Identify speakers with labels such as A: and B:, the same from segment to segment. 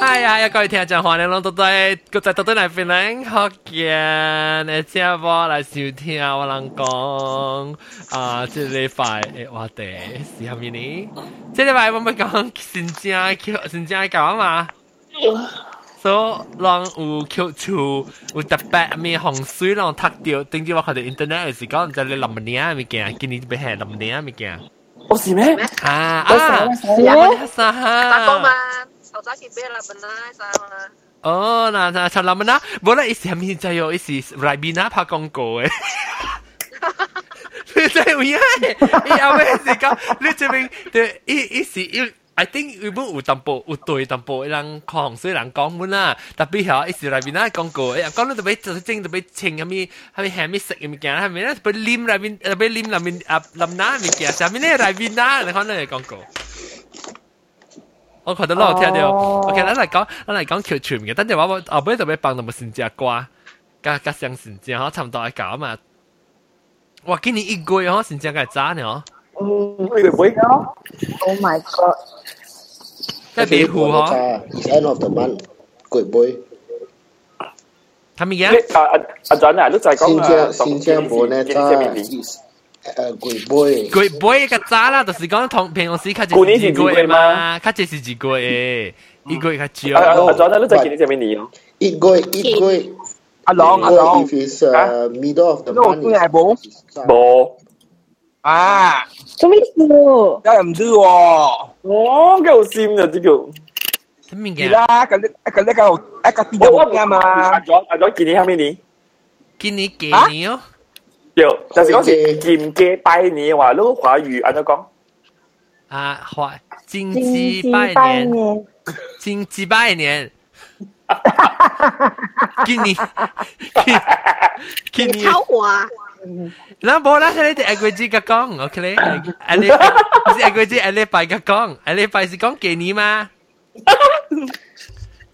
A: 哎呀，要各位听众欢迎拢都在各在都在那边来福建的节目来收听我人讲啊，这礼拜诶话题是虾米呢？这礼拜我们讲新疆新疆搞嘛，所以人有扣除有特别面洪水人读到，等住我看到 internet 是讲在你南年物件，今年就变系南年物件
B: 我是咩？
A: 啊啊！
B: 我
A: 啥哈？
C: ตะโกนมาเขาจะกินเบลล่ะมันน่าซามา
A: 哦，那那查拉们呐，无啦，伊是虾米在哟？伊是来宾呐拍广告诶。你真有 影诶！伊后尾是讲，你这边对，伊伊是伊。I think 原本有淡薄有对淡薄，人狂水人讲阮啦，特别遐伊是内面呐广告，哎呀，讲你特别就是整特别穿虾米虾米虾米色物件，虾米呐特别啉内面特别啉内面啊淋呐物件，啥物呢内面呐，你看那广告。我覺得咯，我聽到。
B: 哦
A: OK，咱嚟講，咱嚟講橋全嘅，等陣話我後尾就俾放到冇善只瓜，加加上善只哦可差唔多係搞嘛。哇！今年一個月可哦善只係渣呢，哦
D: Ừ,
B: 嗯，我以为咯。Oh my god！
A: 即係俾户嗬，
E: It's end of the month. Good boy.
A: 睇咪
D: 你
A: 嘅？
D: 啊啊阿俊啊，你就係講
E: 新
D: 啊，
E: 疆新疆博呢
D: 今年年
E: 呃，Good boy.
A: 佢唔會嘅渣啦，就是講同平常時較
D: 舊年
A: 是幾
D: 是
A: 個
D: 幾個
A: 月
D: 月
A: 嘛，較這是幾個月，一個月較
D: 啊啊
A: 少。
D: 阿俊啊，你就係今年今年年哦。
E: It go it go it
B: 阿朗阿
E: go
B: 朗
E: if，it's uh middle of the
B: 你有
E: month.
B: 出来无？
E: It's
D: 冇，
B: 啊，
F: 什么意思？
B: 你唔知喎？
D: 我夠閃啊！呢個
A: 睇咪
B: 是
A: 嘅？
B: 啦，咁你咁你夠一個啲
D: 我我
B: 有咩嘛？
D: 阿俊阿俊今年今年年，
A: 今年幾
B: 啊
A: 年哦？
D: 對，就是講是劍嘅拜年話，你華語按照講，
A: 啊，花金
F: 金
A: 雞
F: 鸡
A: 拜
F: 拜
A: 年。
F: 年，
A: 金鸡拜 年，今年，今
C: กิน
A: 今年
C: ข้าว，หัว
A: 咱无咱现在下个季个讲，OK 嘞？下礼不是下个季，下礼拜个讲，下礼拜是讲给你吗？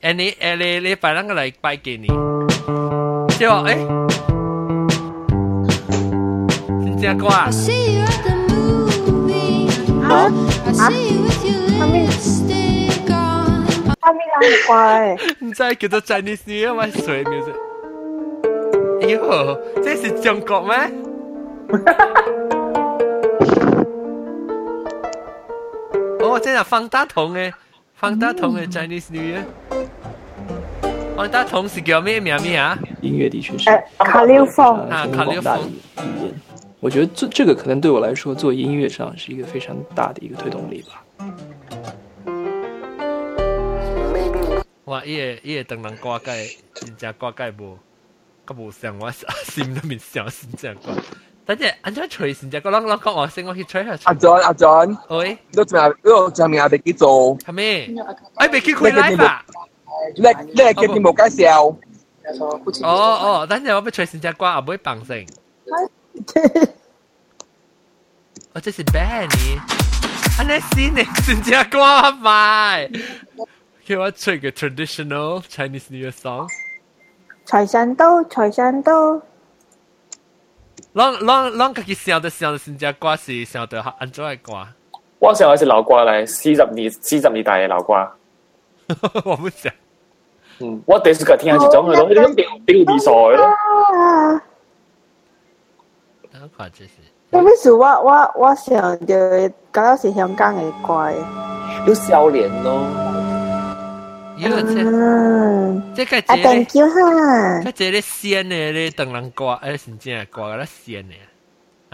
A: 下礼下礼礼拜咱个来拜给你，对吧？哎，新疆歌啊
G: I，see you at the movie. I see you with your lipstick on.
F: 他们俩很乖。
A: 你知叫做 Chinese New Year 吗？水 music。哎呦，这是中国吗？ 哦，这是方大同的，方大同的 Chinese New Year。方大同是叫咩名咩啊？
H: 音乐的确是
F: 哎，卡六凤，
A: 啊
H: 呃
A: 卡
H: 很
A: 列
H: 广大的
A: 夫
H: 语言。我觉得这这个可能对我来说，做音乐上是一个非常大的一个推动力吧。
A: 哇，伊个伊个等人挂盖，真正挂盖无，佮无想我心里面想新疆挂。等下，安怎吹新疆歌？啷啷讲话先，我去吹下。
B: 阿俊阿俊，
A: 喂，
B: 你做咩？你做咩？你幾做？
A: 系咩？哎，未去开 live 啊？
B: 你你係嘅節目介紹，
A: 哦哦，等阵我要吹新只歌，我唔啊会放声。我哦这是 Benny，安尼新的新只歌我买。给我吹个 traditional Chinese New Year song。
F: 财神到，财神到，
A: 啷啷啷，自己想的想的新只歌是想的安怎的歌？
D: 我上海是流瓜嚟，四十二四十二大嘅流瓜。
A: 我不想。
D: 嗯，我第一次個聽係種嘅咯，你咁屌屌二傻嘅咯。
F: 啊！
A: 等下这是
F: 什么意思？我我我想到的，感觉是香港的乖。
D: 要笑臉咯，
A: 哟，这
F: 嗯，
A: 这个
F: 啊
A: 这个
F: ，thank you 哈。
A: 这这咧鲜的咧，等人歌，哎，新只歌咧鲜的。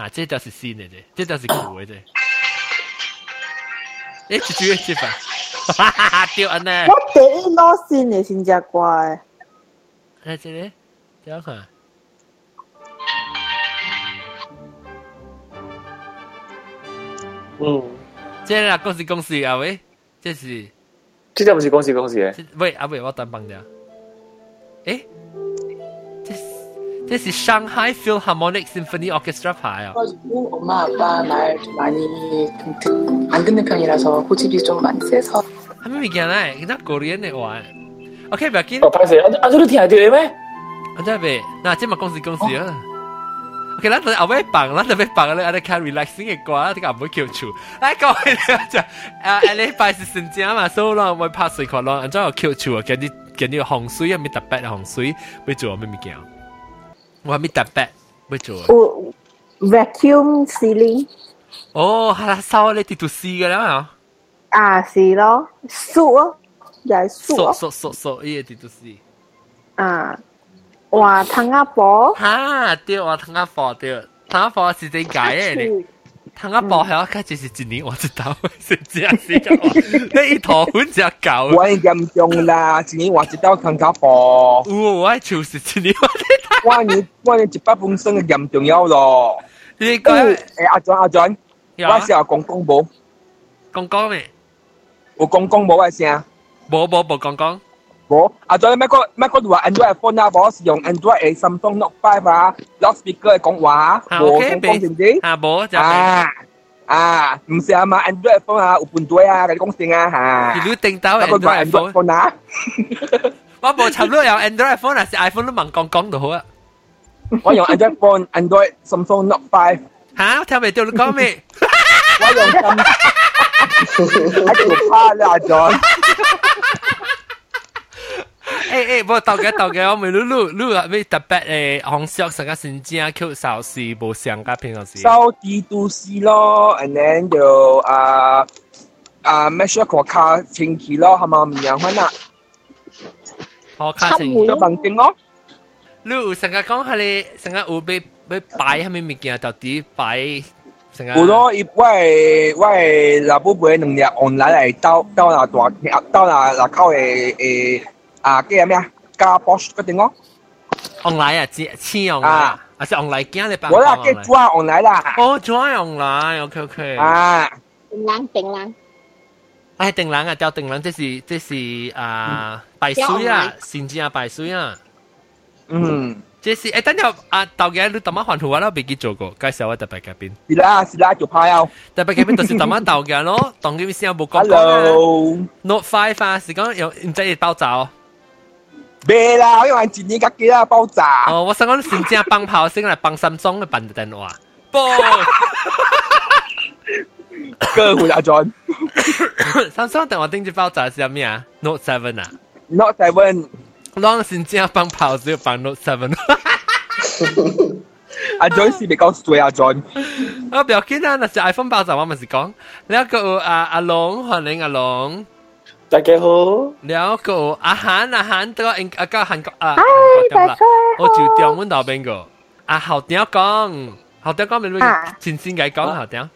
A: 啊，这条是新的这，这条是旧的这。哎，这句这吧，哈哈哈， 对安呢。
F: 我第一老先的先只乖，
A: 来这里，这样看。
D: 嗯，
A: 这啦，恭喜恭喜啊喂，这是
D: 呢啲唔是公事公事嘅。
A: 这喂啊喂，我单帮掉。哎，这是这是 Shanghai Philharmonic Symphony Orchestra 牌啊。
I: 가지고 엄마 아빠 말 많이 좀 안 듣는 편이라서 고집이 좀 많이 세서
A: 还没见呢，跟那国人的玩。OK，不要紧
D: 哦，，拍死！阿阿俊你聽係啲咩？
A: 我再呗。那这么恭喜恭喜啊！ OK，咱后尾放，咱后尾放咧，阿咧看 relaxing 嘅歌，你唔好叫住。哎，各位就啊，阿礼拜是圣诞嘛，所以人会拍水果浪，安怎有叫住啊？今日今日洪水啊，咪特别洪水，要做咩物件？我咪特别要做。
F: 有 vacuum ceiling
A: 哦，哈啦，收咧，地圖試嘅啦，
F: 啊，是咯，树哦，也是树
A: 索
F: 哦，
A: 索索索，伊個地圖試。
F: 啊，换汤啊婆，
A: 哈，對，我通啊課對，通啊課是點解嘅？通啊課係我開始是一年我知道，是這樣子嘅。你一頭款只狗。
J: 我已嚴重啦，自己話接到更加薄，
A: 有哦我係潮濕一年我知道。
J: 我你我你一百本身嘅嚴重有咯。
A: 你
J: 誒
A: 講，
J: 阿俊阿俊，我
A: 呀
J: 是有公公冇，
A: 講講咩？
J: 有公公冇嘅聲。
A: 冇冇冇講講。
J: 冇，阿俊你咩個咩個話 Android phone 啊，我是用 Android 嘅 Samsung Note 5啊，loudspeaker 嘅講話，
A: 啊
J: 冇
A: À, ，OK，dạ,
J: 公公
A: 俾
J: 知唔知？
A: 啊冇就係。
J: 啊啊，唔是啊嘛，Android phone 啊，有半對啊，嗰啲公正啊
A: 你
J: 嚇。
A: 都定到
J: 嗰個話
A: Android phone，
J: Android phone 啊，
A: 我冇插到有 Android phone 還是 iPhone 都問講講就好啊。
J: 我用 Android phone，Android Samsung Note 5，
A: 嚇，我聽未到你講咩？
J: 我用 Samsung，喺度趴啦，阿俊。
A: 诶诶，不过豆嘅豆嘅，我咪录录录啊，咩特别诶，红烧成个新疆 Q 烧是冇上加平常时。
J: sau đi tu si lo and then à, 就啊啊 make sure 個卡清氣咯，係嘛唔樣翻啦，
A: 好卡情，
J: 就問定咯。
A: 录成个讲下你，成个有被被摆下面物件到底摆成个。
J: 有咯，因為為老母輩能力 online 嚟到到那大到那那靠誒誒啊叫咩啊？加 à, boss 嗰定咯，
A: ，online 啊，只黐 online 啊，还是 online 惊你摆
J: 我啦叫主啊 online 啦，
A: 哦，join online，OK OK。
J: 啊
K: 冷冰冷，
A: 哎，定人啊，掉定人，这是这是啊，排水啊，新疆排水啊，
J: 嗯。
A: 这是诶，等下啊，豆嘅你怎么还我啦？未记做过，介绍我特别嘉宾。
J: 是啦，是啦，就怕有。
A: 特別嘅邊度是豆媽豆嘅咯，當佢先有冇講講
J: Hello，
A: Note Five 啊，是講有唔使包走。
J: 咩啦？我用前年隔幾啦爆炸。
A: 哦，我想講先正放炮先嚟放心中嘅笨電話。 不，
J: 跟胡家俊
A: 三星電話頂住包炸是咩啊？Note Seven 啊，
J: ，Not seven，
A: 當先正放炮只要放 Note Seven。
J: 阿俊是比較衰阿俊。
A: 我不要緊啊，那是 iPhone 爆炸，我咪是講。另一個有阿阿龍，歡迎阿龍。
D: 大家好，
A: 另一個有阿韓阿韓，都英啊個韓國啊，韓國
F: 嗨，
A: 點
F: 大
A: 啦
F: 家
A: 我就中阮头边个啊，校长讲，校长讲咪咪
F: 啊
A: 前先解讲校长，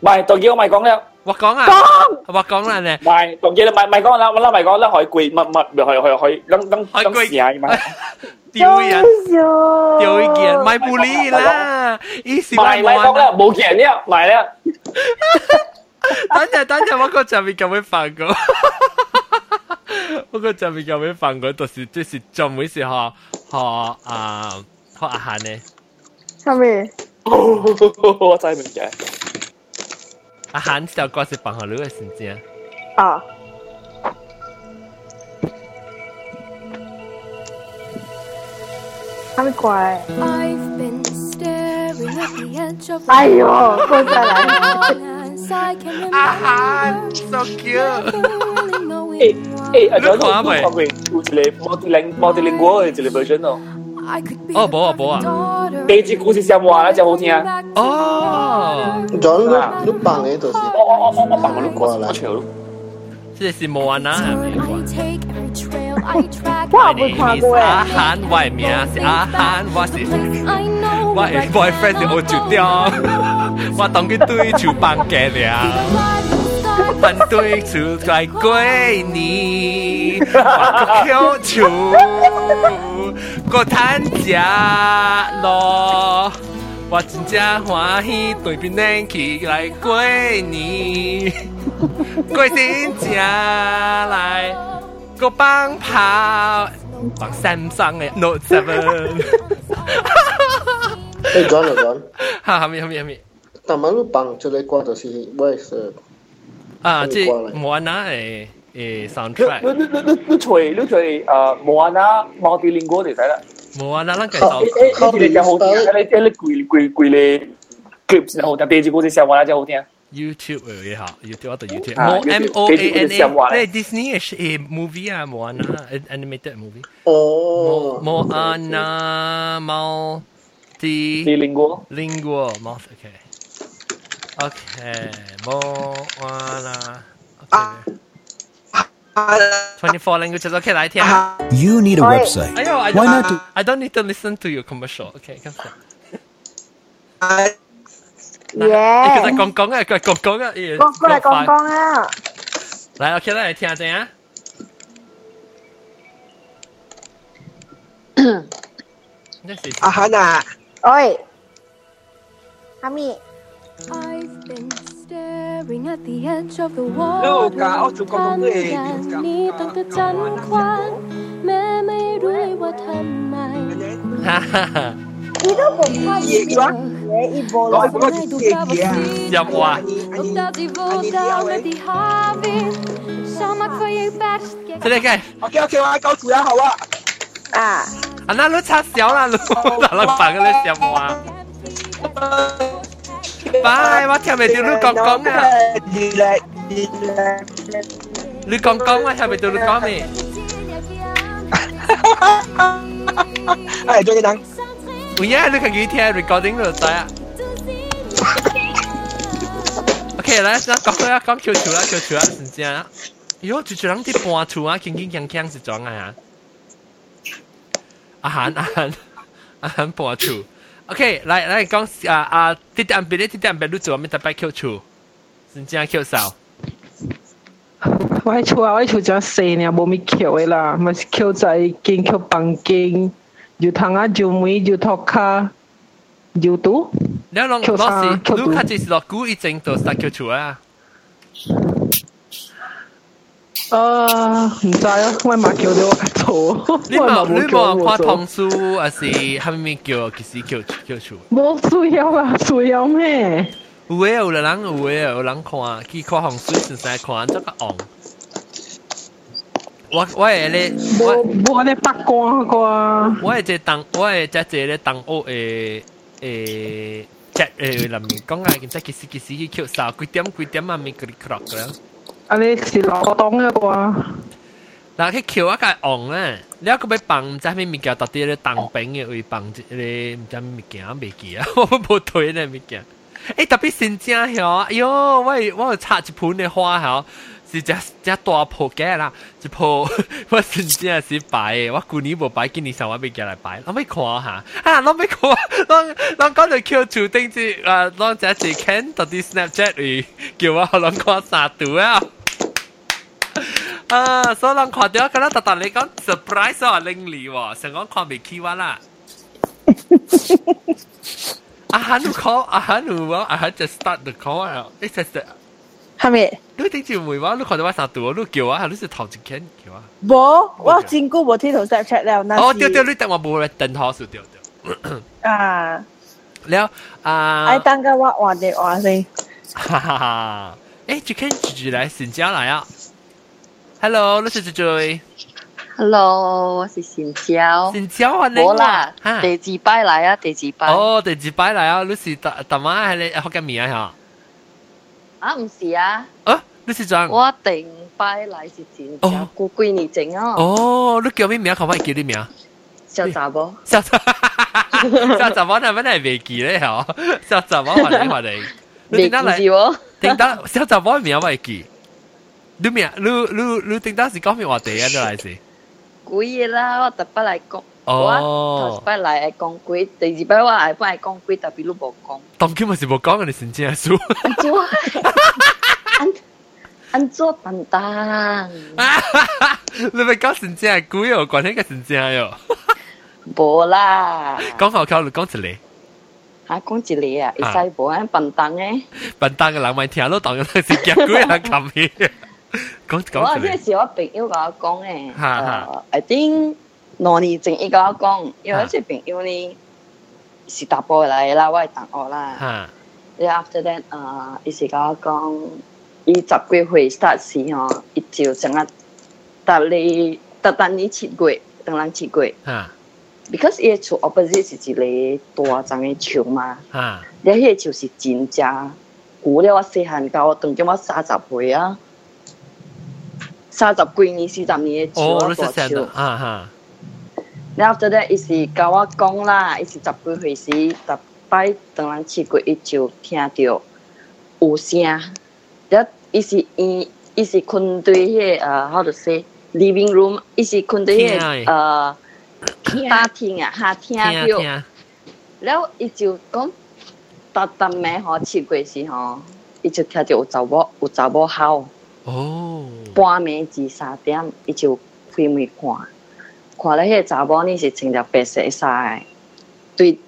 D: 咪當然我咪講啦，
A: 我讲啊，我讲啦咧，
D: 咪當然啦，咪咪講啦，我啦咪講啦，海貴乜乜咪係係係等等
A: 海
D: 等
A: 貴
D: 時啊嘛，
A: 丢人
F: 哟
A: 丢一件，卖不理啦，一时我
D: 咪咪講啦，
A: 冇，
D: 冇人啦，咪 啦，
A: 等阵等阵，我个就咪咁样放 过，我个就咪咁样放过，就是就是专门是学学啊学阿汉呢，
F: 啥物？
D: 我真係唔嘅，
A: 阿汉呢首歌是放学你嘅先知啊，
F: 啊，啥物怪？
G: I've been staring at the edge of
F: 哎呦，过再来。
G: as I can remember.
A: 阿汉 so cute。
G: really
D: 誒
G: knowing why
D: 阿俊都
A: 你講啊咪
D: 講佢做一個 multiling multilingual 嘅一個 version 咯，
G: I could be
A: 哦冇啊冇啊
G: the daughter
D: 第一支故事上話啦就好聽啊，
G: back to
A: 哦，
E: John eh, 你你放嘅就是
D: 我我我我我問我都講我全部都。
A: 这是莫安娜啊，美
G: turn.
A: 国
G: I。take every trail I track.
F: 我
A: My
F: 也没
A: name
F: 看
A: is
F: 过
A: 阿
F: 哎。
A: 涵，我的名是阿涵，我是我的 boyfriend 是欧洲 雕，我当佢对住扮嘅了，扮对住怪怪你，我个口球，个摊家咯。我真正欢喜，对面恁起来过年，过年正来个放炮，放三双的 Note Seven。
E: 诶，John 啊 John，
A: 哈，后面后面后面
E: 但系你放出嚟歌就是我是
A: 啊，
E: 嗯
A: 这
E: 过来
A: 莫安娜诶诶
D: 你
A: soundtrack，
D: ờ, 你你你你除你除誒莫安娜 multilingual 嚟睇啦，
A: 冇啊，嗱，嗱，介
E: 好
A: 绍，
D: 诶诶，你只好听，你即你跪跪跪咧 clips，然后但第二個啲聲話咧真好聽。
A: YouTube 嘅嘢嚇，YouTube 我哋 YouTube，
D: 啊
A: 冇 M
D: YouTube，
A: O A N
D: Facebook 上話
A: A，
D: 咧
A: 即係 Disney 嘅 movie 啊，冇安娜 animated movie，
E: 哦
A: 冇，冇安娜冇
D: 你
A: 啲
D: 領過？
A: lingual 冇，OK，OK，冇安娜，twenty four languages OK 來聽。
L: You need a
H: Oi.
L: website.
A: I know, I,
L: Why not
A: I,
L: do-
A: I don't need to listen to your commercial. Okay, come on.
F: Yeah.
A: 其實講講啊，佢講講啊，講
F: 講過嚟講講啊！
A: 嚟，OK à, 啦，你聽下先啊。一時
J: 阿肯啊，
F: 喂，阿咪，
G: I've been staring at the edge of the
J: 你有
G: wall.
J: 教我做廣東嘅
G: 但
J: 表
G: 你
J: 格
G: ต้องจะจันควันแม่ไม่รู้เลยว่าทำไม
A: 哈哈哈
F: 你都不怕
J: 嘢嘅話，
F: 嘢一波
J: 我
F: 啦？
J: 我係做嘢嘅啊，
A: 入話
J: 你
G: Op
J: 你
G: dat die voordeel met die haven. Zal ik voor je best
A: 即係嘅，
J: ，OK OK，我搞住啦，好啊，
F: 啊，
A: 啊嗱，你插小啦， 你打落白嘅你笑話。拜，我聽唔
J: Dạ,
A: 到你講講啊，
J: 你嚟你嚟，
A: 你講講我聽唔到你講咩？
J: 哎，做嘢等，
A: 唔呀，你可以聽 recording 度睇啊。OK，嚟，先講講啊，講悄悄啦，悄悄啦，先正啊。哟，就就人啲搬厝啊，健健康康是怎啊？阿涵阿涵阿涵搬厝。OK，嚟嚟講啊啊，啲啲別啲啲別，你做咩特別悄悄？先正悄少。
H: 我喺厝啊，我喺厝只四年冇咪扣嘅啦，咪是扣在间扣房间，有窗啊，有门，有托卡，有ตู้。
A: แล้วลอง
H: เขียว
A: ลอ
H: ชา
A: สิ
H: เขียวดู
A: ลูกค้าจะสิลอกกูอีเจงตัวสักเขียวชัวร์อะ
H: 呃，唔知啊，我嘛扣咗我家做，
A: นี่บอ
H: 我
A: กนี่บอกพอทอง
H: 做，
A: สู้อะสิฮัมมิเกียวกิสิเขียวเขียวชัวร์
H: 冇需要啦，需要咩？
A: เว้ยเอาละหลังเว้ยเอาหลังขวากี่ขวาของสู้สินสายขวาเจ้าก็อ่องว่าว่าเอเล่ว่า
H: 冇冇咧八卦啩？
A: ว่าเจตังว่าเจเจเล่ตังโอเอเอแจ็คเออลำนี้ก็ง่ายกินแจ็คกิสิกิสิเขียวสาวกุยเตี้ยมกุยเตี้ยมมันมีกริกรอกแล้ว
H: 啊，你是老東嘅啩？
A: 嗱，佢橋一架昂咧，你一個俾棒唔知咩物件，特啲咧當兵嘅會棒一你唔知咩物件未記啊， 我冇睇呢物件。誒特別新疆嗬，哎呦，我有我有插一盆嘅花嗬，是只只大棵嘅啦，一棵 我新疆是擺嘅，我舊年冇擺，今年上我未見嚟擺，我咪看下， 啊，我咪看，我我講到 Q 住定住，啊，我只只 can 特啲 Snapchat 嚟叫我我諗看殺到啊！啊，所以人看到咁啦，特特你讲 surprise 啊，令你喎，成讲看未起 完啦。啊哈努 call，啊哈努話，啊哈就 start the call 啊，你實實，
F: 係咪？
A: 你頂住梅話，你看到我殺到我，你叫我，你是頭前傾叫我。
F: 冇，我真久冇睇到 Snapchat 了，那
A: 哦，對對，你等我冇嚟等好少對對。
F: 啊，
A: แล้วอ่า
F: 哎，等下我換電話先。
A: 哈哈哈！誒，就傾住住嚟，成家嚟啊！Hello，你是住住，
M: Hello，我是成蕉，
A: 成家啊你
M: 冇啦
A: 嚇，
M: 第二擺嚟啊，第二擺。
A: 哦，第二擺嚟啊，你是特特媽係你學緊咩啊？
M: 啊，唔是啊，
A: 啊，你是怎？
M: 我第五擺嚟是成蕉
A: 哦，
M: 過幾年整哦，
A: 哦，你叫咩名？可唔可以叫你 名？
M: 小查某。
A: 小杂，小杂毛，你咪系未记咧 嗬？小杂毛话你话你，
M: 未
A: 你
M: 記
A: 点解
M: 住
A: 嚟？
M: 喎，
A: 点解小杂毛名咪记？你名，你你你点解是讲咩话题啊？你嚟是？
M: 古嘢啦，我特別嚟講，我頭
A: 哦
M: 一，擺嚟係講鬼，第二擺我係擺講鬼，特別都冇講。
A: 当今咪是冇讲嘅，你先知啊，叔。
M: 安卓，安安卓笨蛋，
A: 你咪讲先知啊，古又讲呢个先知啊哟。
M: 无啦，
A: 讲好口，你讲出嚟，
M: 啊讲一个啊，会使无安笨蛋诶，
A: 笨蛋嘅人咪听咯，当然系夹古人冚 起。啊讲
M: 我
A: 讲出
M: 迄
A: 嚟，
M: 是我朋友甲我讲诶，
A: 哈
M: 呃，I Ờ, think 两年前伊甲我讲，因为这朋友呢是大波来的啦，我系同学啦，
A: 吓
M: 然后 after that 呃，伊是甲我讲，伊十几岁 start uh, 时吼，伊就想啊，搭你搭搭你七月，当人七月。
A: 吓，
M: because 伊个厝 opposite 是一个大丛嘅树嘛，
A: 啊，
M: 你迄个树是真正古了我细汉到我当今我三十岁啊，三十幾年四十年嘅
A: 哦，
M: 樹
A: 你
M: 啊
A: 识
M: 大
A: 识
M: 樹。
A: 啊哈，
M: 然後 after that 伊是甲我講啦，伊是十幾歲時，逐擺當人試過，伊就聽到有聲。然後伊是伊伊是困對迄、個呃，how to say living room，伊是困對迄、
A: 廳的
M: 個呃大廳啊，下廳
A: 听啊
M: 到。
A: 听，
M: 然後伊就講，逐逐暝吼試過時吼，伊就聽到有查某有查某哮。
A: 哦，
M: 半暝至三點，伊就開門看，看到迄个查某呢是穿着白色的衫的，对，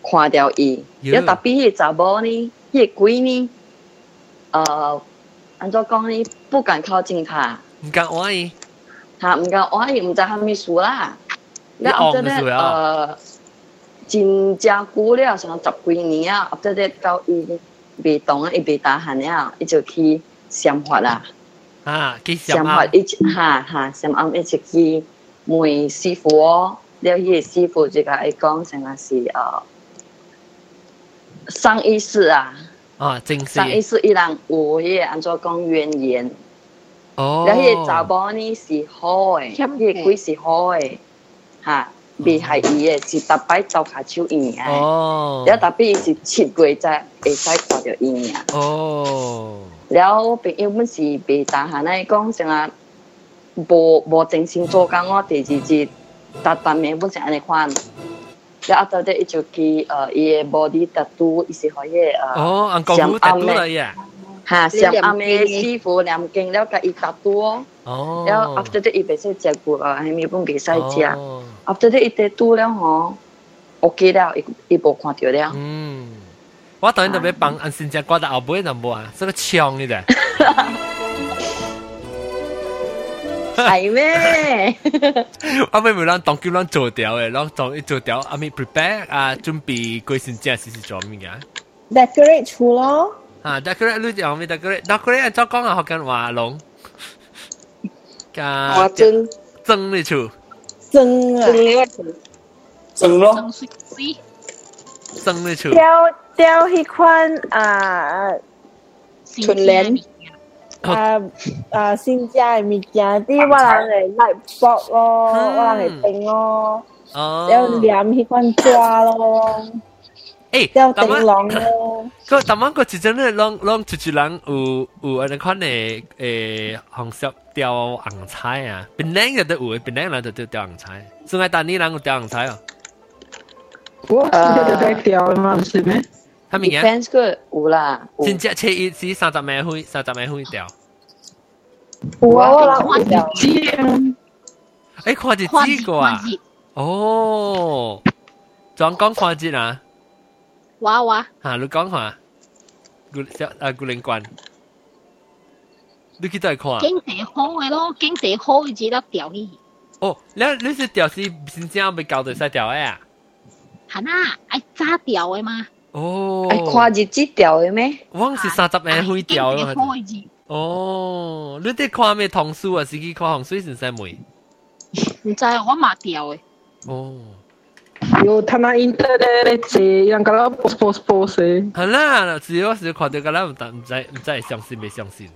M: 看到伊，
A: 哟
M: 要特别迄个查某呢，迄、个鬼呢，呃，安怎講呢？不敢靠近他，
A: 唔敢我伊，
M: 他毋敢我伊毋知虾米事啦。
A: 你
M: 後
A: 戇就
M: 呢
A: 是啊
M: 呃，真正久了，上十幾年啊，後來到伊袂動啊，伊袂打喊了，伊就去想法啦。
A: 啊，几想
M: 想
A: 啊
M: 法，一直哈哈，想暗一直去问師傅哦，了迄個師傅就甲伊講，成日是呃上一世啊，
A: 啊，正是
M: 上，一世伊人有迄個安怎講淵源，
A: 哦，
M: 了迄個查某呢是好诶，
F: 欠
M: 迄個鬼是好诶，哈，未害伊诶，是逐摆走下手伊诶，
A: 哦，
M: 了特別伊是七月才會使看着伊啊。
A: 哦，
M: 了朋友们是被打下来讲，成啊无无精心做工，我第二日搭搭面本是安尼款。了后头底伊就去呃伊个 body tattoo，伊是可以呃
A: 哦，阿公夫
M: 上暗
A: 突
M: 的
A: 来呀，
M: 哈上暗
F: 你念
M: 的
F: 经
M: 师傅念经了，甲伊 tattoo 哦。
A: 哦，
M: 了后头底伊袂使食牛啊，虾米本袂使食。
A: 哦
M: 后头底伊 tattoo 了吼，OK 了，伊伊无看 着了。
A: 嗯，我等阵特别帮安新疆挂到后背那无啊，这个枪你的，
M: 哎 咩？
A: 阿妹妹咱当叫咱做掉诶，咱当一做掉，阿咪 prepare 啊，准备过新疆试试做物件。
F: decorate 出咯，
A: 啊，decorate 你讲咩？decorate，decorate 做讲啊，学紧话龙，
M: 我
A: 加
M: 真
A: 整你处，
F: 真啊，
M: 真了，
J: 整咯，
A: 整你处，
F: 雕雕迄款啊
M: 春联
F: 啊啊新鲜诶物件，啲我人嚟 light bulb 咯，
A: 嗯
F: 我人嚟冰咯，有
A: 哦，
F: 黏迄款抓咯，
A: 诶，
F: 有
A: 但
F: 顶
A: 我
F: 浪咯，
A: 个但我个之前咧，拢拢出去人有有安尼款诶诶，红色雕红彩啊，槟榔就都有，槟榔人就都雕红彩，所以但你人有雕红彩哦，
H: 我
M: 呃
H: 就在钓的嘛，不是咩？
A: 他明年
M: defense 个有啦，有
A: 真正切一是三十米灰，三十米灰雕，
F: 有啊，我人会雕，
H: 剑
A: 诶，看只几个啊，哦，专讲看只啊。
G: 哇哇，
A: 啊，你讲下，古小啊古灵关，你去在看啊？
G: 经济好嘅咯，经济好嘅只粒掉去，
A: 哦，你你是钓是真正被搞到晒钓诶啊？
G: 系呐，爱炸掉嘅嘛，
A: 哦，
M: 哎，看日子掉的咩？
A: 我是三十年会钓
G: 经济好
A: 咯。
G: 嘅只，
A: 哦，你伫看咩唐书啊？是去看洪水先生梅？
G: 唔知我嘛掉嘅，
A: 哦，
H: 有他那 internet 咧，这样个啦，post post post 诶，
A: 好啦，只要是看到个啦，唔知唔知唔知相信未相信。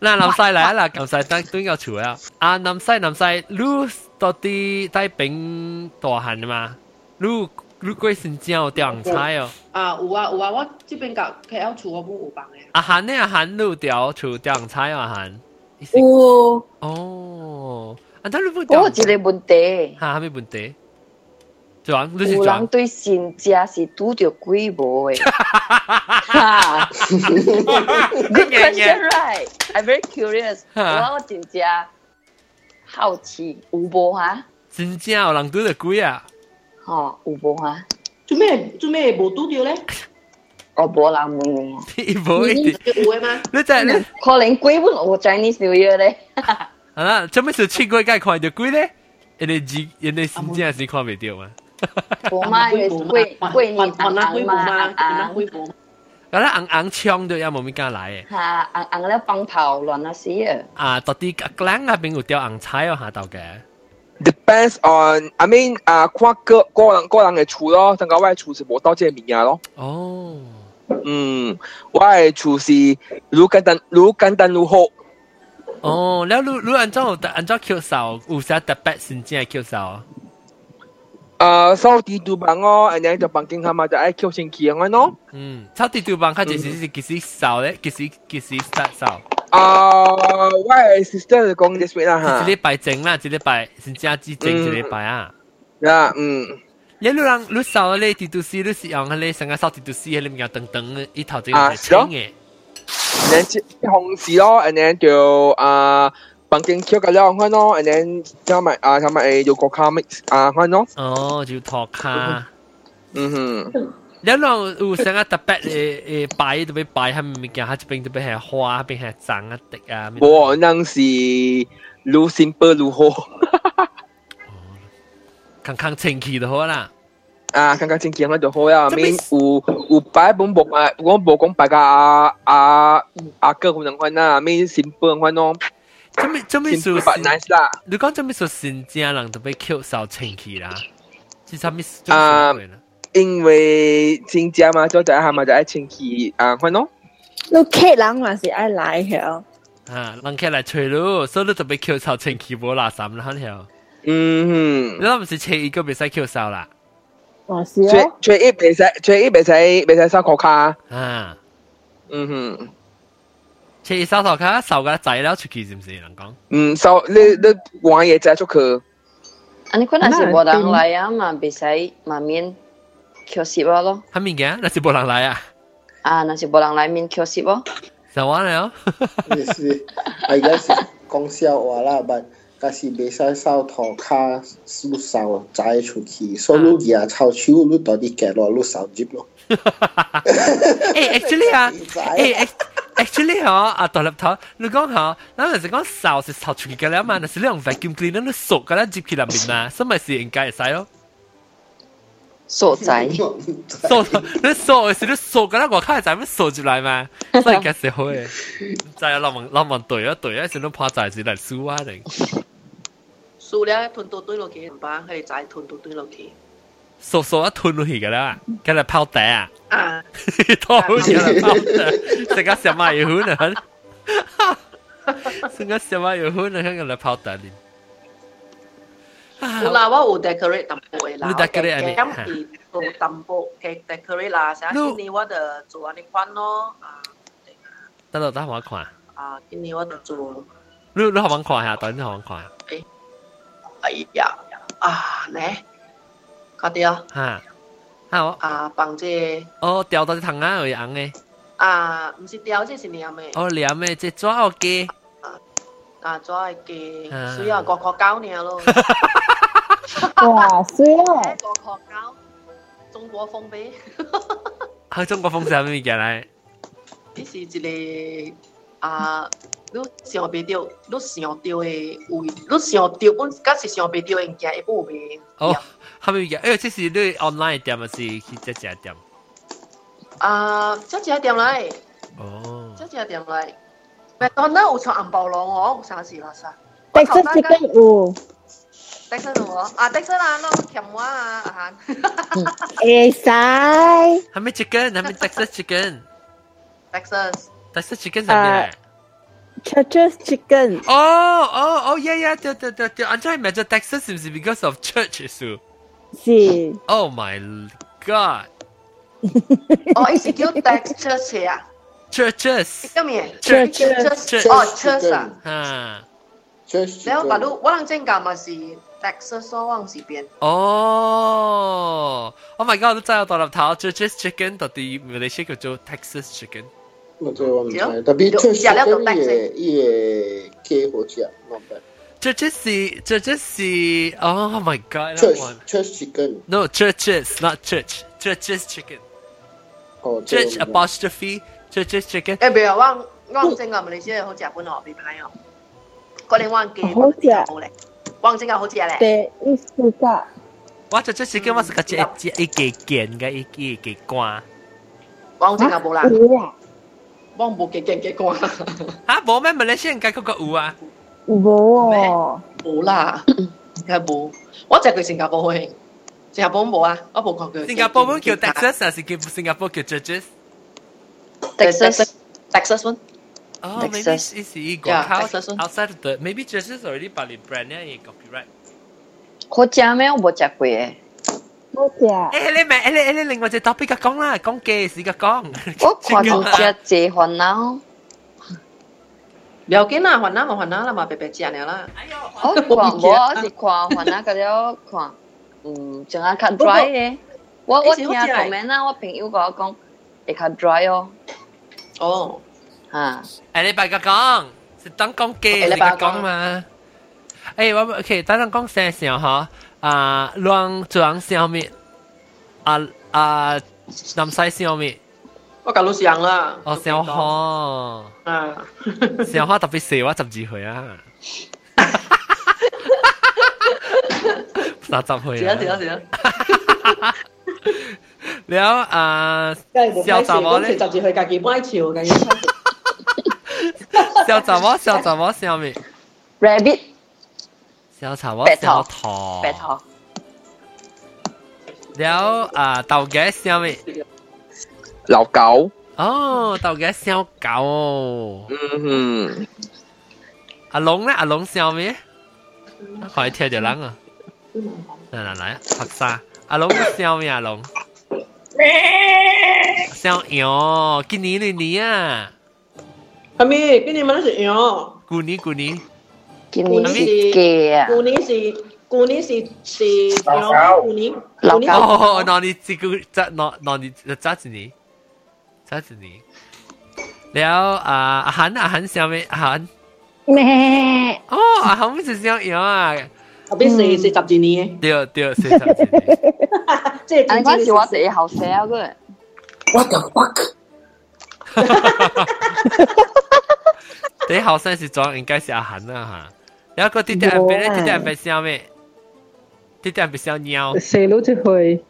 A: 嗱，南西嚟啦，南西等端个厝啊！啊，南西南西，你到底在边大汉啊嘛？你你鬼神正有钓红彩哦！
E: 啊，有啊有啊，我这边搞 KL 厝我冇有房诶。
A: 啊韩呢？啊韩路钓除钓红彩啊韩。
F: 有
A: 哦，啊，但你不
M: 我
A: 钓
M: 有一个问题，
A: 哈咩问题？转，你是
M: 有人
A: 转？
M: 对新家是拄着鬼无诶？哈，Good question, right? I'm very curious.
A: 哈
M: 我真正好奇，有无哈？
A: 真正有人拄着鬼啊！
M: 吼，有无哈？
E: 做咩做咩无拄着咧？
M: 我无人问你啊。
A: 你无一定，
E: 有诶吗？
A: 你在你
M: 可能鬼本有 Chinese New Year 咧，
A: 啊啦，做咩时候去过该看着鬼咧？因为真因为真正是看袂着嘛。
M: 无嘛，因为鬼鬼年红
E: 啊
M: 红
E: 鬼无
M: 嘛，
E: 嘛，
M: 红
E: 啊
M: 红
E: 鬼无嘛。
A: 啊啦，红红枪都也无物敢来诶。
M: 哈红红咧放炮乱啊死啊！
A: 啊，到底格人那边有钓红彩哦，下到嘅。
J: depends on I mean à, 啊，看个个人個人嘅厝咯，等下我嘅厝是無到即個物件咯。
A: 哦，
J: 嗯，我嘅厝是愈簡單愈簡單愈好。
A: 哦，แล้วรู้รู้อันเจ้าอันเจ้าเคียวสาวอุตสาห์แต่แปดสินเจียเคียวสาว
J: 啊，掃地都幫我，然後就房間下嘛就愛扣先去嘅咯。
A: อืมเท่าที่ดูบางค่ะจะสิสิกิสิสาวเลยกิสิกิสิสาวสาว
J: 啊，我嘅 À, sister 就講 this way 啦
A: จะ
J: 嚇。
A: ได้ไปเจ๋งละจะได้ไปสินเจียจีเจ๋งจะได้ไปอ่ะ
J: อ่าอืม
A: แล้วรู้รังรู้สาวเลยติดตัวซีรู้สิอย่างเลยสังกัดสาวติดตัวซีเลยมีอย่างตึงตึงอีท่าจะยังไงเจ๋งเอ๋
J: 然後即即項事咯，and then 就啊房間扣個兩看咯，and then 加埋啊加埋誒有個 comics à, 啊看咯。
A: 哦，就托卡。
J: 嗯哼。
A: แล้วเราอูสังกัดแต่แปดเอเอไปจะไปไปให้มันมีการจะเป็นจะไปแห่ฮวาเป็นแห่จังอ่ะติกอ่ะมี
J: 我那是愈 simple 愈好
A: คังคังเชิงคีตัวละ
J: 啊！感觉真健康就好啦。面有有摆本木啊，我无讲摆个啊啊啊个可能款啦，面 simple 款咯。
A: 这么这么
J: 说，nice 啦。
A: 你讲这么说新疆人都被 Q 少清气啦，是啥意思？
J: 啊，因为新家嘛，做在下嘛就爱清气啊款咯。
F: 你客人还是爱来嘅，
A: 啊，人客来吹咯，所以你就被 Q 少清气无垃圾啦，好条。
J: 嗯，
A: 你那不是吹一个别使 Q 少啦？
F: 还是
J: 最最一袂使，最一袂使袂使扫裤卡。
A: 啊，
J: 嗯哼，
A: 吹一少头卡少个仔了出去是不是？人讲
J: 嗯，扫你你换嘢再出去。
C: อันนี้คนอาจจะ
J: น่า
C: บอดัง
J: จริง
C: ไรอ่ะมาไปใช้มาเมียนเคียวสิบวะล่ะ
A: 还物件，那是无人来啊？
C: อ่านั่นสิบอดังไรเมียนเคียวสิบวะ
A: 怎么了？
E: 也是，I guess 讲笑话啦，but 但是袂使扫涂骹，路扫摘出去，所以路行臭手，路到底行落路扫接咯。
A: 诶，actually 啊，诶，act-，actually 嗬，啊，大粒头，你讲嗬，嗱，就讲掃是掃出去嘅啦嘛，但是你用 vacuum cleaner 你掃嘅啦，接起入面嘛，所以咪是應該係使咯。
C: 掃仔
A: 掃，你掃嘅時你掃嘅啦，外口係仔咩掃住嚟嘛，所以嘅時好嘅，就係浪漫浪漫隊一隊一時都怕仔子嚟輸啊你，
N: 數了吞到堆落去，唔把佢哋仔吞到堆落去。
A: 掃掃一吞落去嘅啦，跟住拋底啊，
N: 啊，
A: 拖好似拋底，成個小馬要換 啊，成個小馬要換啊，跟住嚟拋底連。
N: 有啦，我有 decorate 淡薄嘅啦，
A: 有
N: 我
A: decorate 啊你
N: cam 是做淡薄嘅 decorate 啦，成日今年我就做安尼款咯，啊
A: 得啦，等下我看。
N: 啊，今年我就做，
A: 你你好忙看下，等你好忙看下。
N: 哎呀啊咧，快啲啊，
A: 哈，啊我
N: 啊放这
A: 哦掉到只藤啊，有红诶，
N: 啊，唔是雕，这是念的，
A: 哦黏诶，只抓奥鸡，
N: 啊做係嘅，
A: 啊
N: 需要個個交呢咯，
F: 哇，衰啊！
N: 個個交，中國風味。
A: 喺中國風扇咩嘢嚟？
N: 你是一个啊，你想袂到，你想到的位，你想到，阮假是想袂到的物件，一步袂
A: 哦，係咩嘢？哎，即是你 online 店還是去只只店？
N: 啊，这一点来，
A: 哦，
N: 这一点来，麦当劳有出红包龙哦，有啥事啦啥？
F: 特色設計有，
N: 戴森龙哦，啊，戴森啊，喏，甜我啊， 啊，
F: 會使，
A: 係咩 chicken？係 咩 Texas chicken？Texas
N: 戴森，
A: chicken 係咩嚟？
F: Church's Chicken。
A: 哦哦哦，yeah yeah，對對對對，我真係唔係只 Texas 是唔是 because of church issue？
F: 是。
A: Oh my god！
N: 哦，伊是叫 Texas 啊，
A: Churches
N: 叫咩
A: Church
N: ？Church 哦，Church 啊，
A: 啊
N: 然後把路我人正講嘛是 Texas 哦，往是邊。
A: 哦，Oh my God！都真有獨立頭，Churches Chicken 到底 Malaysia 叫做 Texas Chicken。
E: 我对我唔知，特別出食嗰啲嘢，嘢雞好食，冇辦
A: Churches 是 Churches 是，Oh my God！
E: Church- Church Chicken。
A: No Churches not church Churches Chicken。
E: 哦
A: Church
N: 這個
A: apostrophe Churches Chicken。
N: 诶，别啊，我我真啊，唔理先，好食本哦，未歹哦。嗰年我记，
F: 好食，
N: 我真啊好食咧。
F: 第一次噶，
A: 我 Churches Chicken 我是個只只一幾件嘅一一幾關。
N: 我真啊冇啦，
F: 有啊，
N: 我冇记记记讲，
A: 啊，冇咩 Malaysia 人解嗰個有啊？
F: 有哦，
N: 冇啦。而家冇，我就係佢新加坡去，新加坡冇啊，我冇講佢。
A: 新加坡本叫 Texas 还是叫新加坡叫 Judges？
N: Texas Texas one。
A: Oh, maybe
N: Texas.
A: it's illegal.
C: Yeah,
A: How
C: Texas one.
A: outside of the maybe Judges already but it brand name and copyright.
C: 好食咩？我冇食過嘅。
F: 多謝。
A: 誒你咪誒你誒你另外隻 topic 嘅講啦，講嘅事嘅講。
C: 我看到只借煩惱，
N: 唔要緊啦，還啦咪還啦啦嘛，白白食了啦。
C: 我看我是看煩惱嗰了看，嗯，仲係較 mm, dry e. 嘅。我我聽 comment 啦，我朋友甲我講會較 E dry Ha. 哦。
N: 哦，
C: 啊，
A: 誒你白嘅講，是等講嘅事嘅講嘛。誒我 OK，等陣講聲先嚇。啊，亂撞上面，啊啊，南西上面，
N: 我搞到上啦。
A: 哦上河。
N: 啊，
A: 上海特別少啊，十二歲啊，三十歲
N: 是啊是啊
A: 啊。
N: 是啊。
A: 然後啊，小
N: 笑
A: 查
N: 查
A: 某
N: 某
A: 咧
N: 咧，，就住佢家己買潮嘅。
A: 小查某，小查某，小咩？
C: rabbit
A: 小查某，
C: 白
A: 小
C: 頭
A: 桃。
C: 白頭，
A: 然後啊，豆嘅小咩？
J: 老狗。
A: 哦，豆嘅小狗。
J: 嗯，
A: 阿龍咧，阿龍小咩？可以跳條冷啊！嚟嚟嚟，拍沙。阿龍小咩？阿龍小羊，今年嘅年啊，
N: 係咪？邊年咪都食樣？
A: 舊年舊年。
C: 今
N: 舊
C: 年是
N: 年
C: 雞啊，
N: 舊年是舊年是是
A: 老
N: 樣，舊年
C: 老
N: 舊年
C: 狗
A: 哦，那你这个咋那那你咋子你咋子你？然后啊，阿涵阿涵下面阿涵
F: 咩？
M: 啊
A: 哦，阿涵不是这样样啊？
N: 後邊是是十二年
A: 对对，是的，
N: 嘅，即係
C: 安啊嗰時我第一後生嘅。
J: What the fuck？
A: 第一后生是装应该是阿涵啊哈。然后个弟弟阿伯咧，弟弟阿伯下面，弟弟阿伯小鸟，
B: 四佬只去，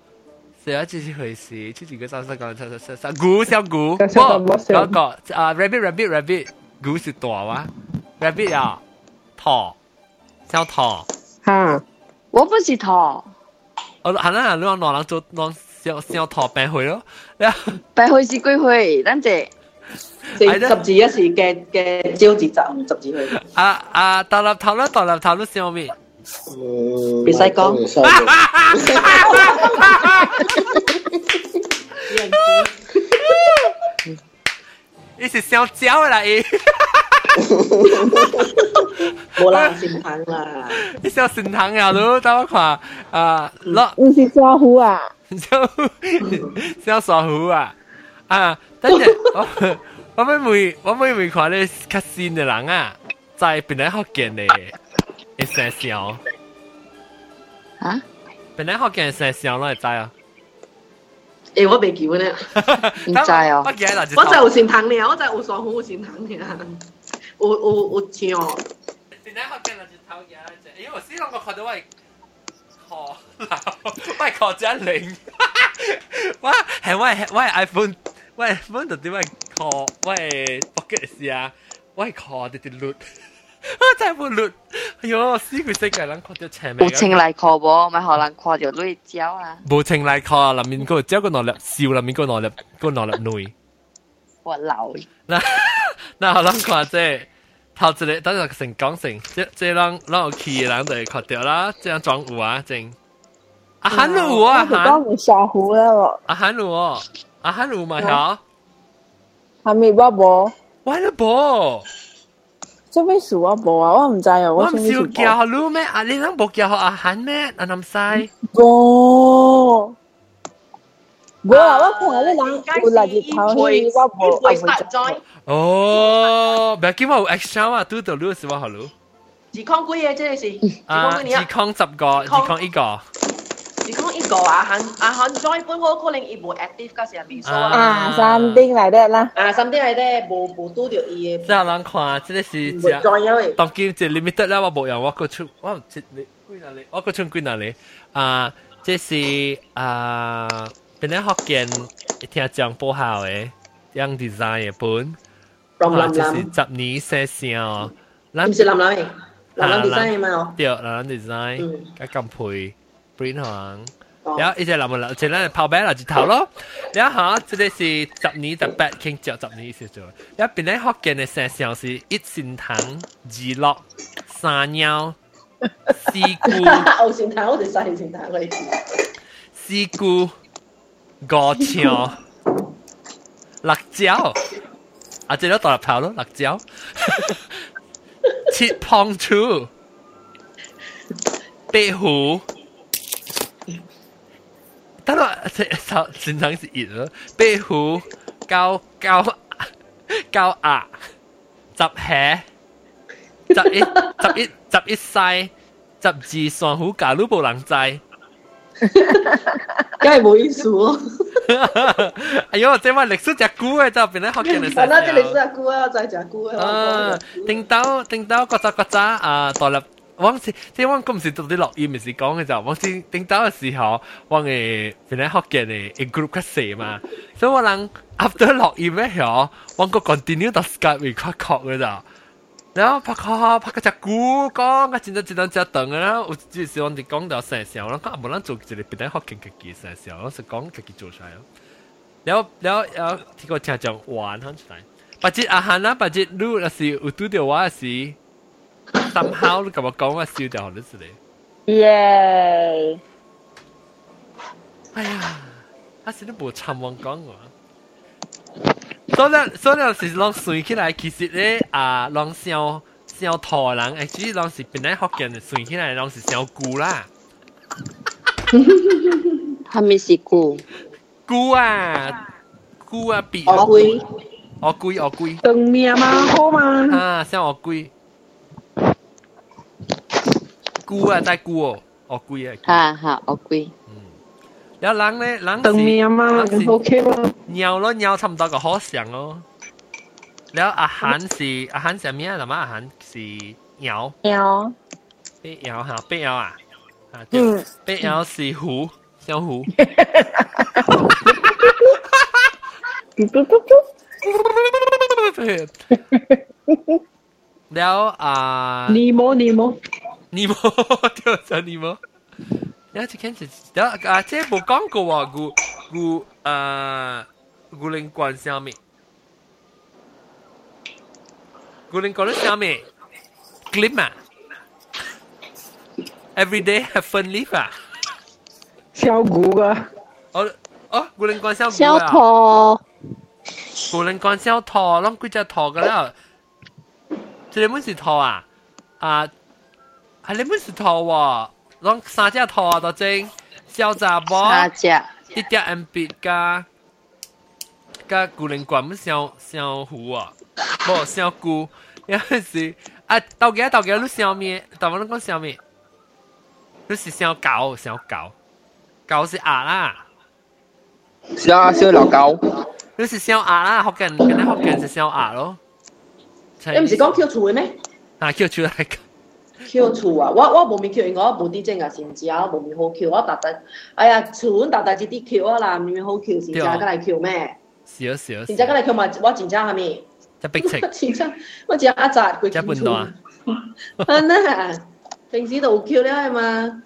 A: 是啊，这是回事，这几个三三讲三三三三鼓小鼓，
B: 三三三
A: 不
B: 三三
A: 那个啊，rabbit rabbit rabbit，鼓是大哇，rabbit 啊，桃小桃。
B: 哈，
C: 我不是桃，
A: 我可能你话两人做两小小逃避去咯，然后
C: 白灰是鬼灰，咱只
N: 四十二一時嘅嘅朝字集十字去，
A: 啊啊大粒头啦，大粒头都笑面，
E: 嗯，
N: 別使講
E: 我講完晒
A: 你是小蕉的啦， 伊
N: 冇啦，善行 啦，
A: 你小神堂呀，都等我看啊，
N: 嗯
A: 落
F: 唔是抓虎啊！
A: 小小傻虎啊啊，等阵 我我妹妹我妹妹看你较新的人啊，在本来福建的，会生肖，
C: 啊，
A: 本来福建的生肖，哪会知啊？
N: 誒我未記 本咧，
C: 唔知哦
A: 我。记得
N: 我就有善行嘅，我就有上好有善行嘅，有有有唱。
A: 你睇我今日隻頭嘢只，因為我先諗我覺得喂，確 流，喂確真靈，哇係喂喂 iPhone，喂 iPhone 到底喂確喂 pocket 試啊，喂確啲啲 loot，啊真係冇 loot，哎呦死佢死嘅人確咗邪
C: 有
A: 味，
C: 青嚟看無，咪互人看着你招啊！
A: 冇情嚟確，入面嗰只個內粒笑，入面嗰內粒嗰內粒內。
C: 我老的
A: 嗱嗱，我谂看即头一个，等阵成讲成，即即让让我去嘅人就会看到啦，即样装有啊正。阿韩路啊，
F: 我
A: 韩
F: 唔抓虎啦喎，
A: 阿韩路哦，阿韩路嘛条，
F: 係咪我冇？
A: 我都无，
F: 做咩事我冇啊？我唔知啊，
A: 我
F: 做咩
A: 唔
F: 事
A: 少
F: 冇？
A: 叫路咩？阿你人无叫阿韩咩？阿南西，
F: 冇。冇啊！
N: 啊
F: 我看下啲人有垃圾頭
N: 會
F: 去，我冇，我
N: 會
F: 冇
N: start
F: 抓
N: join，
A: 哦，唔要紧，我有 action 啊，拄到路是我好路。
N: 自抗鬼嘅即係是，自
A: 啊，
N: 抗鬼你
A: 二
N: 啊，
A: 康十个，二康一个，
N: 自抗一個啊，肯啊肯 join 本我可能伊無 active 嗰時係未收
F: 啊！
N: 啊，
F: 啊，三丁嚟得啦！
N: 啊，甚至係咧無無拄着伊
A: 即
N: 嘅，
A: 有人看，即个是
N: 無 join 因為。
A: 当今这 limited 啦，我冇用我个出，我唔知你归哪里，我个出归哪里啊？这是啊，本来福建一听讲不好诶，样 design 嘅本，
N: 冧冧
A: 啊，这是
N: 冧，
A: 十年生肖，咱
N: 唔是冧冧嘅，
A: 啊
M: 男人 design 的嘛哦
A: 对，男人 design，
M: 嗯
A: 加咁配 print 行，
M: 哦
A: 然後一隻男人，前兩日跑白啦，隻頭咯，然後嚇，即係是十年十八傾著十年少咗，然後邊咧福建嘅成小是一善堂、二樂、三鳥、四菇。
M: 牛前頭定細前頭嗰啲？
A: 四菇、五條、辣椒，啊，即係都獨立頭咯，辣 椒，切胖醋，白虎，等 落即手正常是熱咯，白虎、膠 膠膠鴨、雜蝦、雜 一雜一雜一西、雜二上虎架都冇人制。
M: 梗係冇意 思喎！
A: 哎呦，即话历史只古嘅就变咧学嘅历史。
M: 我攞啲歷史阿姑啊，我就係阿姑啊
A: 啊。，定到定到嗰扎嗰扎啊，大粒。往時即係往嗰唔是到啲落雨，唔是講嘅就往時定到嘅時候，往誒變咧學嘅咧一 group 較細嘛，所以我諗 after 落雨咩嘢，往個 continue 到 Skype 會較確嘅就。然後拍下拍個隻鼓講，啊個戰爭戰爭只等啦，有陣時我哋講到成時候，我啊講無論做一個別人學嘅嘅成時候，我是講自己做出來咯。แล้วแล้วแล้วที่ก็จะจังหวานทั้งสายปัจจิตอาหารนะปัจจิตรู้ละสิอุตุเดียวว่าสิ somehow รู้กับว่ากองว่าสิวเดียวหรือสิเลย
F: 耶！
A: 哎呀，阿是都冇参望讲我。所以所以是浪算起来，其實咧啊，浪笑笑台人，actually 浪是本來福建算起來，浪是笑古啦。
C: 他们是菇，
A: 古啊，古啊，比
C: 哦
A: 龟，哦龟，哦龟，
B: 等面吗？好吗？
A: 啊，像哦龟，古啊，在古哦，哦龟啊。
C: 哈
A: 嗯
C: 哈，乌龟。
A: แล้วหลังเนี่ยหลัง
B: ตรง
A: สิ
B: เมียมา
A: หลังสิ
B: โอเคมั้ย
A: เหนียวแล้วเหนียวทำตัวกับฮอสอย่างเนาะแล้วอาหารสิอาหารสิมีอะไรมาอาหารสิเหนียว
F: 喵！
A: เป็ดเหนียวฮะเป็ดเหนียวอ่ะอ่ะเดี๋ยว
F: 嗯，
A: เป็ดเหนียวสิหูเสียว หู
F: 嘟嘟嘟嘟，
A: แล้วอ่า
B: นีโมนีโม
A: นิโม เดี๋ยวจะนิโมแล้วจะแค่จะแล้วอ่ะเจ๊บอกกล้องกูว่ากูกูอ่ากูเล่นกวนเสียมิกูเล่นกวนเสียมิคลิปอ่ะ everyday have fun live อ่ะ
B: 小姑个，
A: 哦哦，古灵干小兔
K: 小
A: 啊，
K: 兔，
A: 古灵干小兔，拢几只兔噶啦？这里本是兔啊，啊，啊，你本是兔喎，拢三只兔啊，都真小杂包，
C: 三只，
A: 一只 M B 加加古灵管么小小虎啊，不小姑，也是啊，到家到家你小咩？到我讲小咩？你是小狗，小狗，狗是鸭啦。
J: 小小老狗，
A: 你是小鸭啦，福建，原来福建是小鸭咯。
M: 你唔是講 Q 醋嘅咩
A: 啊，Q 出来个，
M: ？Q 醋啊！我我冇咪 Q，我冇啲精啊，先知啊，我冇咪好 Q，我特特，哎呀，醋特特只啲 Q 啊啦，唔咪好 Q，先知啊，梗係 Q 咩？
A: 是哦是哦，
M: 先知梗係 Q 咪，我先知係咪？
A: 只逼情，
M: 先知，我只阿扎佢
A: 只半
M: Q 醋，
A: 段。
M: 係呢，平時都好 Q 咧係嘛？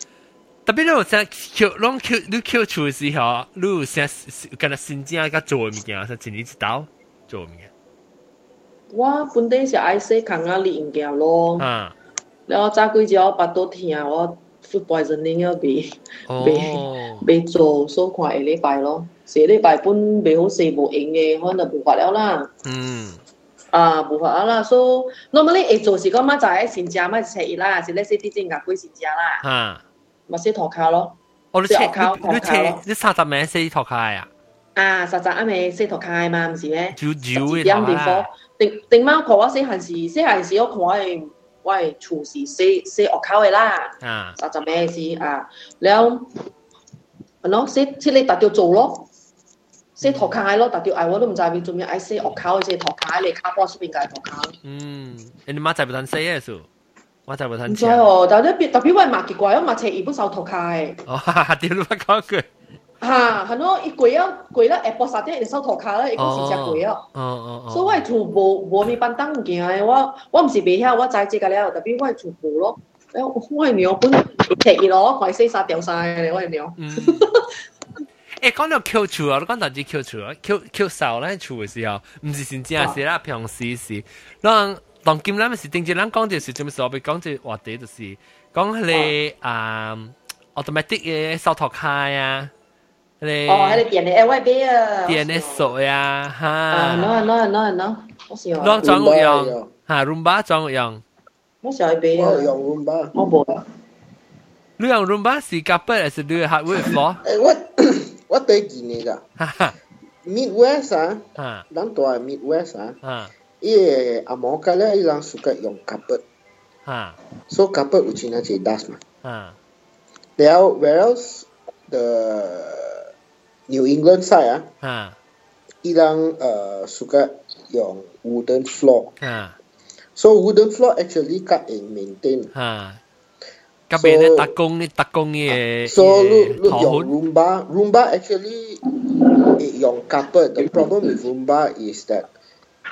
A: 特別你有只 Q，拢 Q，你 Q 出嘅時候，你有些跟日新正甲做嘅物件，先前一道做嘅物件。
M: 我本地是愛食糠啊，你唔驚咯。
A: 啊，
M: 然後早幾日我巴肚痛，我 food poisoning 要未
A: 哦，
M: 未做，所以看下禮拜咯。下禮拜本未好勢無用嘅，可能無法了啦。
A: 嗯，
M: 啊，無法了啦，所以 normally 會做是講乜就係先食乜食熱啦，是咧食啲正牙龜先食啦，
A: 啊，
M: 咪食塗骹咯。
A: 我你
M: 食
A: 切，
M: 學骹
A: 你你
M: 塗骹
A: 切
M: 咯，。
A: 你三十名四托卡啊，
M: 啊，實習啱咪食塗骹嘅嘛，唔是咩？
A: 九九嘅
M: 點地
A: 托
M: 方
A: 卡。？
M: 定定貓看我細漢時，細漢時我看我係我係廚師，食食學口嘅啦。
A: 啊，
M: อาจจะแม่สิอ่าแล้วเนาะซิซิเลยตัดเดียวโจโลซิถอดคายแล้วตัดเดียวไอ้ว่าลุงจ่ายเป็นจุ่มเนี่ยไอ้ซิออกเขาไอ้ซิถอดคายเลยข้าพ่อชิบิงกายถอดคาย
A: 嗯，誒你媽仔不談 say 嘅數，媽仔不談
M: ใช่
A: 錢
M: ห。รอแต่เนี่ยแต่พี่ว่ามากี่กว่าแล้วมาเชอีผู้สาวถอดคาย
A: 哦，哈哈，屌你媽講句，
M: 哈，很多一鬼啊鬼了，下晡三点一收涂骹了，一个是只鬼啊。
A: 哦哦
M: 所以我係全部無咪班登嘅，我我唔是未曉，我知知㗎了，特別我係全部咯。誒，我係娘本踢咯，我係四殺掉晒嘅，我係娘。
A: 诶，讲到 Q 除啊，你讲到啲 Q 除啊，Q Q 手咧除嘅时候，唔是先正是啦，平时是，嗱，当今咱们是定住咱讲嘅时，做咩所谓讲嘅话题就是讲你啊 automatic 嘅手托卡呀，你
M: 哦，喺你電嘅 LYB 啊。
A: DNS 锁呀，
M: 啊
A: 哈，
M: ，no no no no，我是
A: 啷装个样，哈，Roomba 装个样，
M: 我是係俾啊。
E: 我用 Roomba。
M: 我冇啊。
A: 你用 Roomba 是 couple 还是你 hardware floor？
E: 诶，我我第二年噶，Midwest 啊，
A: 哈，
E: 人住喺 Midwest 啊，
A: 哈，
E: 伊个阿毛家咧，伊人 suka 用 carpet，
A: 哈，
E: 所以 carpet 有真啊济 dust 嘛。
A: 哈，
E: 然后 whereas the New England side 啊，
A: 哈，
E: 伊人呃 suka 用 wooden floor，
A: 哈，
E: so wooden floor actually 较易 maintain。
A: 哈，隔壁咧打工咧打工嘅，
E: So look,
A: 嘅
E: look
A: 頭
E: 用
A: 款
E: Roomba, Roomba actually eh, yung carpet. The problem with Roomba is that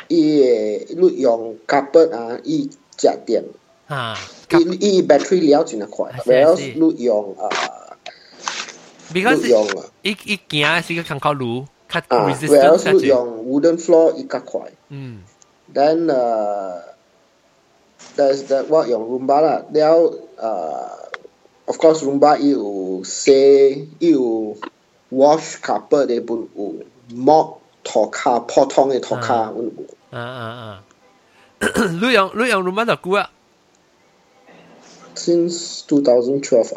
E: i look yung carpet ah i 加电，
A: 啊，
E: i i battery 了真快
A: 是是
E: ，whereas look ah, 用啊
A: because
E: 都用啊
A: 一一件是一个康考炉，较
E: 啊
A: resistant
E: ，whereas
A: 较
E: look
A: 济。
E: 用 wooden floor 一较快。
A: 嗯，
E: Then uh, there's that what 用 Roomba lah. 啦，了呃 uh, of course Roomba 伊有 say 伊有 wash carpet 的本有 mop eh, 涂骹普通的涂骹，阮有
A: 啊 啊啊，你用你用 room 就久啊
E: since 2012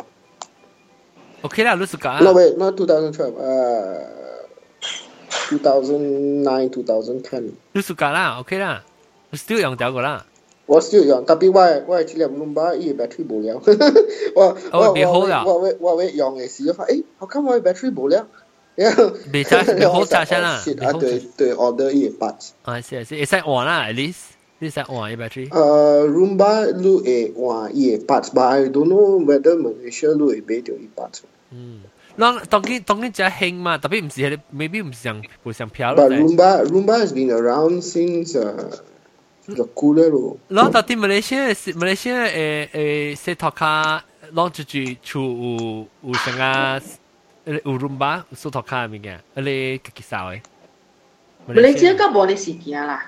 A: ，OK 啦，你是讲
E: 啊，no wait not 2012 uh 2009 2010
A: 你是讲啦，OK 啦你，still 用掉个啦，
E: 我 still 用，特別我我即粒 Roomba 伊 battery 無聊， 我我
A: 哦袂好啦
E: 我我我我用嘅時候發，誒，我今我 battery 無 聊，然後
A: 未差未好差先 啦，
E: 啊，對對，order 伊 parts。
A: 啊是啊是，会使换啦，at least 你使换一 battery，
E: 呃，Roomba 路會換伊 parts，but I don't know whether Malaysia 路會買到伊 parts。
A: 嗯，那当今当今只兴嘛，特别唔是迄，maybe 唔是上唔上飘咯
E: But，Roomba Roomba has been around since uh, the cooler 咯。
A: 那到底 Malaysia 是 Malaysia 诶诶，西托卡，啷住住住有有啥啊？有 roomba 有苏托卡物件，你自己扫诶。
M: 你知個冇你事件啦。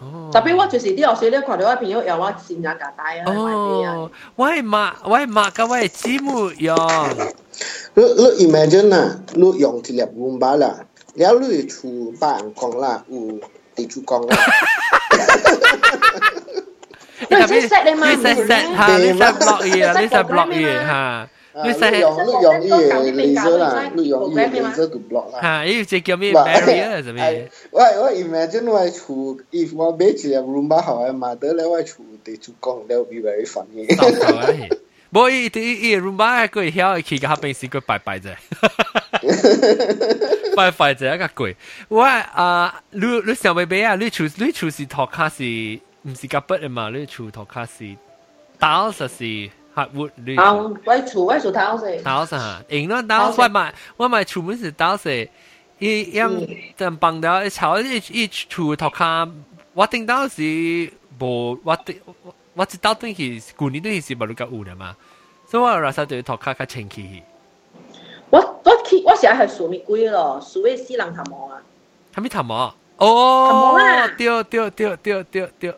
A: 哦
M: 特別我就是啲學水咧，看到我朋友有我線眼架帶啊，
A: 哦，我係媽，我係媽甲我係姊妹用，
E: 你你 imagine 啦，你用一粒 Roomba 啦，然後你厝把人講啦，有地主講啦。
M: 因為即 set 你嘛，
A: 你使 set 哈，你使 block 嘢啊，你使 block 嘢哈，
E: 啊
A: 你
E: 你用
A: 使
E: 你用伊个 laser 啦，你用伊个 laser to block 啦。
A: 哈，呢只叫咩
E: 哇
A: barrier 係咩？
E: 我我 imagine 我厝，if 我买一粒 Roomba 好嘅 mother 咧，我厝地主講，that would be very funny。
A: 冇伊伊伊 roomba 佢曉去甲平時佢拜拜啫， 拜拜啫一個鬼。我啊，你你想未俾啊？你厝你厝是托卡是唔是甲筆啊嘛？你厝托卡是刀實是 hardwood 你。
M: 啊，我厝我厝頭先。
A: 刀子哈，赢了刀子，我买我买出门是刀子，一样真棒的，一朝一一出头看，我顶到是无我顶我知道东西，旧年东西是无你个有的嘛，所以我那时对头看较清气，
M: 我我去我成日係數咪鬼咯，數嘅死人頭毛啊！
A: 还没头毛哦，对对对对对对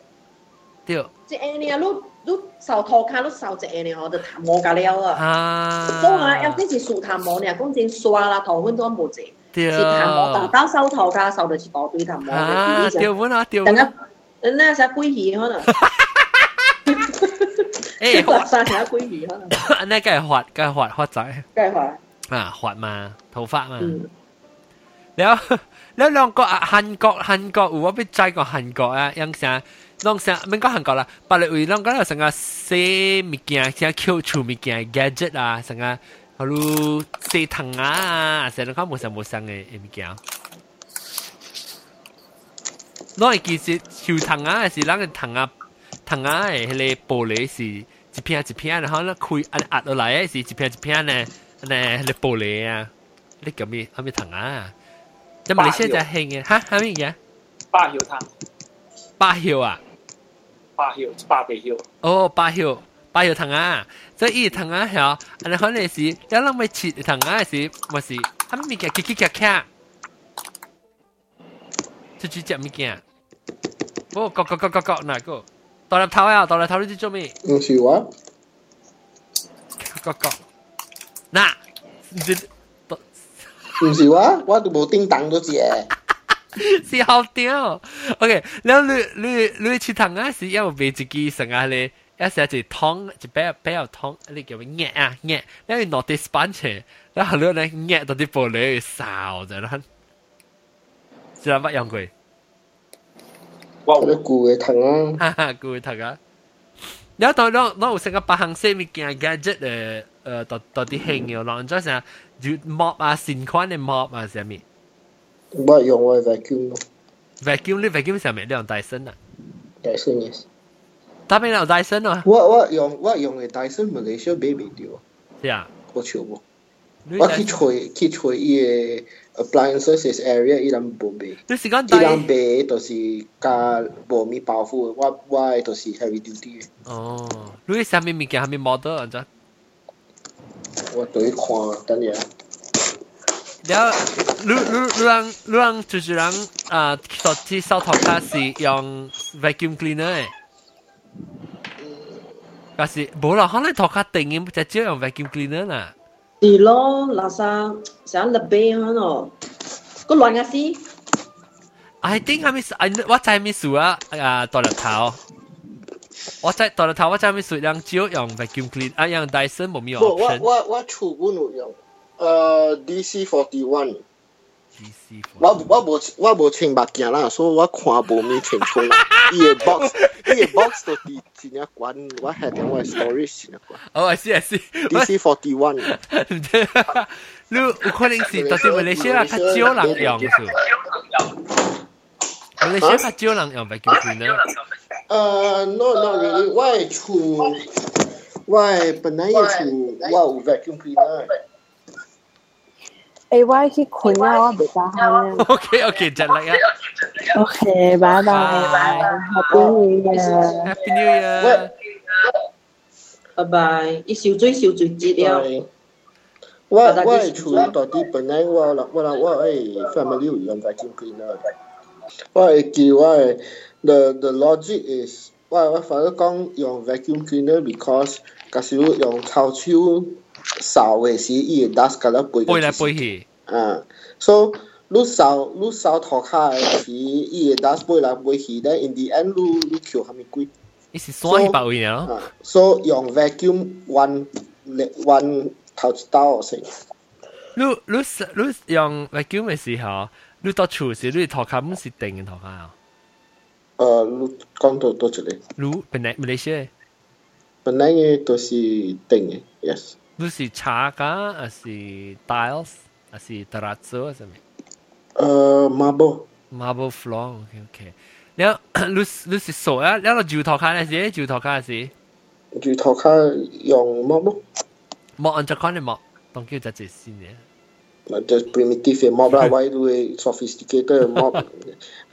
A: 对
M: 即係你啊，你你受拖卡，你受只你我就頭毛㗎了啊！
A: 啊，
M: 所以啊，有啲是數頭毛，你啊講真刷啦，頭髮都冇隻，
A: 对
M: 是頭毛大包收頭卡，收到是大堆頭毛
A: 啊，
M: 嘅。
A: 掉碗啊掉
M: 等
A: 碗
M: 下，等下成鬼魚可能。
A: 誒
M: 白曬成鬼魚可能，
A: 啊，那个滑个滑滑仔。
M: 梗係話。
A: 啊，滑嘛，頭髮嘛。
M: 嗯
A: แล้ว แล้วลองก็อ่ะหันเกาะหันเกาะอูว่าไปใจก็หันเกาะอ่ะยังเสียลองเสียมันก็หันเกาะละปะเลยอุยลองก็เราสังกาเซมีเกียเสียคิวชูมีเกีย gadget 啊อ่ะสังกาเขารู้เซทังอ่ะเสียแล้วก็หมดสังหมดสังเอ้ยมีเกียน้อยกี่สิชิวทังอ่ะสิแล้วก็ทังอ่ะทังอ่ะเฮเลโปเลยสิจีเพียจีเพียนะฮะแล้วคุยอันอัดอะไรสิจีเพียจีเพียนะนะเฮเลโปเลยอ่ะ 你叫咩？阿咩藤啊？即係馬來西亞就興嘅，嚇係咩嘢？
D: 八曉湯，
A: 八曉啊？
D: 八曉八地曉，
A: 哦，八曉八曉藤啊！即係依藤啊，係啊，人哋可能是一諗咪切藤啊，是咪是？阿咩嘅？結結結結，出住只咩嘅？哦，角角角角角嗱個，大粒頭啊，大粒頭你知做咩？
E: 唔是我，
A: 角角嗱，唔知
E: 唔是我，我都冇叮当多只。
A: 是好屌。OK，แล้วลุยลุยลุยชิทังอ่ะสิยังไม่จีกีสังอะไรยังเสียจีท้องจีเบี้ยเบี้ยท้องอะไรเกี่ยวกับแง่อ่ะแง่แล้วนอติสปันเชแล้วหันเรื่องนั้นแง่ตอนที่ปวดเลยสาวจากนั้นจะรับยังไง
D: ว้าว
E: กู嘅藤啊，
A: ฮ่าฮ่ากูทักอ่ะแล้วตอนนั้นน้องสังกับปะหังเซ่มีกินแกจิตเออเออตอนตอนที่เฮงอยู่ลองจะสังจุดม็อบอ่ะสินควันในม็อบอ่ะเสียมี
E: 我用我嘅 vacuum 咯
A: vacuum 你 vacuum 上面你用 Dyson 啊？
E: ，Dyson yes。
A: 搭配你用 Dyson 啊？
E: 我我用我用嘅 Dyson Malaysia 買唔到，
A: 是啊，
E: 我超冇。
A: 你
E: 我去
A: Dyson-
E: 揣去揣伊嘅 appliances area 伊人冇買，
A: 你是讲
E: 伊人
A: Dyson？
E: 買就是加無咪包袱，我我嘅就是 heavy duty 嘅，
A: 哦，你上面物件上面 model 啊？咋？
E: 我對看等下。
A: 然后，你你你让你让就是让啊，手机扫头卡是用 vacuum cleaner 诶，但是冇啦，可能头卡定嘅就只用 vacuum cleaner 啦。
M: 是咯，垃圾想立碑喺度，個亂嘅事，
A: I think 下面，I 我真係咪數啊啊大粒頭，我真大粒頭，我真係咪數，讓只有用 vacuum cleaner，啊用 Dyson 冇咩
E: 不，我
A: option。
E: 我我全部都用，呃，DC forty one。
A: GC
E: 我我無我無穿目鏡啦，所以我看無咩清楚 啦。伊個 box 伊個 box 都是真正關，我係點我 storage 真正關。
A: 哦，I see I see。
E: DC forty one，
A: 你有可能是，但是馬來西亞較少人用是。 馬來西亞較少人用 vacuum cleaner。
E: 呃，no no really，我係厝，我係本來嘅厝，我有 vacuum cleaner。
F: 诶，我去困啦，我唔得闲啊。
A: OK OK，就嚟啊
F: OK，拜
A: 拜
F: 拜，Happy New Year。
A: ！Happy New Year！
M: 拜拜，伊受罪受罪節了，
E: 我我係厝到底本來我啦我啦我係 eh, family 有用 vacuum cleaner。我係記我係 eh, the the logic is 我我反正講用 vacuum cleaner because 假使用抽抽掃嘅時，伊會 dust 甲咧
A: 背
E: 飛
A: 來背去，
E: 啊，so Ah. 你掃你掃塗骹嘅時，伊會 dust 飛來飛去，then lah, in the end 你你扣下面貴。
A: 伊是山去別位了咯。
E: Ah. so 用 vacuum one one 頭一刀先。
A: 你你是你用 vacuum 嘅時候，你到厝時你頭殼唔是定嘅頭殼啊？
E: 呃，你講到多一個，
A: 你本來馬來西亞，
E: 本來嘅都是定嘅，yes。
A: 你是茶架還是 tiles 還是 terrazzo 還是咩？
E: 呃，marble。Uh,
A: Marble floor, okay, okay. แล้ว รู้สึกรู้สึกสวยอะแล้วเราอยู่ทอคาได้สิอยู่ทอคาสิ
E: 住涂骹用乜乜？
A: เหมาะอันจะค่อนเนี่ยเหมาะต้องคิวจะเจ็ดสิเนี่ย
E: just primitive eh, 嘅 mob 啦，或者 sophisticated 嘅 mob。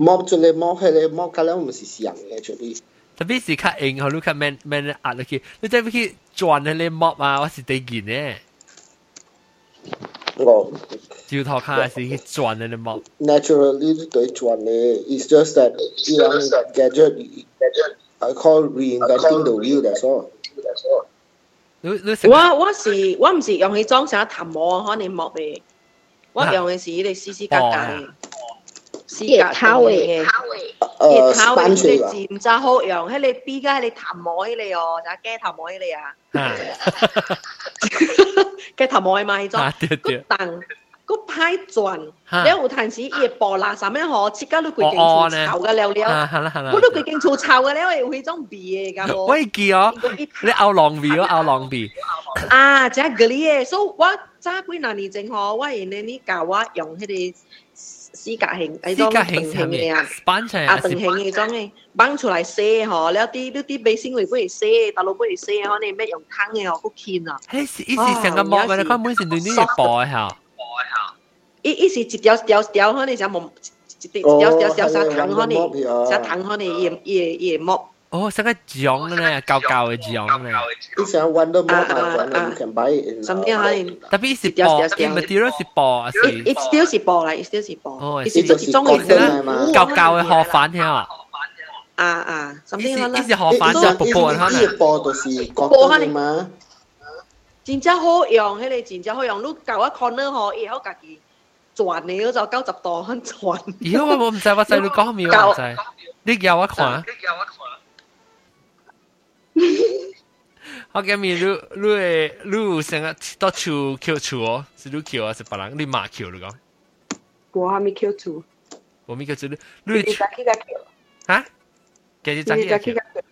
E: mob 即係 mob 係咧，mob 架咧唔是死人嘅，就啲。
A: แต่พี่สิค่ะเองเขารู้ค่ะแมนแมนอัดเลยคือแล้วจะไปคิดจวนให้เลยมอบมาว่าสิได้กินเนี่ย
E: 我
A: อยู่ทอคาสิคือจวนให้เลยมอบ
E: naturally 對轉嘅，it's eh, just that 依樣 gadget。I call reinventing the wheel that's all。
M: 我我是我唔是用去裝啥淡漠可能莫嘅，我用嘅是迄個絲絲格格嘅，絲格格嘅，
E: 呃
M: 頭嘅
E: Uh, ，sponge
M: 迄
E: eh. 嚟
M: 個
E: 㗎
M: 字唔咋好用，迄個 B 加迄個淡漠迄個哦，就係加淡漠迄個啊，加淡漠嘛迄種
A: 啊。เดี๋ยวเดี๋ยว
M: 但個派轉，
A: 哈
M: 你有陣時伊波啦，啥物吼，切到你規
A: 哦哦
M: 間
A: 呢
M: 厝臭嘅
A: 啊
M: 了了，
A: ฮัลโหลฮัลโหล
M: 我都規間厝臭嘅了，會會種味嘅㗎
A: เว้
M: 喎。
A: ยเกี่ยวแล้วเอาลองบีว่าเอาลองบี
M: 啊，即係嗰啲嘢，所以我早幾廿年前吼，我係呢啲教我用迄個私家型
A: ซี
M: 嗰種
A: กาเฮงสา
M: 定型
A: มี
M: 嘅啊。
A: สปันใช่ไหม
M: 啊，定型嘅種嘅，掹出嚟洗吼，了啲呢啲俾先會幫你洗，大佬幫你洗，可能咩用湯嘅哦，好見啊。
A: เฮ้ยอีสิสังกะมอบมาแล้วก็มือสิดูนี่อย่าปล่อยเหรอ
C: 伊伊是一条一条一条迄呢，像毛一一条
E: Oh,
C: 一条一条像糖迄
M: eh.
C: 呢，像糖迄呢，伊的伊的伊的木。
A: 哦，像个酱咧，厚厚嘅酱咧。
E: It's a wonder more uh, uh, you can buy it in
C: Something like that.
A: 特別是
C: 掉
A: 薄，
C: 掉
A: 啲
C: 掉
A: material 是薄，
C: It
A: 是
C: it still 是薄啦，it still 是薄。
A: 哦，
C: 它是一種
A: 係啦
C: 係啦
A: 舊舊嘅河粉聽啊，
C: 啊啊，something
A: 呢
C: like
A: 是河粉就薄薄可能。
E: 薄到是
C: 薄可能嘛。真正好用，迄个真正好用。你搞啊 corner 吼，伊好家己轉你嗰就九十度肯轉。
A: 咦，我我唔知，我細佬講咩我唔知。你叫我看，我今日你你你有成日到處叫處哦，是你叫啊，是別人你罵叫你講，
M: 我还没 Q two，
A: 我咪叫住你你
M: 再去个 Q，
A: 嚇，其實真
M: 再
A: 係
M: 去
A: 叫
M: 个，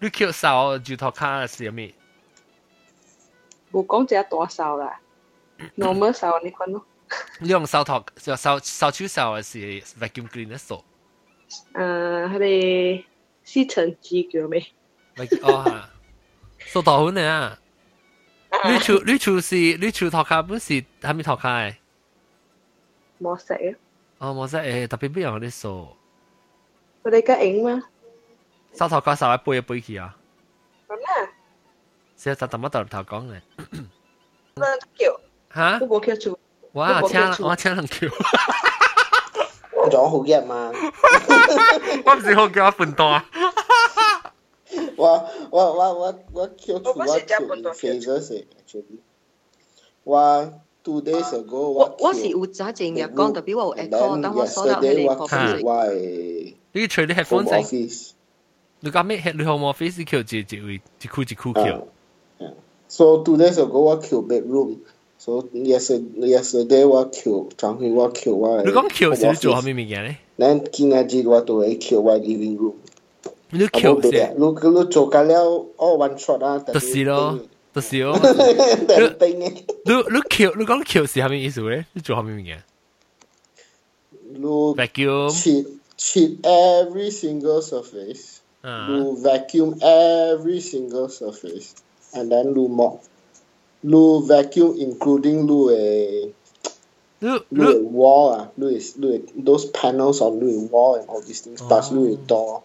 A: 你叫手就托卡是咩？
M: 我讲一大手啦，normal 手你看咯，
A: 你用手托就手手手手還是 vacuum cleaner 掃？
F: À,
M: 嗯，迄个吸尘机叫咩？
A: 咪哦嚇，掃頭款嚟啊！你處你處是你處托卡本是係咪托卡嘅？
M: 冇食啊，
A: 哦，冇使誒，特別不用嗰啲數，
M: 我哋个影嘛，
A: 手頭講手一杯一杯去啊，
M: 咁啊，
A: 成日就抌一頭頭講嘅
M: 乜叫？
A: 嚇
M: 我，冇 Q two，
A: 哇，
M: 我冇
A: 請
M: Q
A: 我
M: two，
A: 請人叫，
E: 咗好嘅嘛。
A: 我唔是好叫我笨蛋啊，
E: 我我我我我 Q two 我 Q in phases eh, actually。我 two days ago 我
C: 我是有早前日講，特別我有 echo，
E: then
C: 等我收到迄
E: yesterday
C: 個
E: 我
C: call
A: copy
E: Q 我
A: 你除你
E: home
A: headphone 仔，
E: office。
A: 你講咩？你 home office 叫一一位一箍一箍
E: 啊
A: 叫，
E: Ah, So two days ago 我 Q bedroom。So yesterday yesterday 我 Q 昨天我 Q 我。
A: 你講叫是你做下咩物件咧？
E: 咱今仔日我都会 Q 我 living room。
A: 你
E: 啊冇
A: Q
E: 別啊
A: 是，
E: 你你做緊了 all one shot 啊，特別
A: 就是 咯，就是咯，
E: 特別冰嘅。
A: 你你叫你講叫是係咩意思咧？你做下咩物件
E: 你
A: ？vacuum，
E: cheat cheat every single surface.
A: 啊
E: You vacuum every single surface and then you mop. You vacuum including you a
A: 你
E: you a wall ah, you a, you a, those panels on you a wall and all these things plus you a door.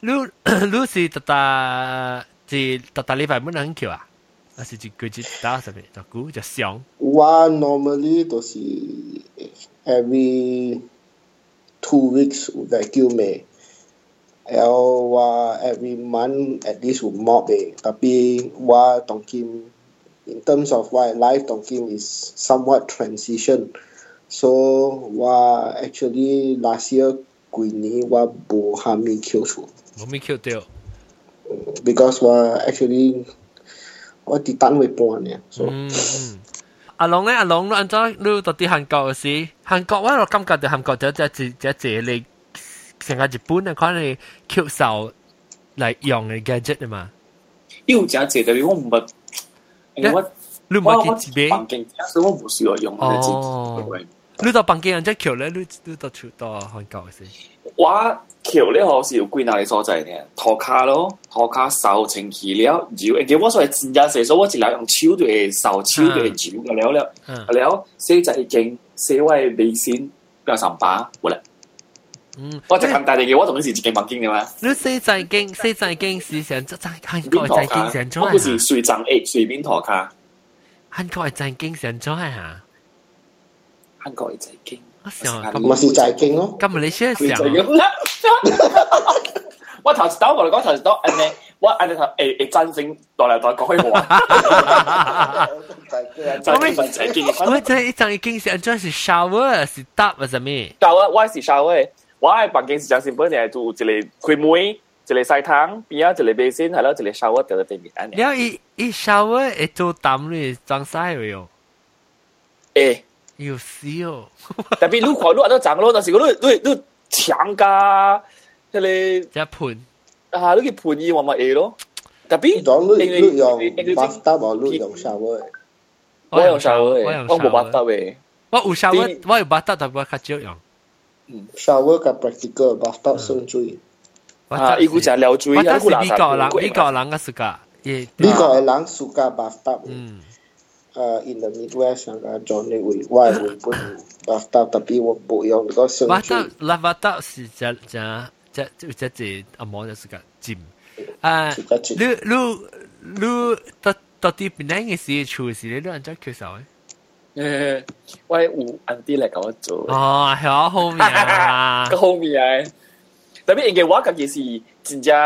A: 你 你是特特是特特禮拜冇人叫啊？還是一佢只打什麼？就估就想
E: One normally those every two weeks you vacuum eh. L wa every month at least will mop eh. Tapi wa tongkim in terms of why life tongkim is somewhat transition. So wa actually last year kuini wa bo hami kyoshu
A: 冇咩叫掉。
E: because wa actually wa di tan wei bo ne. So
A: 嗯嗯。阿龍咧，阿龍，按照你到底韓國嘅事，韓國我就感覺就韓國就就只只只你成個日本嘅可能 Q 手嚟用嘅 gadget 啊嘛。
D: 要就係特別我唔係，我
A: 你唔
D: 我
A: 係
D: 我
A: 記住
D: 環境，所以我唔需要用我自
A: 哦。你到北京人只橋咧，你你到處到韓國嘅事。
D: 我橋咧，我是有歸納嘅所在呢，拖啊卡咯，拖卡手清氣了，搖，而且我所係真正洗手，我只係用手就會手手就會搖嘅了了，
A: 嗯
D: 了洗就已經洗我嘅微信兩三把，冇啦。
A: 嗯，
D: 我就咁大隻嘅，我同你是一間房間嘅嘛。
A: 你四仔經四仔經是想真真韓
D: 邊
A: 國
D: 拖
A: 仔經想
D: 卡，
A: 做
D: 我不是
A: 啊？
D: 隨張 A 隨便拖卡，
A: 韓國仔經想做啊？
D: 韓國仔經，
A: 我想
D: 我是
E: ma si jai king lo.
A: 咁你先
D: 佢
A: 想
D: 就。咁啦。我頭先當我嚟講頭先當，誒你我誒你頭誒誒真正落嚟當講開話，真係真正嘅。
A: 我真係一陣已經想做是 shower 是 tub 啊，係咩？
D: 教啊，我是教嘅，我係北京市場成本嚟做一個開門，一個西塘邊啊，一個背心，係咯，一個 shower 掉對面安尼。
A: 了一一 shower 會做 tub 咧，裝晒未哦？
D: 誒，
A: 有事哦。
D: 特別你看你都長咯，但是你你你強加迄個
A: 一盆
D: 啊，你嘅盤意話咪會咯。特別
E: Don't look
D: 因為
E: look yung
D: 因為
E: bathtub or look yung shower.
D: 我用 shower
A: 我
D: 嘅
A: 用，
D: 我冇
A: shower
D: bathtub 嘅。
A: 我有 shower，我有 bathtub，但我較少用。
E: shower 嘅 practical bathtub 上水。
D: 啊，伊股就撩水
A: 我
D: 啊，
A: 但
D: 伊股
A: 是
D: 垃
A: 美國人，
D: 圾
A: 美國人嘅世界，也
E: 呢個係冷暑假 bathtub。
A: 嗯。
E: uh, in the Midwest and uh, John Lee will why will put bathtub tapi won't put your because
A: 挖到拉挖到是只只只有只只阿毛就是个金啊，你你你到到底邊個嘅事處事你都人真缺手嘅？
D: 誒，呃喂，有暗啲嚟咁做。
A: 哦，係我好面啊
D: 個！好面啊！特別嘅話，咁件事真正，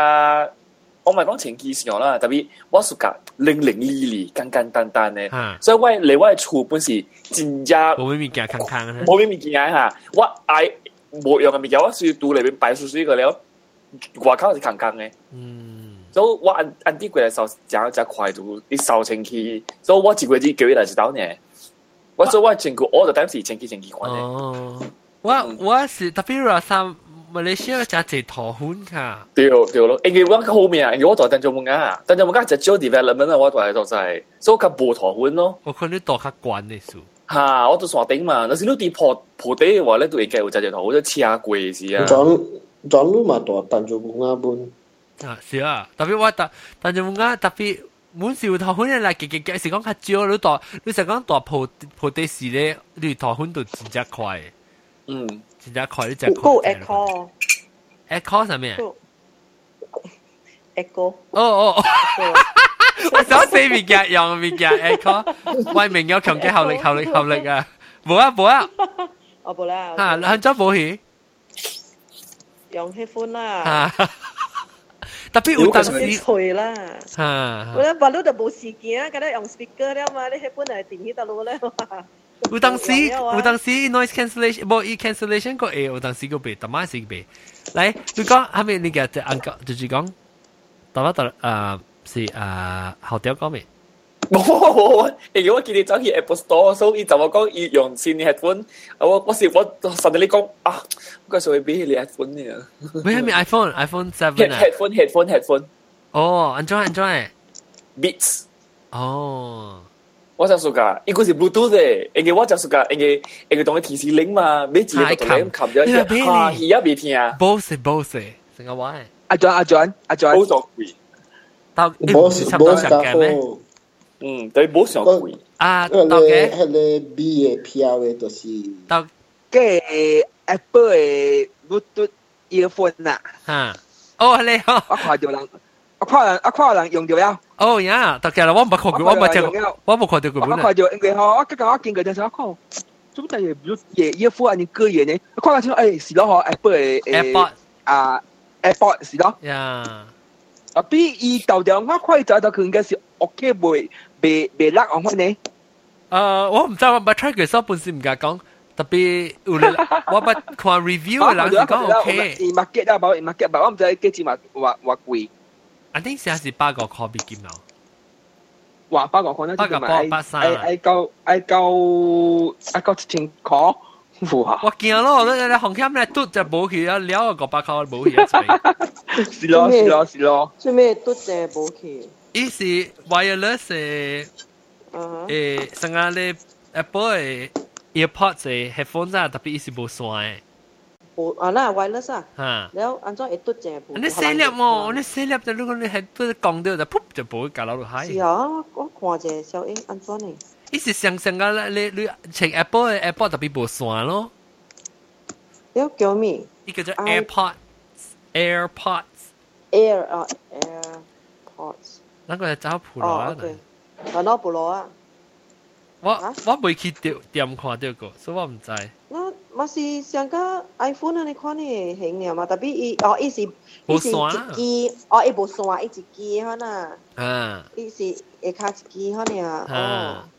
D: 我唔係講前幾時啦，特別我屬格零零二二，簡簡單單咧
A: 啊。
D: 所以我你我嘅厝本是真正
A: 冇咩物件，坑坑咧。
D: 冇咩物件啊嚇，我嗌冇樣嘅物件，我需要到裏邊擺少少嘅了，外口是坑坑嘅。
A: 嗯，
D: 所以我按按啲過嚟收，就就快到啲收清氣，所以我只過啲叫佢嚟知道呢。我所以我整個我就等時清氣清氣款咧。
A: 哦，我我是特別話三馬來西亞只只桃款卡，
D: 對對咯，因為我好面啊，因為我在等做門牙，等做門牙就只 development 啊，我在做晒，所以佢冇陀款咯。
A: 我看你多卡慣嘅數。
D: 嚇，我都傻頂嘛，但是你啲破破地嘅話咧，都會繼續就只陀，都黐下貴事啊。
E: John John lu mah tua tanjung bunga pun
A: 啊，是啊，特別我特，但就講特別滿是有桃款嘅啦，極極極是講較少，你大你實講大鋪鋪地市咧，你桃款都真正快，
D: 嗯，
A: 真正快，你真
F: ，Go echo
A: echo 上面。
F: echo，
A: 哦哦哦， 我想死物件，用物件 echo，喂，明有強嘅效力，效力，效力啊！冇啊冇啊，
F: 我冇啦，
A: 嚇，兩張保險
F: 用喜歡啦，
A: 嚇，特別有陣時
F: 脆啦。
A: 嚇
F: 我。咧白都就冇事件啊，咁咧用 speaker 咧嘛，你喜歡係電器大佬咧嘛。
A: 有当时有当时 noise cancellation 无 e cancellation 个 A，有当时个 B，他妈是个 B。来，你讲下面你个只按个就是讲，打啦打啦，啊是啊，好屌讲咩？
D: 冇，因為我見你走去 Apple Store，所以就話講要用線嘅 headphone，我我是我 suddenly 講啊，我想會俾你 headphone 呢
A: 咩咩 iPhone iPhone Seven à? 啊？
D: ？headphone headphone headphone
A: 哦，安裝安裝诶，
D: Beats，
A: 哦，
D: 我就說㗎，應該是 Bluetooth 嘅，因為我就說㗎，因為因為當佢提示鈴嘛，你自己就同你撳咗
A: 你話俾
D: 一
A: 你
D: 下，而家未聽啊，
A: Bose Bose，成個話
J: 阿 John 阿 John 阿 John，
D: 冇所貴，
A: 到
E: ，Bose
A: 差唔多
E: Bose
A: 上
E: 打
A: 嘅咩？
E: 火，
D: 嗯，對冇所貴，
A: 啊，
E: 佢
A: 到
E: 哋
A: 嘅
E: 佢哋 B 嘅 P R 嘅就是
A: 到
J: 嘅 Apple 嘅 Bluetooth earphone à, 啊，
A: 嚇，哦你好，
J: 我看到人，我看人，我看人用到了，
A: 哦呀，到嘅啦，我唔看佢，我唔聽，我唔看到佢
J: 我
A: 本
J: 看
A: 啊，
J: 到因為吼，我剛剛我見佢，但是我看，做乜嘢 Bluetooth 嘅 earphone 啊，你歌嘢呢？我看到先，誒是咯，吼 Apple à, 嘅
A: AirPod
J: 啊 AirPod 是咯。
A: 呀，
J: 啊，比伊豆掉我快走到佢應該是 OK 袂袂袂落我呢。
A: 誒我唔知我唔 try 佢，所以本身唔敢講，特別有你，我唔看 review 嘅人係講 OK。
J: 伊 market 啊，冇伊 market 吧，我唔知佢幾錢話話話貴，
A: I think 試下是八個 copy 劍流，
J: 話八個講得愛夠愛夠愛夠一千箍，哇！
A: 我見咯，你你紅캠咧嘟就冇去啊，了個八扣冇去一齊。
J: 是咯是咯是咯，
M: 做咩都借冇去，
A: 伊是 wireless
M: 啊
A: 誒，誒，成日咧 Apple 嘅 AirPods 嘅 headphone 啊，特別伊是冇線嘅，
M: 冇啊啦 wireless 啊，
A: 嚇。
M: 然後安裝亦都借冇。
A: 你細粒喎，你細粒就如果你係都講到就噗就冇搞到嗨
M: 是。啊，我我看者小英安裝呢，
A: 伊是上上個你你請 Apple 嘅 Apple 特別冇線咯，
M: 然後叫咩
A: 伊叫做 AirPods AirPods，
M: Air 啊 AirPods，
A: 那個係走普羅
M: 哦
A: 啊。
M: OK，然後不攞啊，
A: 我我未去店店看到過，所以我唔知。
M: 那我是上個 iPhone 啊，你看呢型了嘛？特別伊哦，伊是伊是一支，哦伊無線，伊一支可能。
A: 啊
M: 伊是下骹一支遐尔啊，
A: 啊，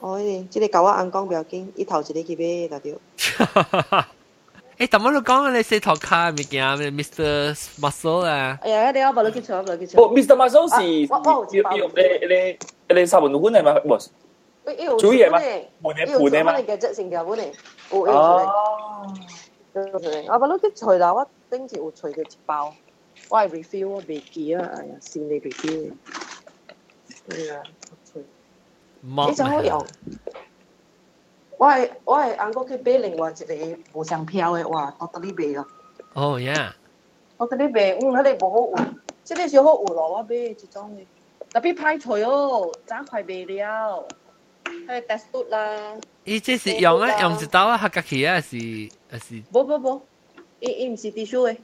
M: 哦，哦，迄个即个甲我翁讲袂要紧，伊头一个去买就对。
A: 誒，頭先你講你四頭卡嘅物件咩，Mr. Muscle 啊，
M: 哎呀，迄个我无落去找，无落去
D: 不，Mr. Muscle 是
M: 我我有一包
D: 要要你你你三文款係咪？唔係，
M: 伊有
D: 主意嘛
M: 有
D: 盤的盤的嘛
M: 伊有做成条本诶，
D: Oh,
M: 有有
D: 哦
M: 有有有我无落去找啦，我顶次有找着一包，我系 refill 我袂记啊，哎呀，先你 refill 的。对啊，
A: 冇
M: 你怎好用？我系我系翁哥去买另外一个无相票诶，哇，我得你买咯。
A: 哦呀，
M: 我嗰啲病，嗯，嗰啲冇好換，即係小好換咯，我俾即種嘅，特別歹除哦，斬快賣了。係 test o 啦，
A: 伊这是用啊，用一刀啊，客家起啊，还是还是
M: 冇冇冇，伊伊唔是 tissue 嘅，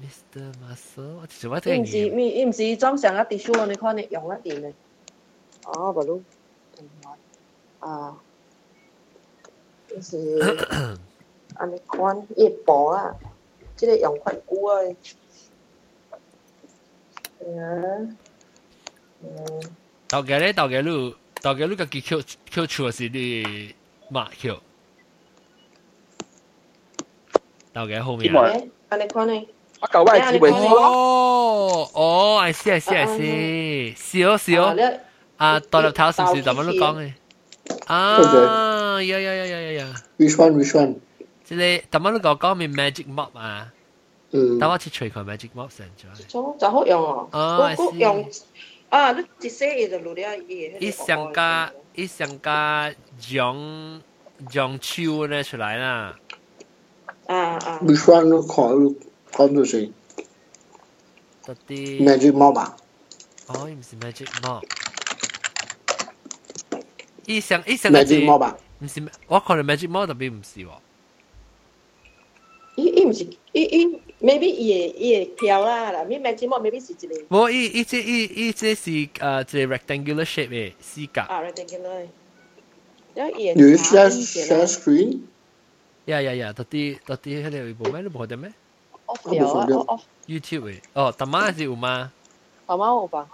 A: Mr. Muscle，我做乜
M: 伊唔
A: 嘢
M: 是？伊伊唔是裝上啊 tissue 啊，你看你用啊點嘅，哦，不如，啊，就是安尼看伊薄啊，即個用快久啊，嗯，嗯。
A: 豆嘅咧，豆嘅路，豆嘅路个叫 Q Q 出是你马 Q，豆嘅后面啊。
M: 安尼看呢？
J: 我搞外
A: 资
J: 资为主
A: 哦哦，I see I see I see，是哦是哦
M: 啊你，
A: 啊，大粒头是唔是咁样都讲嘅？啊，呀呀呀呀呀呀，
E: Which one? Which one?
A: 即系咁样都讲面 magic mop 啊，
E: 嗯
A: 等我切除佢 magic mop 成咗。
M: 就就好用哦。
A: 啊
M: 我
A: I
M: 我
A: see
M: 用啊，你一洗嘢就落了嘢。
A: 一上加一上加用用手咧出来啦，
M: 啊啊，
E: Hmm. Which one? Call call to say
A: 嗰啲
E: magic mop 啊？
A: 哦，唔是 magic mop，一上一上
E: Magic mop 啊？
A: 唔是，我可能 magic mop 特别唔是喎。
M: 伊伊毋是伊伊，maybe 伊会伊会跳啦，啦，咪咪只莫 maybe 是一个
A: 冇，依依只依依只是呃，一個 rectangular shape 嘅四格。
M: 啊 rectangular，然后伊会
E: Do you
M: 跳
E: share
M: 伊會
E: share screen?
A: 呀呀呀，特啲特啲喺度冇咩，你冇得咩
M: off 掉啊
A: 我
M: ，off off，
A: ？YouTube 嘅，哦，特媽係有嘛？
M: 慢慢有吧。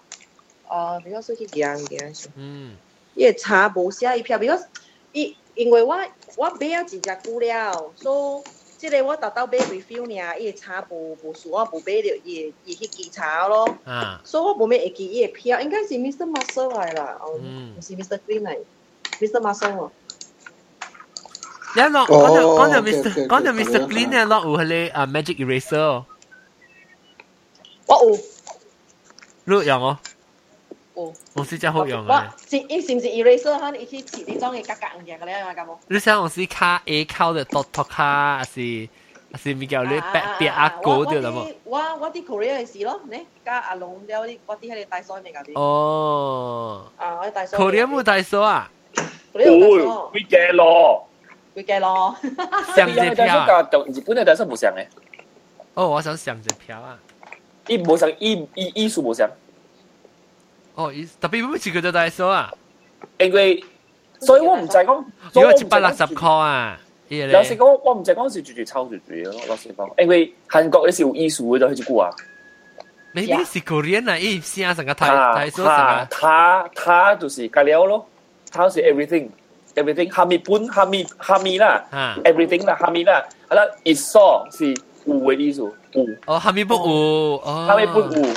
M: 啊，比如说去行行先。
A: 嗯，
M: 伊会查无写伊票，啊比如伊因为我我买啊一只久了，所以即个我豆豆买 review 尔，伊会查无无事，我无买着，伊会伊去检查咯。
A: 啊，
M: 所以我无咩会记伊的票，应该是 Mr. Muscle 来啦，哦，
A: 嗯
M: 毋是 Mr. Green 来，Mr. Muscle 哦。
A: 你落
M: 哦
A: 講到講到
M: OK，OK，
A: Mr.
M: OK，
A: 講到
M: 咁樣
A: Mr. Green 咧，落有嗰啲啊 magic eraser，哦
M: 我有
A: 你有冇？
M: 有，
A: 我是真好啊用
M: 我
A: 嘅。
M: 是伊是毋是 eraser 哈？伊去切你种嘅格格唔个了，敢无？
A: 你想我是卡 A 靠嘅 dot dot 卡，還是還是咪叫你白白阿狗掉啦冇？
M: 我我啲 Korea 嘅事咯，你加阿龍了，你我啲喺你大嫂咪搞啲。
A: 哦，
M: 啊，我啲大嫂。
A: 可憐冇大嫂啊，
M: Korea 大嫂，
D: 会嘅咯，
M: 會計咯。
A: 上只
D: 但
A: 票
D: 係
A: 啊，
D: 佢同日本嘅但係冇上嘅，
A: 哦，我想上只票啊。
D: 伊冇上，伊伊伊數冇上，
A: 哦，伊特別每次佢都大數啊，
D: 因為所以我唔就係講，
A: 如
D: 所以
A: 果
D: 我
A: 一
D: 唔
A: 百
D: 係
A: 六
D: 講
A: 十箍啊，伊個
D: 老實
A: 咧，
D: 講，我唔就係講是住住抽住住嘅咯，老實講，因為韓國你是有藝術嘅，就去住啊。
A: 你你是 Korean 啊，伊先生個台
D: 他
A: 台數成
D: 他
A: 啊，
D: 他他就是加料咯，他是 everything everything 哈密本哈密哈密啦
A: 啊
D: ，everything 啦哈密啦，啊啦 is so 是有嘅意思，有
A: 哦，哈密不有，哦，
D: 哈密本有，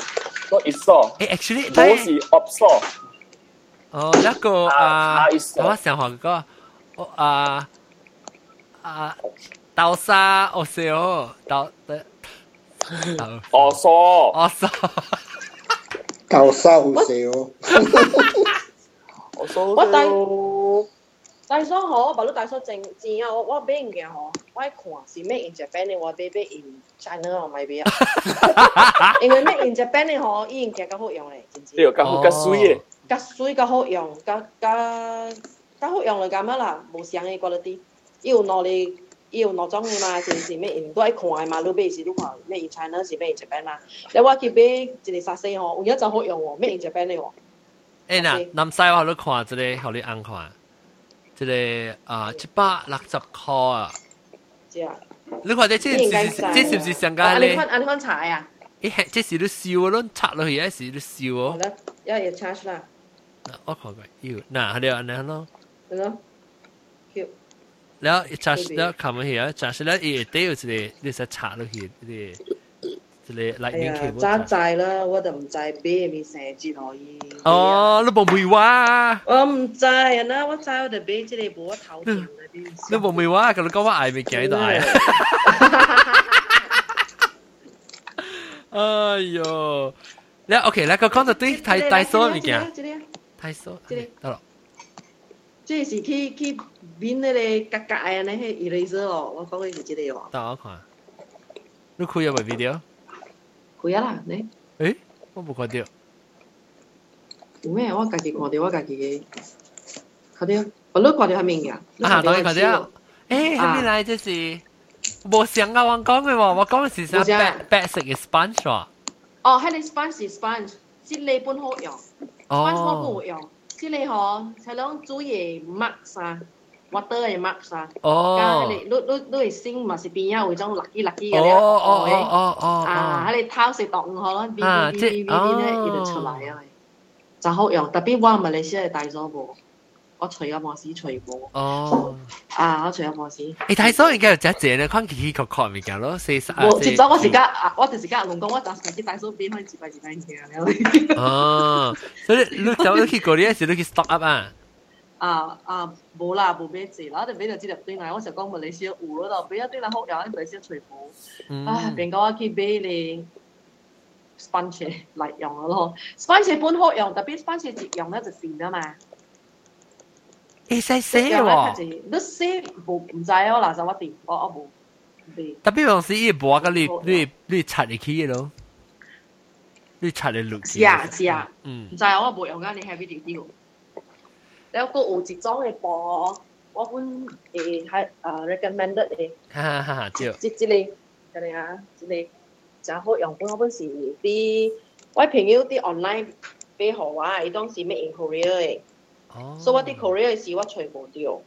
D: 所以 is so，
A: 诶，actually，
D: 我是 up so，
A: 哦，那個啊
D: 啊意，思啊
A: 我想下個，哦啊啊，豆沙哦，是哦，豆豆，
D: 哦 so，哦
A: so，
E: 搞笑死哦！
D: 我 so，
M: 我大大嫂好，我把你大嫂整整啊！我我买物件吼，我爱看是 made in Japan 的，我买 made in China 我买不啊。因為 made in Japan 的吼，伊物件較好用咧，真
D: 你又
M: 正。
D: 咁好咁水嘅，
M: 較水較好用，較較較好用就咁啊啦，無相嘅 quality。伊有攞你，伊有攞種嘅嘛，是是 made in，都愛看的嘛，你買是你看 made in China 是 made in Japan 啦。你我去買一個沙西吼，有一隻好用喎，made in Japan 的喎。
A: 诶嗱，南西我你看即個，互你啱看，即個啊一百六十箍啊。
M: 知啊？
A: 你看这这是不是这是不是上街
M: 啊你
A: 咧？
M: 看啊，你看茶啊，
A: 一下这是你笑的，拢插落去，还是你笑
M: 好
A: 哦？
M: 啦，要也查出啦，
A: 嗱我看过，要嗱，你安尼咯，
M: 係咯。Q
A: 然後一插
M: 特別
A: 了冚落去啊，插實了一底有一個，你先插落去，一個一個
M: 哎
A: lightning
M: 呀，
A: cable
M: 渣
A: 插。
M: 仔啦，我都唔知咩咪成節可以。
A: 哦，你冇梅花，
M: 我唔知啊，那我知我就俾即個無頭條嗰啲。
A: 你冇梅花，咁你講我捱未見喺度捱啊？哎呦，你 OK，你個講到對，太太疏物件，
M: 即個
A: 太疏，
M: 即個
A: 得咯。
M: 即是去去面迄個格格啊，那迄 eraser 哦，我講嘅是即個哦。
A: 等我看，你開咗部 video？
M: 開啊啦，你
A: 誒，我冇看到。
M: 有咩？我家己看到我家己嘅。快点，我都挂掉下面呀。
A: 啊，下檔嘅快啲啊！誒，後面嚟即是冇想啊，我講嘅喎，我講嘅時想
M: 冇想
A: back back 食嘅 sponge 喎。
M: 哦，迄个 Ờ, sponge 是 sponge，即个本好用，sponge
A: Ờ.
M: 我不好用，即个吼，才能煮嘢 mark 啥，water à. 嘅 mark 啥。
A: 哦
M: 加迄个，你你你嘅心嘛是邊啊有種 lucky lucky 嘅
A: 哦
M: 咧，
A: 哦
M: 嘅
A: 哦哦哦
M: 啊，
A: 哦，
M: 迄个偷食當可咯，邊
A: 啊
M: 邊
A: 即
M: 邊邊邊咧，
A: 哦
M: 伊就出來啊，就好用。特別我馬來西亞大咗無，我除咗冇屎除冇，
A: 哦。
M: 啊，我除咗冇屎。
A: 誒，但係所以嘅就一隻咧，框奇奇確確咪㗎咯，四十啊
M: 我接咗我時間，啊我就是家龍講，我就係啲大叔邊可以接埋接埋佢啊。
A: 哦，所以你走你去嗰啲時，你去 stock up 啊。
M: 啊啊，冇啦，冇咩字啦，我哋俾就知入邊啦。我成日講馬來西亞湖嗰度，俾一啲啦好友喺馬來西亞除
A: 嗯
M: 冇，唉，變講我去俾你 sponge 嚟用咗咯，sponge 本好用，特別 sponge 接用咧就變啊嘛。
A: 誒，細
M: 接
A: 細
M: 用咧就
A: 喎，
M: 係都 save 冇唔制啊，我嗱就我掂，我我冇唔掂。
A: 特別平時依播嗰啲啲啲擦嚟起嘅咯，啲擦嚟錄
M: 是啊是啊，
A: 嗯
M: 唔制啊我冇用啊，你 heavy 啲啲喎。你有個胡節裝嘅播，我本誒喺誒 recommended 你。
A: 哈哈哈哈，就
M: 即即你，真係啊，即你就好用本嗰本時啲，我朋友啲 online 俾學話，伊當時 make in Korea 嘅，
A: 哦，
M: 所以我啲 Korea 嘅事我全部掉。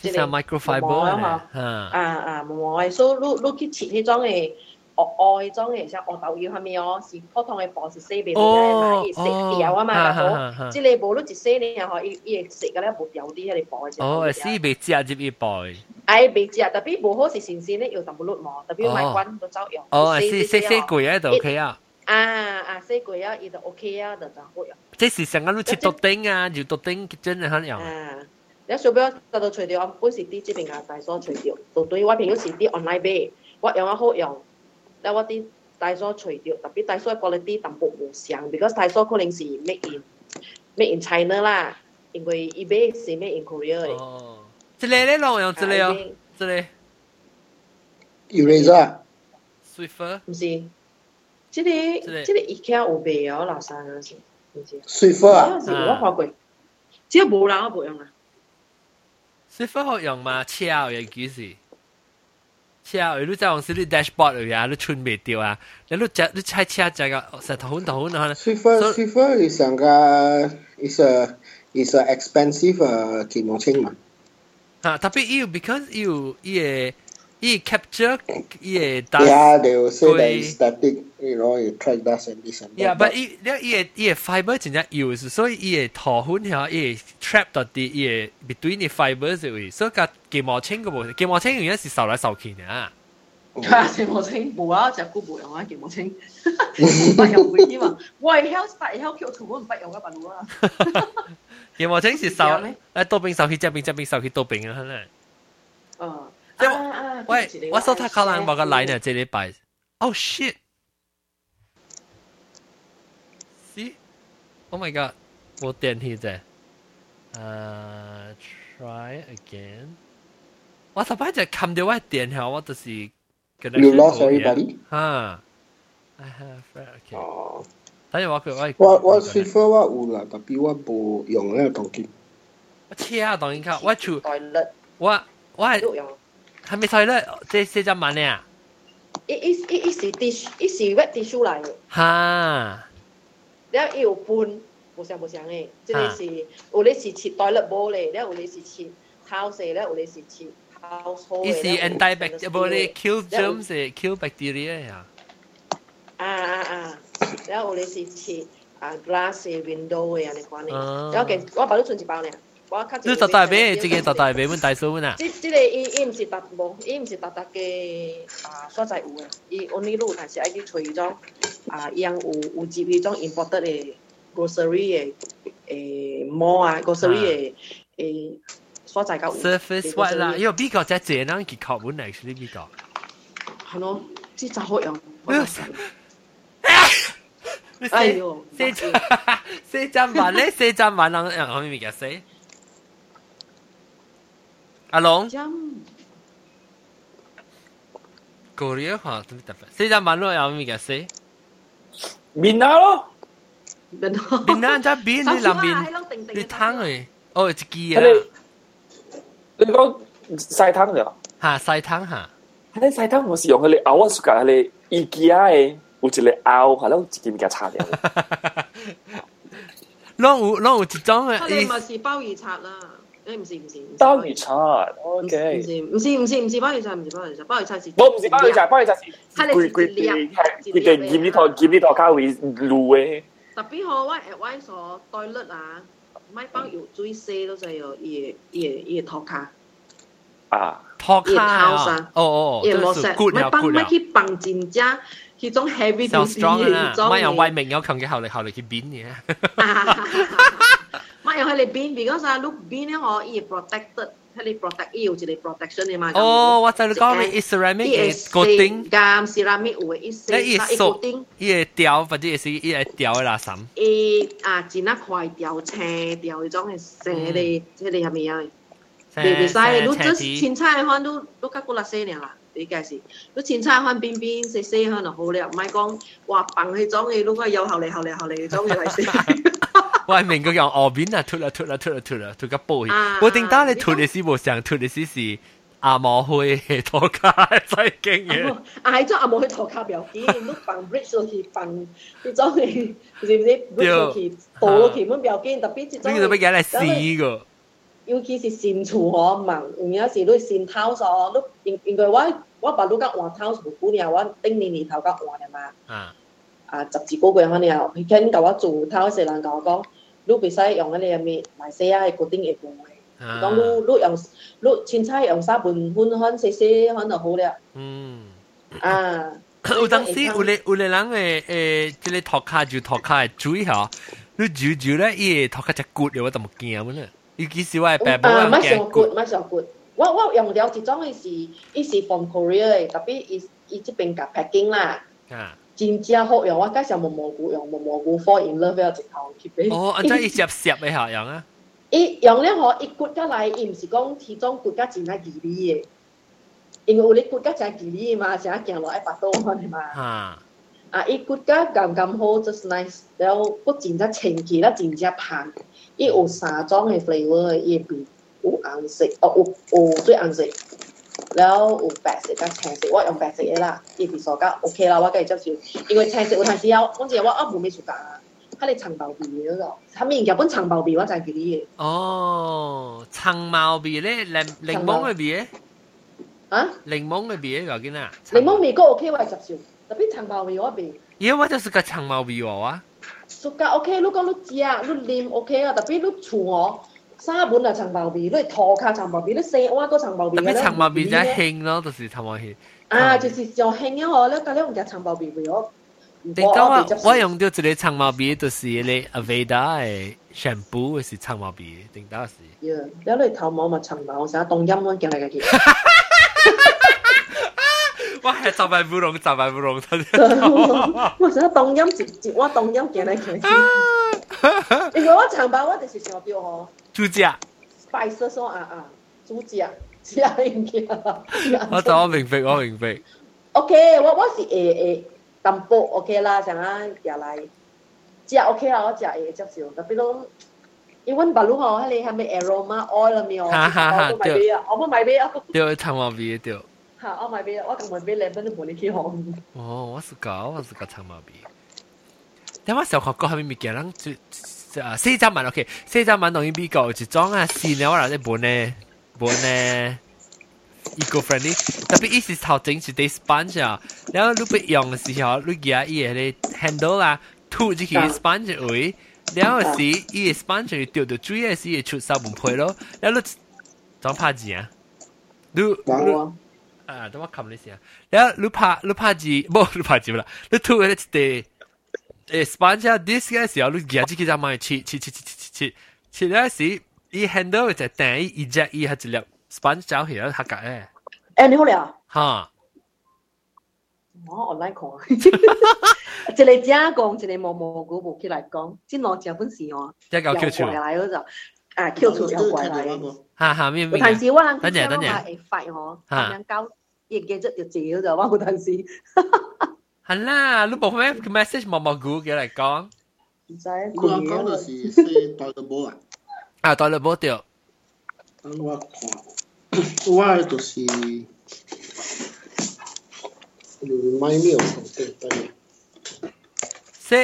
A: 即係 microfiber 啊，
M: 啊
A: 嚇，
M: 啊，冇嘅，所以你你去切迄種嘅，我我迄種嘅像學豆油下面哦，是普通嘅薄是四邊嘅，伊食掉啊嘛，好，即你無你一洗你然後伊伊會食嘅咧，無掉啲喺你薄嘅。
A: 哦，係四百隻入一袋，
M: 哎，未知啊，特別無好是新鮮咧，要淡薄碌毛，特別買滾都走用。
A: 哦，四四四個喺度 OK 啊，
M: 啊啊，四個月伊就 OK 啊，就就好用。
A: 即是成個都切到丁啊，要到丁真係肯用，
M: 啊，你小表就到除掉，我本時啲這邊啊大所除掉，到對我朋友是啲 online 買，我用啊好用，但我啲大所除掉，特別大所嘅 quality 淡薄唔相，because 大所可能是 make in make in China 啦，因為伊買是 make in Korea 嘅。
A: 即係咧攞用即係哦，即係
E: Eraser
A: Swiffer
M: 唔是，即個即個 IKEA 有賣啊，我老生嗰時，唔知。
E: Swiffer 啊
M: 我有時我看過，即係冇啦，我冇用 啊。
A: Swiffer 好用嘛，超嘅幾時？超，你真係用少啲 dashboard 啊，你穿未掉啊，你都只你踩車只個石頭頭可能。
E: Swiffer Swiffer is 上個 is a is a expensive 啊，電動車嘛。
A: 啊，特別要 because 要伊個伊個 capture 伊個
E: Yeah, they will say that
A: dust
E: it's static. You know, you track dust and this and that.
A: Yeah, but 伊咧伊個伊個 fiber 真正 use，所以伊個頭粉遐伊個 trap 到啲伊個 between 個 fibers 位，所以甲睫毛清個無，睫毛清原來是掃來掃去啊。
E: Oh,
M: 啊， 睫毛清冇啊，隻菇冇用啊，睫毛清不用佢添啊。 喂，health 大 health Q 全部唔不用嘅笨佬啊。
A: 睫毛清是掃，誒多邊掃去，這邊這邊掃去多邊啊，可能。
M: 嗯。啊
A: 喂，我收他可能我個來呢，這禮拜。Oh shit！See? Oh my god！我電梯啫。呃，try again。我頭擺就冚掉我的電後，我就是
E: You lost
A: connection 冇嘢
E: everybody?
A: 哈，I have okay。哦。等陣我佢我
E: 我我 Swiffer 我有啦，特別我冇用呢個動機。
A: 我車啊，當然卡，我住。我我係係咪台咧？即四隻萬啊？
M: 一一一一時 dish，一時 wet tissue 嚟嘅，
A: 哈。
M: 然後伊有半冇想冇想嘅，即係是有啲是切 toilet bowl 咧，然後有啲是切 house 咧，有啲是切 household
A: 伊
M: 咧。
A: 是
M: 然後
A: antibacterial，無咧 kill
M: 然後
A: germs 誒，kill bacteria 呀。
M: 啊啊啊！然後我哋是切啊 glass 嘅 window 嘅啊，你講你
A: 啊，
M: 然後其我把都存一包呢，我卡
A: 你特大俾，自己特大俾阮大嫂阮啊。
M: 即即個伊伊毋是特無，伊毋是特特嘅啊所在有嘅，伊 only 路但是愛去找迄種啊，伊樣有有接迄種 imported 嘅 grocery 嘅誒 mall 啊，grocery 嘅誒所在較有。
A: Surface what 啦，因為美國只隻人結構本嚟 actually 美國。
M: 係咯，即就好用。
A: 哎呦，四隻 四隻萬咧，四隻萬人人可以咪嘅死？阿龍，嗰啲話都特別，四隻萬咯，有咪嘅死？
D: 面啊咯，
M: 面
A: 啊，只面你
M: 手
A: 南
M: 指啊
A: 面
M: 喺度定定，
A: 你攤去，哦，一支啊，
D: 啊你講細湯嚟啊？
A: 嚇細湯嚇，
D: 係你細湯我是用佢哋咬我 s u g 你 IKEA 嘅，好似你咬係咯，自己咪嘅差嘅。
A: 攏有攏有一種
M: 啊你
A: 嘅，
M: 咪是鮑魚刷啦，誒唔是唔是唔是
D: 鮑魚刷
M: 唔是
D: ，OK。
M: 唔是唔是唔是鮑魚刷，唔是鮑魚刷，鮑魚刷是
D: 我唔是鮑魚刷，鮑魚刷是
M: 係你
D: 佢佢
M: 是一
D: 哋
M: 粒
D: 係佢哋劍呢套劍呢套卡會滷嘅。
M: 特別好，我 advice 我 toilet 啊，咪鮑魚最細都就有伊個伊個伊個托卡，
D: 啊，
A: 托
M: 伊個
A: 卡啊
M: 卡，
A: 哦哦，
M: 伊個
A: 就
M: 螺
A: 是
M: 絲，
A: good
M: 咪
A: 了 good
M: 放咪
A: 了。
M: 去放真正迄種 heavy
A: So
M: duty
A: strong 啊啦
M: 迄，種
A: 咪
M: 的
A: 用外面有強嘅效力效力去變嘅。
M: 咪用迄個 bin because 啊，look bin 咧吼，伊會 protected，迄個 protect 伊有一個 protection 嘅嘛。
A: 哦，我知你講嘅 ceramic 嘅 coating，
M: 加 ceramic 有嘅，伊細，
A: 咧
M: 伊
A: 係
M: c o
A: 塑
M: t i，
A: 伊係吊或者是伊係吊嘅垃圾。
M: 伊啊，剪啊塊條青條迄種誒蛇咧，迄個係咪啊？袂袂使，你只凊彩番都都甲骨力洗尔啦，你解是，你凊彩番邊邊洗洗番就好了，唔係講話放迄種嘅，你講有效嚟效嚟效嚟迄種嘅嚟洗。
A: 外面嗰樣外面啊，脱啦脱啦脱啦脱啦，脱個布去
M: 啊。
A: 我頂單你脱嘅是無上，脱嘅是是阿毛灰 嘅托卡 最勁 嘅。
M: 啊，迄種也無去涂骹表記，你放 bridge 落去放迄種嘅，是毋是 bridge 落去倒落去，阮表記特別即種。
A: 呢個就俾人嚟試個。
M: 尤其是新厝吼，忙有影是你新 house 哦，你因因為我我把你甲換 house 無久爾，我頂年年頭甲換的嘛。
A: 啊，
M: 啊十字高貴番了，佢肯甲我做，頭先人甲我講，你袂使用迄個咩馬來西亞嘅固定嘅布嘅，
A: 啊
M: 講你你用你凊彩用沙盤粉粉洗洗粉就好了
A: 嗯，
M: 啊。
A: 有當時有咧有咧人嘅誒，即個托卡就托卡嘅水嚇，你住住咧伊托卡隻骨嘅，我就冇驚咁啦。尤其是我係白毛
M: 啊，
A: 人
M: 乜上
A: 驚骨
M: 骨，。乜上骨。我我用了一種嘅是，伊是 from Korea 嘅，特別伊伊即邊甲 packing 啦，
A: 啊，
M: 真正好用。我介紹毛蘑菇用毛蘑菇 fall in love 了一頭去俾。
A: 哦，安怎伊攝攝嘅嚇樣啊？
M: 伊用了吼，伊骨甲來，伊毋是講迄種骨甲真啊距離嘅，因為有咧骨甲真距離嘛，真行落一巴肚安尼嘛。
A: 啊，
M: 啊，伊骨甲啱啱好，just nice，然後骨真正清氣啦，真正香。伊有三種嘅 flavour，伊邊有紅色，哦有有最紅色，然後有白色甲青色，我用白色嘅啦，伊邊所甲 OK 啦，我甲伊接受，因為青色有陣時啊，我知我啊無咩出價，佢哋長包皮嘅嗰個，他們日本長包皮我真係記得嘅。
A: 哦，長毛味咧，檸檸檬嘅味咧，
M: 啊，
A: 檸檬嘅味咧，究竟啊？
M: 檸檬味嗰 OK 我係接受，特別長包皮我未。
A: 咦，我就是個長毛味喎啊！
M: สุกาโอเคลูกก็ลูกเจียลูกลิมโอเคอ่ะแต่พี่ลูกชูอ๋อซาบุนอ่ะชังเบาบีด้วยทอคาชังเบาบีด้วยเซอว่าก็ชังเบาบี
A: 特別
M: แล้ว
A: 長毛味就係興咯，就是長毛興。
M: อ่าจะสิจะเฮงเนี่ยเหรอแล้วก็เรื่องจะชังเบาบีไปอ๋อ
A: 頂多我我用到一個長毛味，就是你 Aveda 嘅 shampoo 是長毛味，頂多是。
M: เยอะแล้วเลยทำมอมาชังเบาซะตรงย่ำมันเกี่ยวอะไรกันกี่
A: 我係十萬烏龍，十萬烏龍，
M: ว่าซะตรงย่ำจิบจิบว่าตรงย่ำเกี่ยวอะไรกันกี่因为我长包我就是想到哦
A: 豬腳。
M: ，spice 说啊啊，主角是啊，应该
A: 我就我明白， 我明白。
M: OK，我我是會會淡薄 OK 啦，像啊食來食 OK 啦，我食會接受。特別講，因為阮白露吼，迄個係咪 aroma oil 咪哦？
A: 哈哈哈
M: 我買杯啊，我買杯啊，
A: 對，長毛味對。
M: 哈，我買杯啊，我同買杯兩分鐘無你去行。
A: 哦，我是搞，我是搞長毛味。但我小學嗰下面咪見人就啊四隻蚊 OK，四隻蚊同伊比較有一種啊鮮料啦，你本呢本呢 eco friendly，特別伊是頭整是啲 sponge 啊，然後你不用嘅時候，你夾伊嘅咧 handle 啦，吐入去 sponge 位，然後是伊嘅 sponge 掉到水嘅時會出三分配咯，然後你裝拍錢啊，你你啊，等我冚你先啊。然后你拍你拍字，不 你拍字不啦？你吐嗰啲诶 sponge 啊 disc 嘅时候，你夹住佢只咪切切切切切切切嗰時，伊 handle 就第一一只伊係一粒 sponge 走起啦，黑格咧
M: 誒，你好了，
A: 嚇。
M: 我 online 講，一個正講，一個毛毛菇無起來講，真攞食本事哦。
A: 一嚿 Q 出
M: 怪來嗰就啊，Q 出又怪來。
A: 嚇嚇咩咩
M: 有陣時我人
A: 等陣等陣，
M: 會發哦，咁
A: 啊
M: 樣搞熱嘅就就自己就我有陣時
A: 係啦，你冇咩 message 毛毛菇嘅嚟講，
M: 唔使
E: 我
M: 攰
E: 講
M: 嘅
E: ah, 的是是 toilet bowl 啊，
A: 啊，大陆冇掉，
E: 我 看，我就是 you remind me of something，但係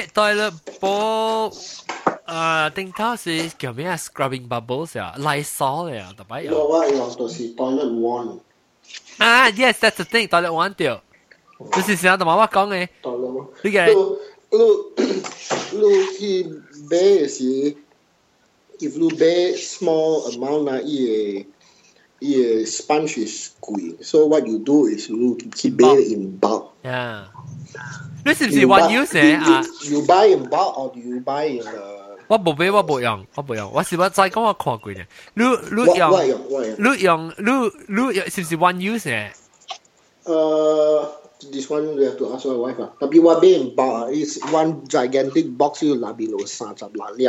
A: 即大陆冇，啊，頂頭是叫咩啊？Scrubbing bubbles 啊，拉鎖嚟啊，特別有。
E: 我我我就是 toilet one，
A: 啊，yes that's the thing，大陸玩掉，就是成日同媽媽講嘅，
E: toilet one。
A: 呢個係
E: 路路 路去買嘅時，if 路買 small amount 啦，伊嘅伊嘅 sponge is 貴，so what you do is 路去買 in bulk。
A: 啊，你是唔是 one use 嘅啊？
E: You buy in bulk or do you buy in uh,
A: 我冇俾，我冇用，我冇用，我是我再講我看過呢。你你
E: what,
A: 用
E: what 用what 用？
A: 你用你你用是唔是 one use 嘅？
E: Uh, this one you have to ask your wife lah. Tapi what they in bulk ah, is one gigantic box you lah below 三十六粒。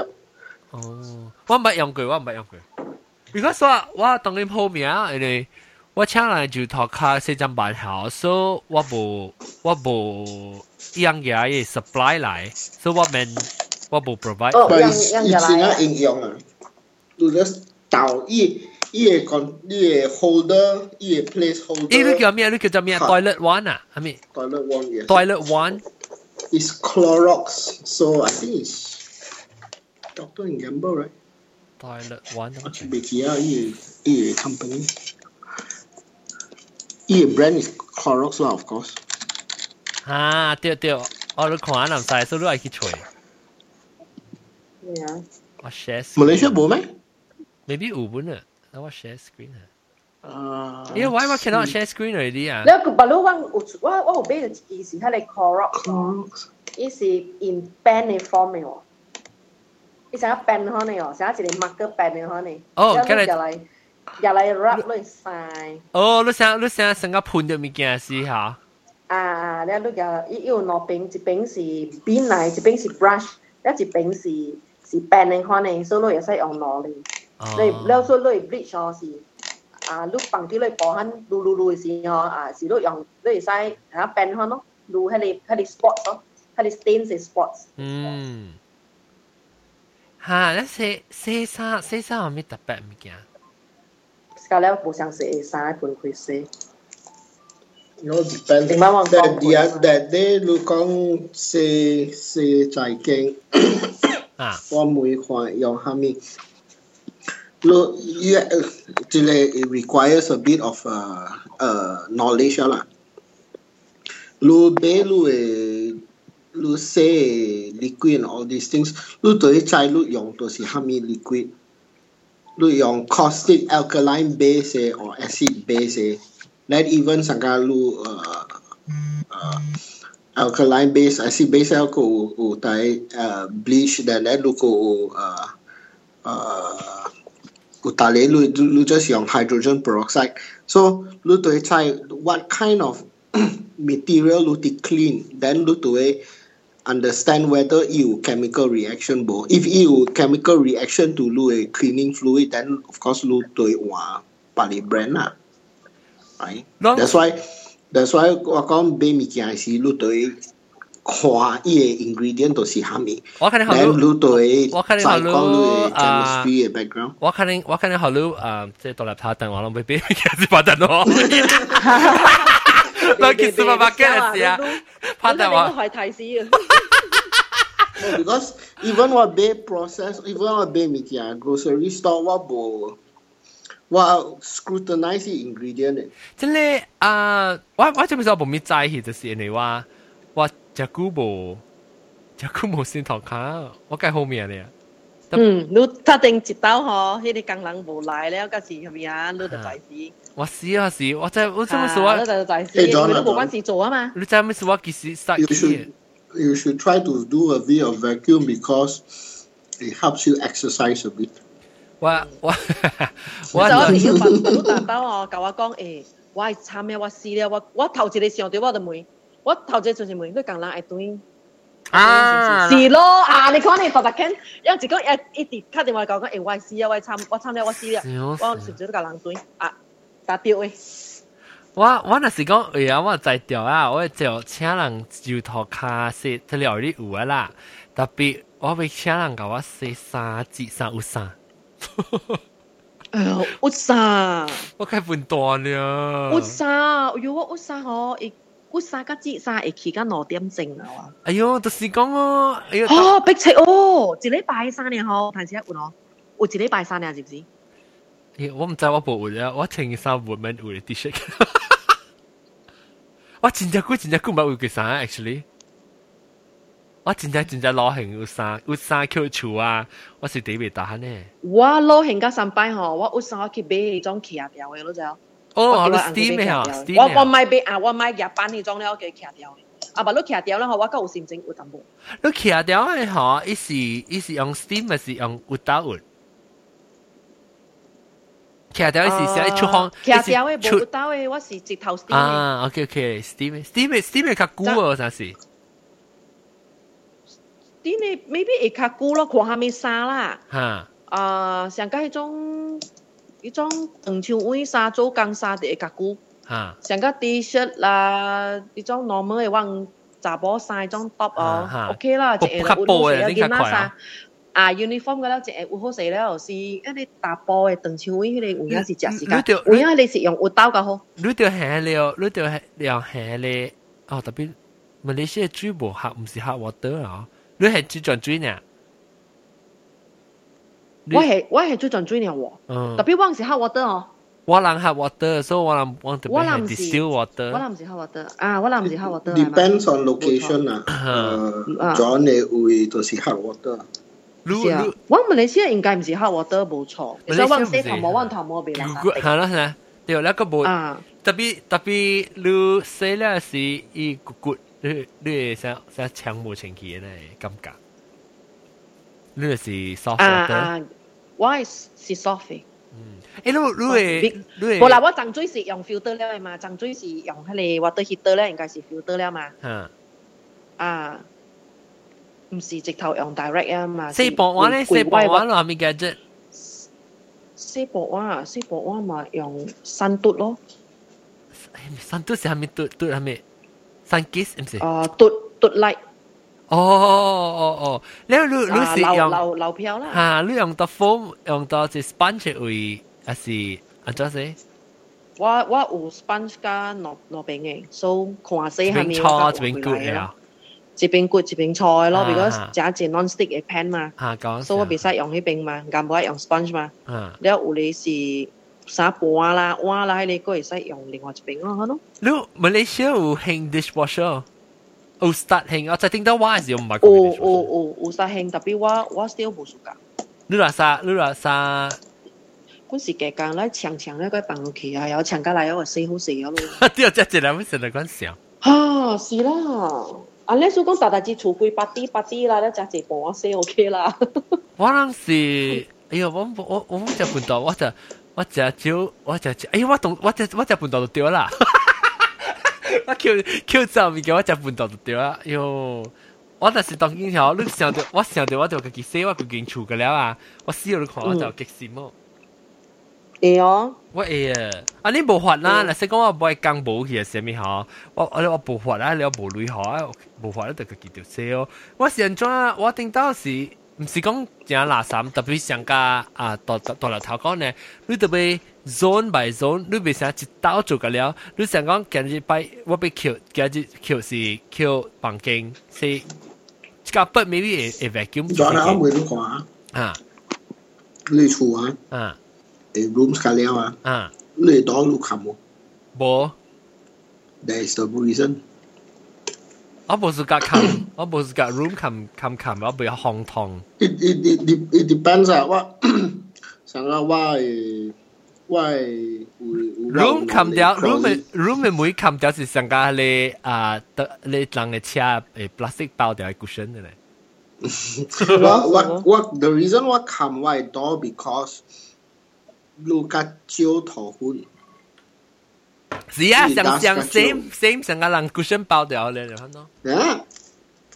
A: 哦，我唔係用佢，我唔係用佢。because 我我當你鋪名，因為我請人就托卡四張板後，所以我冇我冇樣嘢嘅 supply 嚟，所以我明我冇 provide。
E: But it's- it's 應該應用啊。You ah. just 倒-伊-伊的 con- 伊的 holder- 伊的 place holder
A: 誒，你叫咩？你叫做咩
E: 卡
A: ？toilet one 啊，係咪
E: toilet one, yes.
A: ？toilet one
E: It's Clorox. So I think it's Dr. and Gamble, right?
A: toilet one。
E: 我去不記得伊的-伊的 company. 伊的 brand is Clorox lah, of course.
A: 啊，對對，我都看唔晒，所以我去吹。我 share screen。
E: Malaysia 冇咩？
A: Maybe 有本啊，等我 share screen 啊。
E: 啊
A: You know why I cannot share screen already 啊？
M: แล้วก็บาลูว่าอุจว่าว่าผมเป็นอีสิถ้าเลยคอร์กอีสิ in pen ใน form เนี่ยวะอีสังเป็นเขาเนี่ยสังจะเลย marker pen เนี่ยเขาเนี่ย
A: โอ้
M: แล้ว
A: แค่ไหน
M: อย่าไรอย่าไรรับเลยทราย
A: 哦，你想你想成個判咗物件事嚇？
M: อ่าแล้วลูกอย่าอีอยู่นอเป็งจะเป็งสี bin ไหนจะเป็งสี brush แล้วจะเป็งสีสี pen ในเขาเนี่ยสู้ลูกอย่าใส่ออกนอเลย
A: 哦
M: เลยแล้วส่วนเลยบริชอสิอ่าลูกฝั่งที่เลยปอหันดูรูรูสิฮออ่าสิลูกอย่างเลยใส่ฮะเป็นฮอเนาะดูให้เลยให้เลยสปอร์ตเนาะให้เลยสเตนสิสปอร์ต
A: 嗯，嚇！那洗洗衫洗衫有咩特別物件？
M: สกาแล้วผู้สังเสสายผลคุยเซ
E: You know, depends.
M: Thì má mong
E: That
M: con của
E: dia that day lu con se se chạy keng.
A: À.
E: Qua mùi khoa yong hami. Lu yeah, actually it requires a bit of uh, uh knowledge lah. Lu be lu e lu se liquid and all these things. Lu to chai lu yong to si hami liquid. Lu yong caustic alkaline base eh, or acid base. eh. Let even sangkalu uh, uh, alkaline base, acid base lah l ก็อูไตเอ่อ uh, bleach แต่แล้วลูกก็อูเอ่อเอ่ออูตาเลลูลูจะใช้ hydrogen peroxide so ลูกตัวใช้ what kind of material ลูกที่ clean then ลูกตัว understand whether you chemical reaction บ่ if you chemical reaction to ลูก cleaning fluid then of course ลูกตัวว่าปาริแบรนด์น่ะ right that's why That's why 我講買物件是你對看伊個 ingredient 都是蝦米，
A: 我肯定好
E: 然後你對
A: 我肯定好
E: 再講你的
A: 啊
E: chemistry 的 background。
A: 我肯定我肯定好你啊，即係獨立塔凳我諗俾俾物件事拍凳我。我去 supermarket 嘅時啊，拍凳我。
M: 係提示啊
E: No, because even 我買 process even 我買物件 grocery store 我無我 scrutinize 伊 ingredient 的。
A: 即系啊，我我做咩我冇咩在意，就是因为话我只股冇只股冇先堂卡，我计好命咧。
M: อืมลูกถ้าเต็งจิตเต้าฮอให้เลยกำลังบูไลแล้วก็สีทำยานลูกจะใจสี
A: 我死啊死！我真我真冇说
M: ลูกจะ
A: 我，
M: ใจสีไม่รู้ผมว่าสีโจอะมา
A: 你真冇说我其实 start
E: You should you should try to do a bit of vacuum because it helps you exercise a bit.
A: 我我
M: 我
A: 我
M: 就一定啊要把老大刀哦，甲我講，诶、我係慘咩？我死了，我我頭一個想到我就問，我頭一個就是問，你共人會對？
A: 啊
M: 是咯，啊，你看你白白看，因為一個一一直打電話甲我講，欸诶、我係死了，我係慘，我慘了，我死
A: 嗯
M: 了，我是不是都甲人對？啊，答對誒，
A: 我我那是讲，哎呀，我在调啊，我就请人就头卡洗，这里有啲有啊啦。特别我俾请人甲我洗三至三有三，
M: 哎呦，อุตส่าห์
A: 我开半大了。
M: อุตส่าห์อยู่ว่าอุตส่าห์เหรออีกอุตส่าห์ก็จีซาอีกขี่ก็หนอเตรียมจริงแล้วอ่ะ
A: 哎呦，就是讲哦，哎呦，
M: ฮ ะไปเช็คโอ้จีเล่ไปซาเนี่ยฮะทันเชียอุนอ๋ออุจีเล่ไปซาเนี่ยจริง
A: 哎我唔知我冇有了，我穿衫冇咩有嘅 T 恤。我真正久真正久冇有嘅衫，actually。我真正真正流行有衫，有衫扣厝啊，我是第一打呢。
M: ๆว่าโลเห็นก็สัมไปฮะว่าอุตส่าห์คิดเบ้จ้องขี่อาเดียวเลยรู้จัก
A: 哦，
M: 我
A: 我
M: 叫
A: 都
M: 我阿
A: steam 嘅啊，steam
M: 我我
A: 嘅。
M: ไม่ไปอ่ะว่าไม่อยากปั้นนี่จ้องแล้วก็ขี่อาเดียวเลยอ่ะบัดลูกขี่อาเดียวแล้วฮะว่าก็อุซิมจริงอุตัมบุ
A: 你騎掉嘅嗬，一是一是用 steam，一是用 wood 打 wood。騎掉一是
M: Ah,
A: 寫出行，
M: 騎條
A: 一
M: 嘅
A: 是出
M: 冇刀嘅，我是直頭 steam 嘅。
A: 啊，OK OK，steam，steam，steam 較久啊，啥事？
M: steam 嘅 maybe 會較久咯，看下咩衫啦。
A: 嚇，
M: 啊，上加迄種迄種長袖尾衫、做工衫就會較久。
A: 嚇，
M: 上加 T 恤啦，迄種 normal 嘅往查甫衫迄種 top
A: 啊哈
M: 哦，OK 啦，
A: 不
M: 一
A: 不
M: 下
A: 較
M: 有
A: 薄
M: 好
A: 的
M: 勢啦，
A: 你較
M: 囡仔
A: 快
M: 衫
A: 啊。
M: 啊，uniform 嘅了，一下有好勢了，是迄個查甫嘅長袖尾，迄個有影是食
A: 你
M: 時間
A: 就，
M: 有影迄個是用有刀較好。
A: 你條鞋了，你條鞋條鞋咧，哦，特別馬來西亞水無黑，唔是黑 water 啊，你係只轉水呢？你
M: 我係我係最近追了我，
A: 嗯
M: 特別我是 hot water 哦。
A: 我人黑 water，所以我人我特
M: 我
A: 別
M: 人
A: 係
M: 唔是
A: distill
M: 我
A: water。
M: 諗唔係 hot water 啊，我諗唔係 hot water 係嘛
O: Depends on location 啦。
A: Uh-huh.
M: 啊
O: 誒，John 你會到時 hard water。
M: 是啊，我馬來西亞應該唔係 hot water 冇
A: 馬
M: 錯，其
A: 來西亞唔
M: 實我唔
A: 是
M: 識頭毛，我頭毛未啦。
A: 如果係啦係啦，對，那個冇
M: 啊
A: 特別特別，你洗了是伊骨骨，你你會想想搶無清氣嘅呢感覺，你就是 soft
M: 啊
A: water。
M: 啊，我係是 soft 嘅。
A: 誒，你你會你會
M: 冇啦，我浸水是用 filter 了嘛，浸水是用迄個 water heater 咧，應該是 filter 了嘛。
A: 嚇。
M: 啊，唔是直頭用 direct 啊嘛。
A: 四磅碗咧，四磅碗咯，係咪 gadget？
M: 四博灣啊，四博灣咪用新嘟咯。
A: 三度是係咪嘟嘟係咪？三 kiss 唔是？
M: 啊，嘟嘟 light
A: 哦哦哦，你你你
M: 啊，
A: 是
M: 流
A: 用
M: 流流票啦。
A: 嚇，你用到 foam 用到只 sponge 位，還是安怎說？
M: 我我有 sponge 加糯糯餅嘅，so 看
A: 一
M: 死下
A: 邊
M: 面
A: 搓一邊攰
M: 啦，
A: 啊！
M: 一邊骨一邊菜咯
A: 啊
M: ，because 食一隻 non stick 嘅 pan 嘛
A: 嚇講
M: ，so 我袂使用迄邊嘛，硬冇用 sponge 嘛，
A: 啊！
M: 你有你是啥盤啦、碗啦，你個會使用另外一邊咯，可能。
A: 你馬來西亞有興 dishwasher，有 start 興，我才聽到我係用唔係講。
M: 哦有有有啥興特別，我我 still 無熟噶，
A: 你話啥？你話 啥？
M: 本時家間咧長長咧個放落去啊，有長加嚟有死好死咗咯。
A: 都有隻隻兩蚊成兩蚊少。
M: 啊，是啦，啊，你所講大大隻廚櫃八 D 八 D 啦，你食一隻盤我死 OK 啦。
A: 我當時，哎呀，我我我唔食半島，我就我食少，我食少，哎呀，我同我食我食半島就掉啦。 我 Q Q 就唔叫我食半島就掉啦，哟！我但是當今時候，你想到我想到我就自己死，我究竟處嘅了啊！我死咗你看我就激死麼？
M: 會哦，
A: 我會啊！啊你無法啦，若是講我唔愛講無去啊，啥物吼？我我我無法啦，你我無镭吼，啊無法你就自己條死哦。我是安怎啊？我頂到是毋是講正垃圾，特別上加啊大大大粒頭講呢，你特別 zone by zone，你袂使一刀做個了。你想講今日拜我被扣，今日扣是扣房間是一個 b maybe 會會 vacuum
O: 咗啦，每都講啊，
A: 啊
O: 你厝啊，
A: 啊
O: 誒 ah. Eh, room ah. 隔離啊，
A: 啊
O: 你當路冚喎
A: 無。
O: ，there is no reason。
A: 我冇自家冚， 我冇自家 room 冚冚冚，我比較烘痛。
O: It it it de- it depends ah, 啊， 我上個我係我係會
A: room 冚掉，room 嘅 room 嘅每冚掉是上家你啊，得你人嘅車誒 plastic 包掉係 cushion 嘅咧。
O: 我我我 the reason 我冚我係多 because 路較少頭昏。
A: 是啊，
O: 你
A: 上
O: 打
A: 上
O: scratch
A: same same 上家人 cushion 包掉咧，你看咯。
O: 啊，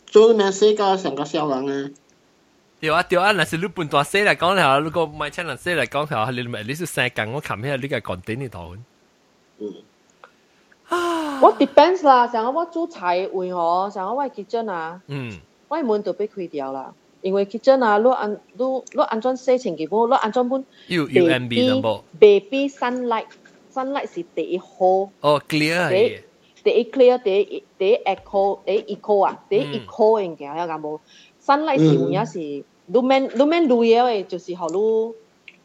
O: 做咩世界上個小人咧？
A: 對啊對啊，若是你半段細嚟講咧，如果唔係請人細嚟講咧，你咪你是三更我冚起你嘅 contain 度。
M: 我 depends 哦啦，成日我煮菜會我，成日我嘅 kitchen 啊，
A: 嗯
M: 我的門就被開掉啦。因為 kitchen 啊，攞安攞攞安裝洗清潔布，攞安裝本
A: U U M B number
M: baby sunlight sunlight 是第一好，
A: 哦 clear 嘅，
M: 第一 clear 第一第一 echo 第一 echo 啊，第一
A: 嗯
M: echo 嘅嘢有咁冇，sunlight 是有影是攞免攞免露嘢嘅，就是學攞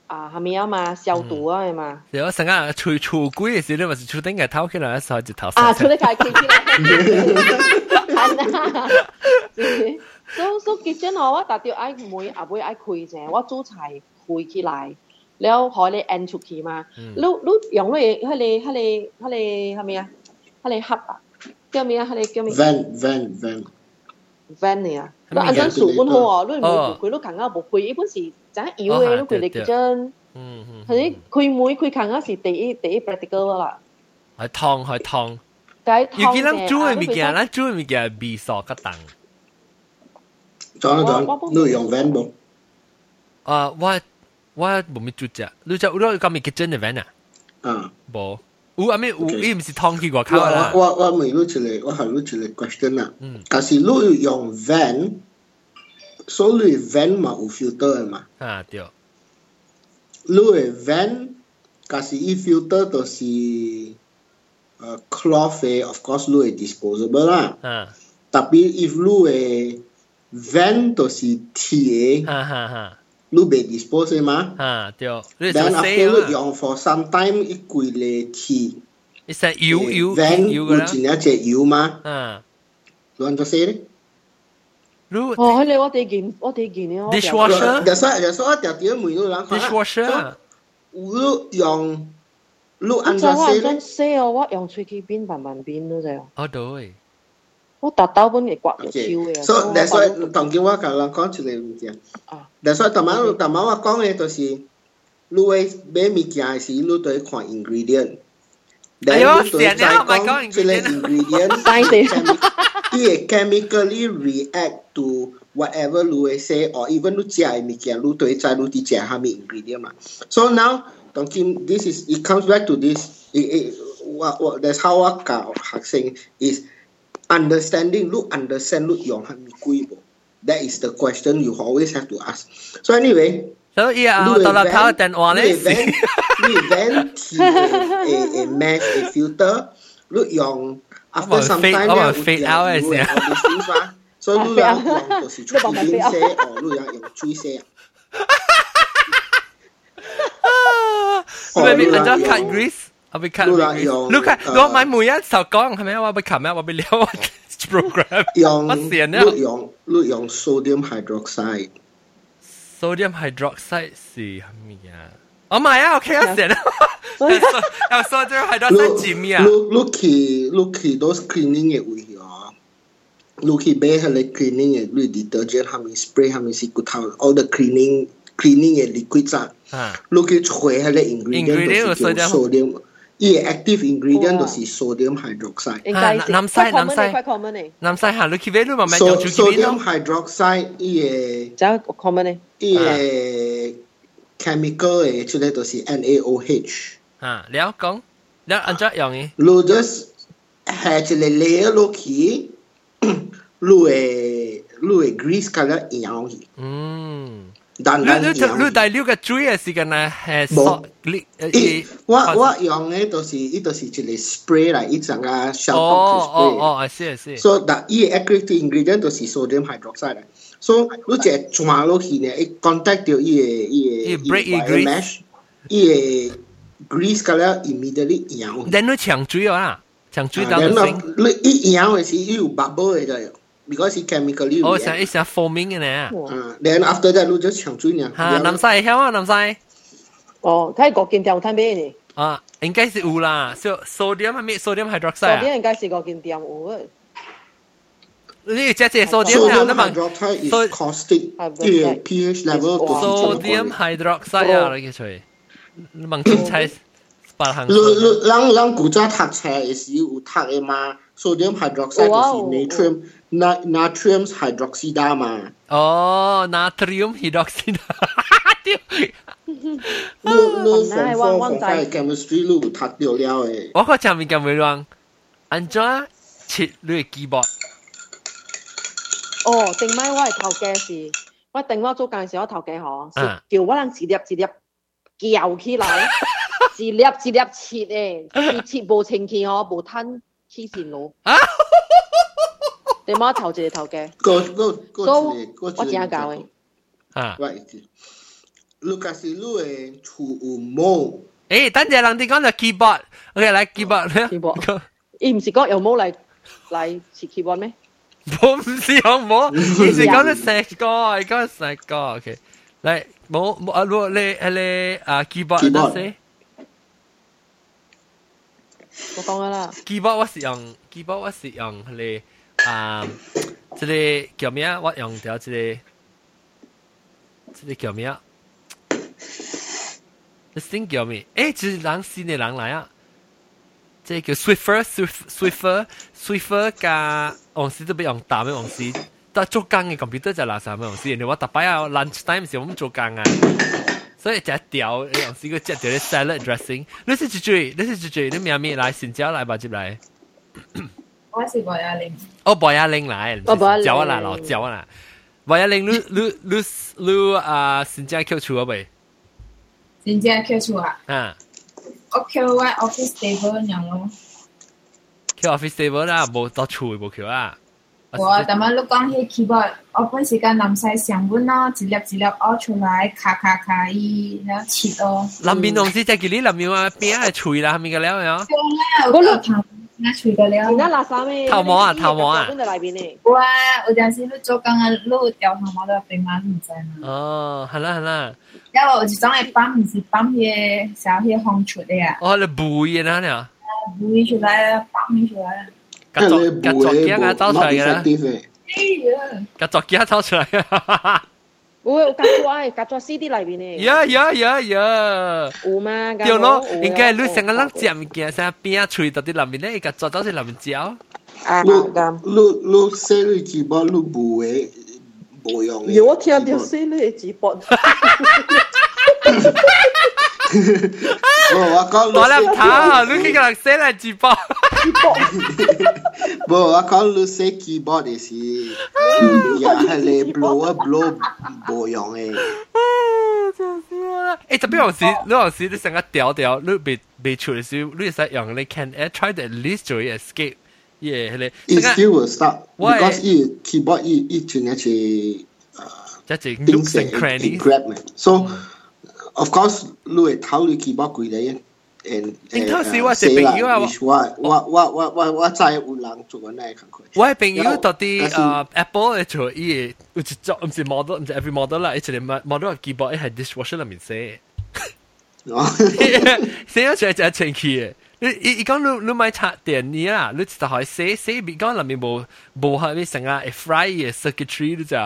M: 啊下面啊嘛消毒啊嘛。
A: 然後成間人除除鬼嘅時候，你咪是出頂嘅頭起來一手就頭
M: 啊，
A: 洗
M: 出
A: 洗
M: 得太激 烈，係啦。所所結真哦我我特別愛每阿哎妹愛攰啫，我煮菜攰起來，แล้ว可你 end 出去嘛？
P: 嗯
M: 你你用你迄你迄你迄你係咪啊？迄你盒啊？叫咩啊？迄你叫咩
E: Van, van, van.
M: van 嚟啊？
E: 係咪
M: 你安裝數本好哦，你唔
E: 哦
M: 會攰，你更加無攰。一般是真要
E: 哦
M: 嘅，
E: 係
M: 你攰你
A: 對
M: 結真，
A: 嗯嗯，
M: 係你佢每佢更加是第一第一 practical 啦。
A: 係燙係燙。
M: 解
A: 尤其
M: 湯
A: 咱
M: 啫
A: 煮
M: 啊
A: 嘅
M: 你
A: 物
M: 袂使
A: 件，咱煮嘅物件係味素較重。
E: John,
M: Wah-
E: John,
M: wah-
E: no, yung van bo.
A: 啊，我我冇咩煮啫，你就有攞咁嘅 kitchen 嘅 van 啊？
E: 嗯，
A: 冇。有啊咩？有
E: Okay
A: 伊唔是燙去外口啦
E: Wa- wa-。wa- wa mai lu chile- wa ha lu chile question lah.
A: Mm.
E: Kasi lu yung van, so lu yung van ma u filter eh ma.
A: 啊對。
E: Lu yung van, kasi i filter to si uh, cloth eh, of course lu yung disposable lah.
A: 啊
E: Tapi if lu eh, van to si tea eh,
A: 啊哈哈
E: lu be dispose eh ma.
A: 啊對。你做死
E: Then after lu
A: 啊？
E: yung for some time i kui le tea.
A: 你食油
E: Eh,
A: 油
E: Van
A: 油噶
E: lu
A: 啦。
E: jinya che yu ma.
A: 啊，
E: Lu an to say deh.
M: 哦，迄个我哋见，我哋见啊！我
E: That's why that's why tiap tiap mui lu lang.
A: Dishwasher. à?
E: Lu yang lu
M: 我
E: an
M: 真
E: to
M: 我
E: say
M: 真
E: deh.
M: 洗哦，我用喙齿边慢慢边都啫。
A: 哦對。
M: 我达到本会刮入手
E: Okay.
M: 嘅。
E: So that's why tong kim wa ka lang kon chile mi tiang. That's why tamang tamang wa kong eh to si lu wei be mi kia si lu to kwan ingredient. Then
A: Aiyo,
E: lu to
A: sian
E: zai
A: liao, my god,
E: kong chile ingredient. It chemically react to whatever lu wei say or even lu chia eh, mi kia lu to zai lu ti chia ha mi ingredient ma. So now tong kim this is it comes back to this. It, it, what, what, that's how wa ka hak saying is understanding look understand look your hand kui bo. that is the question you always have to ask so anyway
A: 所以啊，
E: Lu
A: 我到了頭
E: Van-
A: 等話
E: Lu
A: 咧
E: Van-
A: 是
E: Lu Van tea a, a, a mesh a filter look your after
A: gonna
E: some
A: fade-
E: time
A: I'm
E: yeah,
A: gonna
E: with
A: fade
E: your
A: out
E: glue and
A: as-
E: all these things, ah. so
M: Ah,
E: look
M: fade
E: yang
M: out.
E: yang to si
M: Lu bakal
E: chukin
M: fade out.
E: say or look yang yang chui say
A: Maybe
E: lu
A: I
E: lah
A: just cut
E: yang-
A: grease. I will cut
E: lu lah
A: grease.
E: yang,
A: Look at
E: 呃
A: 我買每一首講係咪？我要琴日我要 聊我 program。
E: yang
A: 我成了
E: look yang look yang sodium hydroxide
A: sodium hydroxide 是係咩啊？我買啊，OK 啊，成了。有 sodium hydroxide 係咩啊？
E: look look he look he those cleaning it with your look he bear her like cleaning it with detergent how many spray how many secret how all the cleaning cleaning it liquids ah look he chue her like ingredient
A: Ingredient
E: to
A: with
E: si kyo
A: sodium.
E: sodium yeah active ingredient to
M: Wow.
E: si sodium hydroxide
M: 應該是
A: 啊，南-南西-
M: 快 common
A: 南西。
M: 嚟快 common 嚟
A: 南西行你去俾你慢慢用
E: so
A: 住見面
E: sodium
A: 咯。
E: hydroxide yeah
M: 走 common 嚟
A: 啊
E: yeah chemical eh actually to si NaOH
A: 啊，你有講，你有按照用嘅。
E: lu just had to layer low key lu e lu e grease color yang
A: 嗯。
E: dan
A: 你
E: dan
A: 你你
E: yang
A: 第六個主要時間呢係
E: 冇
A: salt gli- 呃
E: eh
A: 呃
E: what what yang eh to si it to si chile spray like it's a
A: 哦
E: shell box
A: 哦
E: 啊 spray
A: 哦，I see I see。
E: so the e active ingredient to si sodium hydroxide eh. so lu che chua lo ki ne it contact to e e
A: It break it
E: wire
A: grease.
E: mesh e grease color immediately yang
A: 你都強主要啦，強主到
E: then
A: 就成。
E: look, look, it yang is it you bubble it eh, because it chemically
A: 哦，
E: react.
A: 成一成 forming à? 嘅呢。
E: 啊 then after that 你就抢水呢？
A: 嚇，南西曉啊，南西。
M: 哦，睇下個件店有攤俾你，
A: 啊，應該是有啦。So sodium 係咩？sodium
M: 個
A: hydroxide à? 啊。
M: 店應該是個件店有啊，
A: 你只只 sodium ya, 啊，
E: Sodium
A: 你問
E: hydroxide is caustic，yeah, pH level to
A: sodium hydroxide à? 啊，你叫佢。你問警察八行。
E: 你你咱咱古早读册的时候有读的嘛？Sodium hydroxide 就是 natrium na- natrium hydroxide 嘛。
A: 哦，natrium hydroxide。
M: 啊
E: 你你 from
M: 我
E: four
M: 我
E: from
M: 知
E: five chemistry 你有读到了的。
A: 我個前面咁會亂，安怎切你嘅 keyboard？
M: 哦，定咪我係頭家是我等我做工时我头家吼，是
A: 啊
M: 叫我人一粒一粒撬起来，一粒一粒切诶，切切无清气吼，无摊起线路。你妈头一个头家，
E: Go, go, go
M: So,
E: 一个
M: 我
E: ，go 一
M: 真
E: 个
M: 教诶。
A: 啊
E: ，right。你假使你诶厝有毛，
A: 诶，等阵人哋讲就 keyboard，OK，嚟 keyboard，keyboard，
M: 伊毋是讲有冇嚟嚟切 keyboard 咩？
A: 我唔知好唔好？以前讲得成個，而家成個 OK，嚟冇冇啊？如你係你啊 keyboard 嗰
E: Keyboard
A: 時
M: 我讲噶啦，
A: ，keyboard 我是用 keyboard 我是用你啊，即個叫咩啊？我用咗即個，即個叫咩啊？你先叫咩？誒，即係人新嘅人嚟啊！即係叫 Swiffer，Swiffer，Swiffer 加王師都俾用打咩王師？得做工嘅 computer 就垃圾咩王師？人哋話特擺啊 lunch time 時我唔做工啊，所以就一掉王師個只掉啲 salad dressing。你是 Gigi，你是 Gigi，你咩咩嚟？新椒嚟吧，接嚟。
F: 我是王亚玲，
A: 哦，白一拎嚟，
F: 哦白一零
A: 椒啊啦，老椒啊啦。白一拎，你你你你啊，新椒 Q 出咗未？
F: 人家 Q 出啊，
A: 啊
F: 我 Q 我 office table 样咯。
A: ，Q office table 啦，冇到出冇 Q 啊。
F: 我但係你講起 keyboard，我本時間臨晒上本咯，一粒一粒凹出來，咔咔咔伊，然後切咯。
A: 林面王師即係叫你林面啊，邊啊脆啦，係咪嘅了呀？
F: 我嗰頭那除得了。
M: 而家垃圾咩
A: 頭毛啊頭毛啊
M: 本在内面呢。
F: 我有陣時你做工啊，你有掉頭毛都平安唔知嘛。
A: 哦，係啦係啦，
F: 然後有一種係綁，唔是綁迄小迄風出的啊，
A: 哦，你背嘅啦你啊，
F: 背出來啊，綁出來啊。
A: 隔作
E: 背
A: 隔作機啊
E: 冇
A: 走出嚟嘅啦
E: not，effective 诶。
F: 哎呀，
A: 隔作機啊走 出嚟嘅，
M: 我有夹住诶，夹住 CD 内面呢。
A: 呀呀呀呀！
M: 有嘛？
A: 掉咯，
M: 有啊
A: 應該你成個人食物件，成日邊啊脆到啲林面咧，隔作走去林面嚼。
E: 你你你写你字幕你冇诶，冇用
M: 有我听到
E: 到
M: 死你直 播，
A: 啊
E: 我我讲
A: 我諗頭，你幾個人寫嚟自爆？
E: 冇我讲你写 keyboard 嘅事，呀系你 blow 啊 blow eh. 冇用诶。
A: 誒，特別有時，你有時你成日掉掉，你未未脆少，你使用你 can try to at least 做 escape，耶，你
E: It still will stop
A: Why?
E: because it keyboard it it can actually
A: 一直
E: things
A: nooks
E: that
A: and Hmm.
E: it,
A: crannies。
E: it grab man. So of course, look at how the keyboard 佢哋 and
A: 你
E: and
A: 當時我
E: uh,
A: 食
E: say
A: 朋友啊
E: lah, which 我
A: Oh.
E: 我我我我我真係有人做緊呢個工
A: 我係朋友到啲
E: 但是
A: 誒 Apple 嘅做伊嘅，有一種唔是 model 唔是 every model 啦，一隻 model 嘅 keyboard 係 dishwasher 裏面寫嘅，寫咗出嚟就係清氣嘅。你伊伊講你你買插電呢啦，你就可以寫寫別講裏面冇冇係咩成啊 fry 嘅 circuitry 你就。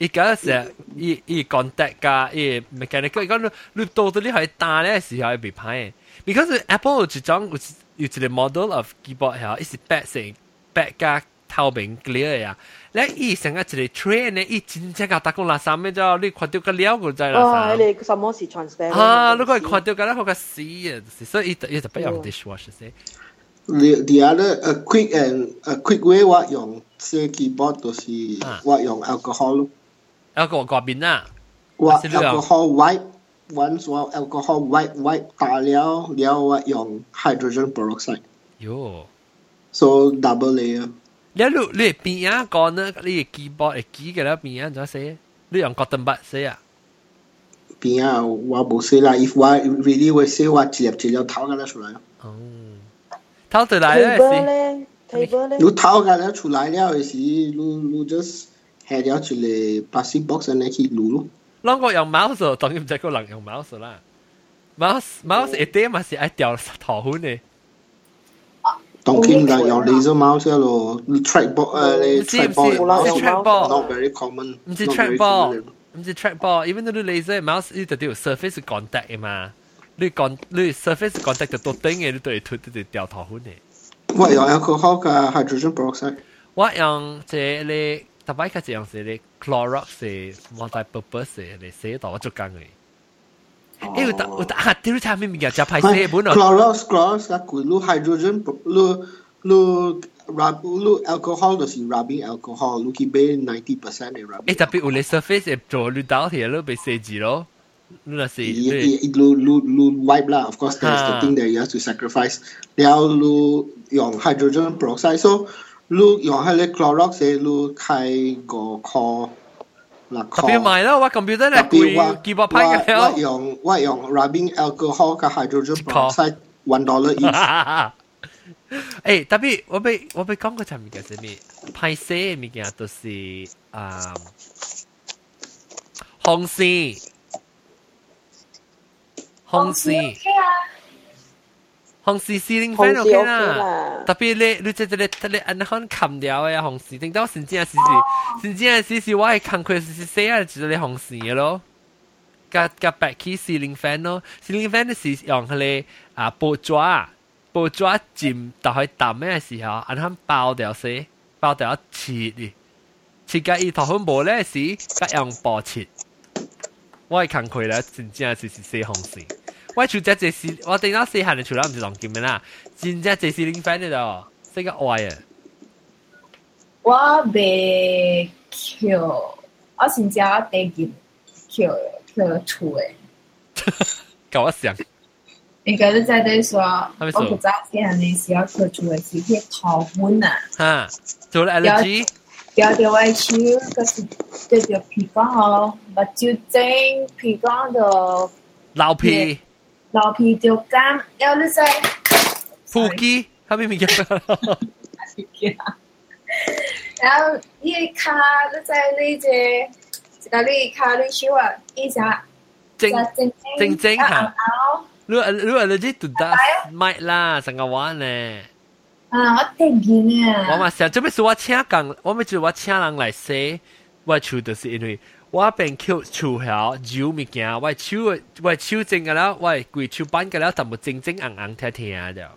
A: 伊講是伊伊 contact 加伊 mechanical，伊講你你到到你可以打咧時候係別歹嘅，because Apple 有一種有一有一個 model of keyboard 係，伊是 back 成 back 加透明 clear 啊，咧伊成個一個 train 咧，伊真正甲打工垃圾咩啫，你看到個了個就係
M: 哇！
A: 垃
M: 你
A: 圾。
M: 哋什麼是 transparent？
A: 啊！如果係看到個咧，我個死啊！所以伊伊就不用 dishwasher 先。
E: The the other a quick and a quick way 我用寫 keyboard 就是
A: Ah.
E: 我用 alcohol 咯
A: 有個外面啊，
E: 我
A: 還是你用
E: alcohol wipe once 我 alcohol wipe wipe 打了了我用 hydrogen peroxide
A: 哟。
E: so double layer
A: 你一路你係邊啊講呢？你嘅 keyboard 係幾嘅啦？邊啊？仲寫？你用 cotton bud 寫啊？
E: 邊啊我冇寫啦 if 我 really 會寫我直接直接頭咁樣出來
A: 偷到來咧
M: ，table
A: 是
M: 咧，table 咧，
E: 你頭咁樣出來了嘅時你你 just 下了一個 plastic box 咁樣去滷咯
A: 咱個用 mouse，當然唔知個人用 mouse 啦。mouse mouse 一啲嘛是愛掉頭昏嘅。
E: 當然啦用 laser mouse 咯你 trackball 誒你
A: 唔是唔是
E: trackball
A: 唔是
E: not
A: trackball，
E: very common
A: 唔是
E: not very
A: trackball，唔是 trackball，even though 你 laser mouse 呢度都有 surface contact 嘅嘛。你 con 你 surface contact 就到頂嘅，你都係推都係掉頭昏嘅。
E: 我用 alcohol 嘅 hydrogen peroxide，
A: 我用這你特別開始用是你 Clorox 是 multi-purpose 嚟寫到我做工嘅。誒有得有得啊！屌你睇咩物件？就派寫本
E: c l o r o x c l o r o x 啊，佢攞 hydrogen 攞攞
O: rub, look, alcohol does he rubbing alcohol. Look, he bay 90% in rubbing.
A: 诶，特別有你 surface 會做你倒貼咯，被射住咯，你那是
O: It, it, it lo, lo, lo wipe lah. Of course, there's the
A: Ah.
O: thing that you have to sacrifice. Now, lo, yung hydrogen peroxide. So, lo, yung hele Clorox, eh, lo, kai go call. La
A: 特別
O: call.
A: 賣咯，我 computer 咧
O: tapi
A: 貴
O: what
A: 幾百批嘅咯
O: what，yang what yang rubbing alcohol กับ hydrogen
A: call.
O: peroxide one dollar each
A: 诶，特別我被我被講嗰層物件係咩？派射嘅物件都是啊，紅線，紅線。红事司令 friend
N: 紅
A: 啊 OK
N: 事 OK
A: 啦
N: 啦，
A: 特別你你即係你你你可能冚掉嘅紅事，定當先知係時時，先知係時時我係冚佢時時寫啊，就係你紅事嘅咯。夾夾白起司令 friend 咯，司令 friend 是用佢哋啊布抓布抓浸，但係抌咩時候，銀行爆掉死，爆掉一切嘅，切嘅意頭好無咧時，不用波切。我係近佢啦，真正係時時寫紅線。我除咗這是，我哋那四行就除咗唔是浪劍嘅啦，真正這是零分嘅咯，識個愛啊！
Q: 我未扣，我先知我第一扣扣出诶。
A: 搞我想，
Q: 你嗰日在对说，
A: 他
Q: 我
A: 们说
Q: 不知道这样的是要扣出诶，是去逃婚啊。
A: 哈，做了 allergy，
Q: 有條位處嗰時對住皮光哦，目睭精皮光就
A: 流皮、
Q: 流皮就干，有啲細
A: 腹肌，後面咪叫
Q: 有呢卡啲細呢只，嗰啲卡啲少啊，呢只
A: 正正正
Q: 啊
A: 嚇，你話你話 allergy 讀得麥啦，成個玩咧。
Q: 啊，我聽見啊，
A: 我嘛想，这边是我请讲，我咪就我请人来说，我手就是因为我变 Q 手条酒物件，我手我手整个了，我规手板个了，但部正正硬硬听听着，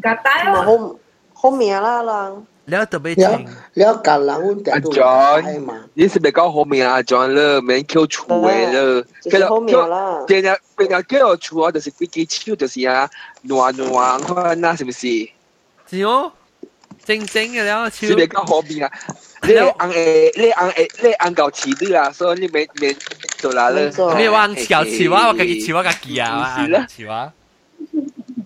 Q: 夹带
A: 啊
M: 咯，好好命啦啦，
A: 了特别
E: 了
A: 正。
E: 了，橄榄温
J: 阿
E: 点都
J: John，你是咪讲好命啊？John 了，免 Q 厝诶了，
M: 就是好命啦
J: 变了变了叫我厝啊，就是规支手就是啊，暖暖款啊，是不是？
A: 是哦，正正嘅了手。
J: 是咪讲好命啊？你按诶，你按诶，你按到起你啦，所以你免免做啦了。
A: 你话硬潮潮啊，我家己潮我家己啊，我硬潮啊。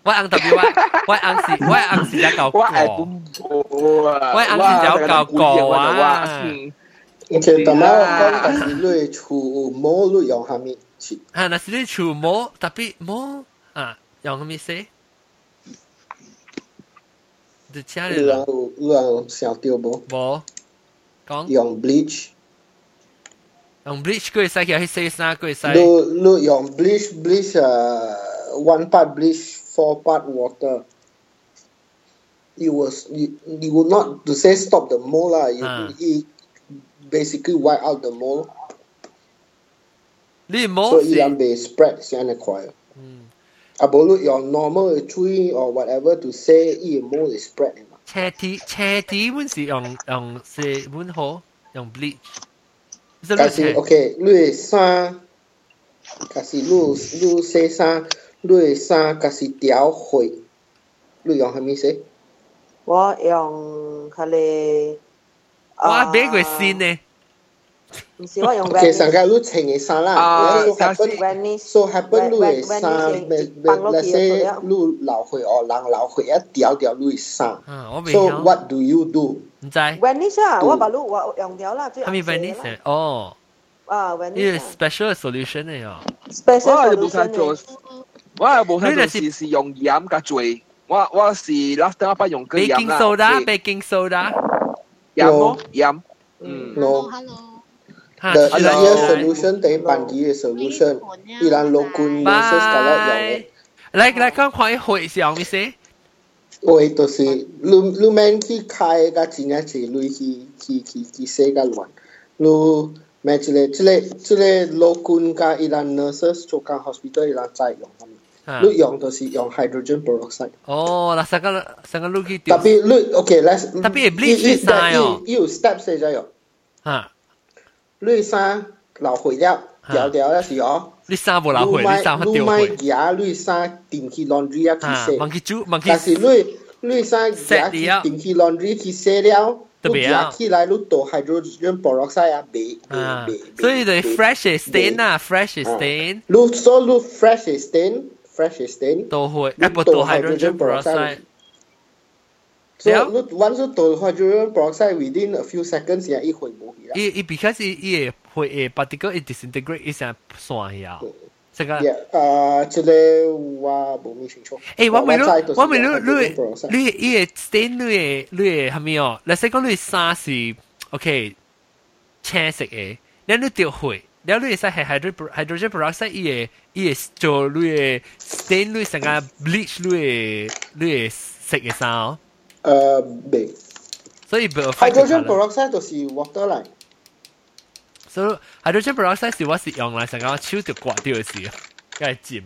A: 我硬特别我我硬是我硬是只狗
J: 我爱
A: 哥，
J: 本土啊，
A: 我硬是只狗哥啊。
E: okay แต่แล้วก็แต่สิลุยชูโมลุยยองฮามิชิ
A: 啊，那是你潮冇特别冇啊，用咁意思？你请你
E: เรื่อง
A: 啦，
E: เรื่องเสียวเตียวโบ
A: 讲
E: ยอง bleach
A: 用 bleach 佢使叫去洗衫佢使。
E: ลูลูยอง bleach bleach เอ่อ one part bleach four part water it was you, you would not to say stop the mole lah you it basically wipe out the mole
A: 你
E: so
A: 冇
E: it Hmm.
A: 是
E: can be spread เสียในควาย Abolu, your normal tree or whatever to say, it more is spread.
A: 车底车底，阮是用用是阮好用 bleach。是你
E: Kasi,
A: 切
E: okay, lui san, kasi lu lu say san, lui san e kasi tiao hui. Lui yong hami say.
M: 我用佢哋，啊
E: À.
A: 我俾佢先呢。
M: 唔是我用
E: Okay, sangka lu cheng e san la.
A: 啊
M: Ah,
E: so happen, so happen lu e san, be- be- let's
M: e
E: say
M: ya?"
E: lu lao hui or lang lao hui, a tiao tiao lu san.
A: 啊，我未
E: So
A: 晓，
E: what do you do?
A: 唔知。哈
M: Venice 啊，
E: 都
M: 我把路我用掉啦，最
A: 咪 v e n i c e 哦，
M: 啊
A: 呢個
M: Venice 啊
A: special solution à? 嚟哦。
J: 我
M: special
J: 就冇晒
M: solution
J: 做
M: 呢，
J: 我又冇晒做事是用鹽嘅罪。我我是 last time 不用嘅鹽
A: baking
J: 啦。
A: soda，baking soda。
J: 鹽咯鹽，嗯
E: No.
A: 哈
E: The
A: 出嚟
E: Iranian
A: 出嚟
E: solution 等于板机的 solution，伊朗老君 Moses 搞落用的，
A: 来来看看一回是用咩事？
E: 喂，就是你你免去开个真正是你去去去去世界乱，你免即个即个即个老君甲伊朗 nurses 做间 hospital 伊朗再用，
A: 啊
E: 你用就是用 hydrogen peroxide。
A: 哦，嗱，成個成個 look 掉。
E: Tapi lu okay let's
A: Tapi bleach
E: you- you-
A: is sign
E: you-
A: oh.
E: you step 四只用，
A: 嚇，
E: 你衫流血了，
A: Ah.
E: 掉掉了是哦。
A: 你衫冇流血，你衫黑掉
E: 你
A: 血。
E: 买你买件你衫定去 laundry 啊去
A: 啊
E: 洗，
A: 忘記煮忘記
E: 但是你你使夹起顶起 laundry 去洗了，
A: 特
E: 你
A: 别
E: 夹
A: 啊
E: 起来，你倒 hydrogen peroxide 啊，袂
A: 啊，所以就 fresh 的 stain 啊，fresh
E: À.
A: 的 stain，
E: 你所你 fresh stain fresh stain
A: 都会，
E: 你
A: 啊不都
E: 倒
A: hydrogen peroxide，
E: So
A: Yeah.
E: look, once you told hydrogen peroxide within a few seconds, dạ, yeah, it will move.
A: 伊伊 because 伊伊会会 particle 会 disintegrate 一下散去啊，这个。
E: Yeah, uh, today, wow, booming show.
A: 诶，我咪攞，我咪攞，攞嘅，你你嘅 stain，你嘅，你嘅係咪哦？嗱，先講你嘅衫是 OK 青色嘅，然後你掉灰，然後你嘅衫係 hydro hydrogen peroxide，伊嘅伊嘅做你嘅 stain，你成個 bleach，你嘅你嘅色嘅衫哦，
E: Uh, big.
A: 所以
E: Hydrogen peroxide 就是 water 嚟，
A: 所以 hydrogen peroxide 是我是用嚟成個超條刮掉嘅事，梗係尖。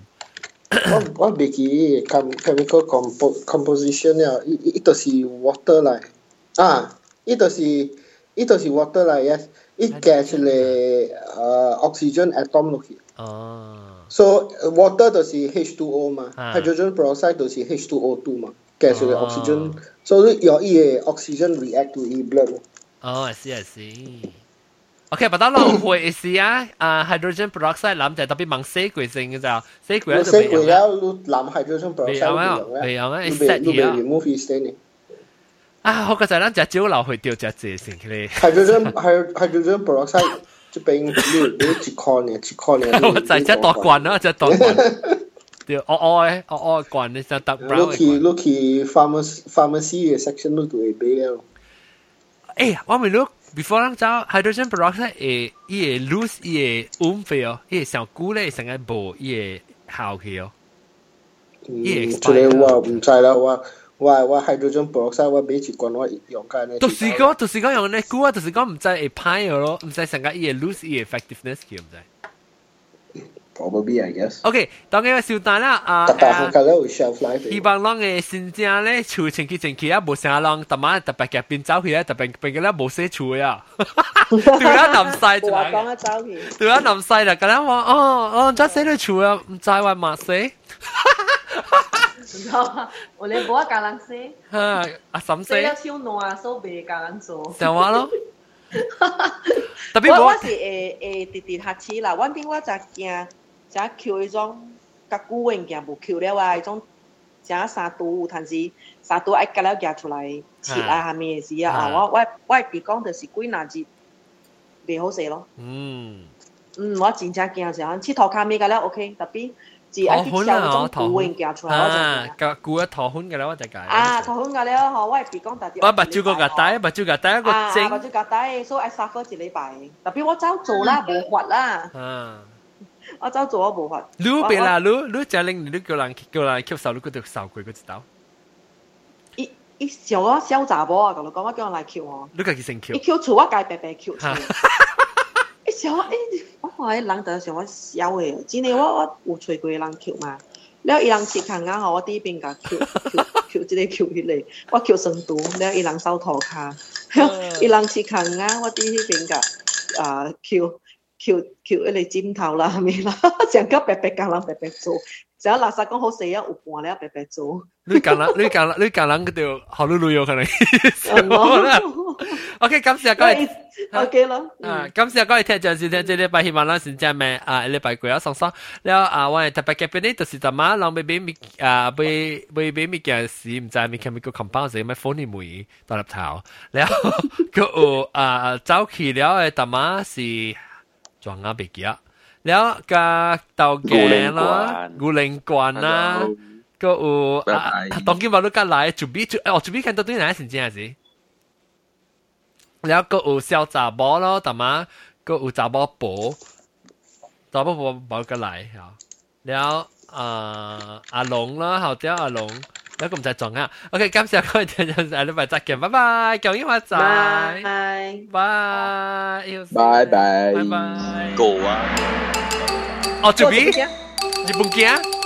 E: 我 我未記 chem chemical compo composition 了，伊伊伊就是 water 嚟，啊，伊就是伊就是 water 嚟，yes，伊加出嚟呃 oxygen atom 落去
A: 哦，
E: ，so uh, water 就是 H2O 嘛
A: 啊
E: ，hydrogen peroxide 就是 H2O2 嘛，加出嚟
A: 哦
E: oxygen，so 你用伊嘅 oxygen react to 伊 blood 咯。
A: 哦，I Oh, see I see。OK，不到 浪费一些啊，啊，hydrogen À, peroxide 諗就特別猛死鬼性嘅就，死鬼
E: 你
A: 就未
E: 識
A: 用
E: 為
A: 啦。
E: 了你男孩子想表
A: 未
E: 達
A: 有啊
E: 唔
A: 未有啊
E: 你
A: 會 set
E: 你
A: 嘢啊
E: remove his standing。
A: 啊，好個就諗就只流去掉只字先 嘅。
E: hydrogen hy- hydrogen peroxide 即邊你你一罐呢一罐呢，
A: 我就只多棍啦，只多棍。掉我我嘅我我嘅棍，你就得 brown
E: 你
A: 嘅棍
E: 去。你去 pharmacy pharmacy 嘅 section 你就會買了。
A: 誒，我咪錄 before 諗走 hydrogen peroxide 誒，伊嘅 lose 伊嘅 um 飛哦，伊嘅上菇咧成個無伊嘅效嘅哦。
E: 嗯，
A: Yes，
E: 出嚟
A: 係啊
E: 我唔知啦，我我我 hydrogen peroxide 我買一罐我用緊呢。
A: 就是講就是講用咧菇啊，就是講唔知會歹嘅咯，唔知成個伊嘅 lose E 伊嘅 effectiveness 嘅唔知。
E: probably I guess。
A: OK，當然要笑大啦啊
E: 特別好
A: 啊！
E: 嘅咧，shelf life
A: 希
E: 嚟。
A: 望人嘅新疆咧，處前期前期啊，無啥人，特晚特別嘅變走去咧，特別變嘅咧無些處 啊，對啦南西就
M: 我
E: 啊
A: 啦，
M: 講一走去，
A: 對啦南西啦，咁樣我哦，我真死都處啊，唔知話乜死，
M: 唔知道嗎 我哋冇一教人死，
A: 啊阿嬸
M: 死了
A: 死，
M: 手暖，手袂教人做。
A: 就話咯，特別
M: 我我
A: 冇
M: 是會會直直下次啦，阮邊我就驚，就扣迄種甲古文件無扣了啊，迄種就三度有通是三度愛甲了行出来切啊下面是啊，啊
A: 啊
M: 我我我比講就是幾若日袂好勢咯。
A: 嗯，
M: 嗯，我真正驚是安，切頭骹面甲了 OK，特別是愛
A: 頭
M: 去
A: 昏
M: 消
A: 啦，
M: 迄
A: 我頭
M: 種古文
A: 昏
M: 件出，來，我就
A: 啊
M: 驚，
A: 個顧一頭昏嘅啦，我就解，
M: 啊，頭昏甲了吼，我比講特別。
A: 我目睭個個戴，目睭個戴一個
M: 啊，目
A: 精，
M: 睭甲戴，所以愛 suffer 一禮拜。特別我走做啦，無法啦。
A: 啊。
M: 我走做我啊無法。
A: รู้ไปละรู้รู้จะเล่นรู้กำลังกำลังเก็บสาวรู้ก็เด็กสาวกุยก็จะเต้า
M: 伊伊上我小查某啊，甲你講，我叫人來扣我。
A: รู้ก็คือสิ่งเขียว
M: 伊扣厝，我家白白扣 厝。伊上我，伊欸我看迄人就想我痟诶，真诶，我我有找過人扣嘛。了，伊人切空啊，吼，我第一邊甲扣扣扣即個扣迄個，我扣生毒，了伊人掃涂骹， 伊人切空啊，我第一邊甲啊扣。扣扣迄個枕頭啦，係咪啦？ 成個白白甲人白白做，只要垃圾講好勢啊，有伴了白白做。
A: รู้กำลังรู้กำลังรู้กำลังก็เดี๋ยวเขารู้รู้อยู่กันเลย โอเคคำเสียก็เลย
M: OK 咯。
A: 啊，今次我哋聽就先聽，即係拜希望啦，先正咩啊？禮拜攰啊，送送了啊！我哋特別嘅邊呢，就是就馬浪俾俾咪啊，俾俾俾咪嘅事，唔知咪 chemical compound 係咩 phony 梅倒立頭，然 後佢有啊早期了嘅特馬是撞啱別嘅，然後加豆鏡啦、古靈棍啦，佢有啊，當今話都加嚟，準備準，我準哦備看到對哪先正係。แล้วก็อูเซียวจ่าบอแล้วแต่มาก็อูจ่าบอโปจ่าบอโปบอกระไหลเหรอแล้วเอ่ออาหลงแล้วเขาเจ้าอาหลงแล้วก็ผมจะจองอ่ะโอเคครับเสียก็เดี๋ยวจะอธิบายจักเก็บบ๊ายบายเกี่ยวยิ่งมาจ่าย
M: Bye.
A: Bye. It was-
R: 拜拜，
A: 拜
R: 狗啊。
A: Oh, 哦จุ๊บบี้ญี่ปุ่นเกียร์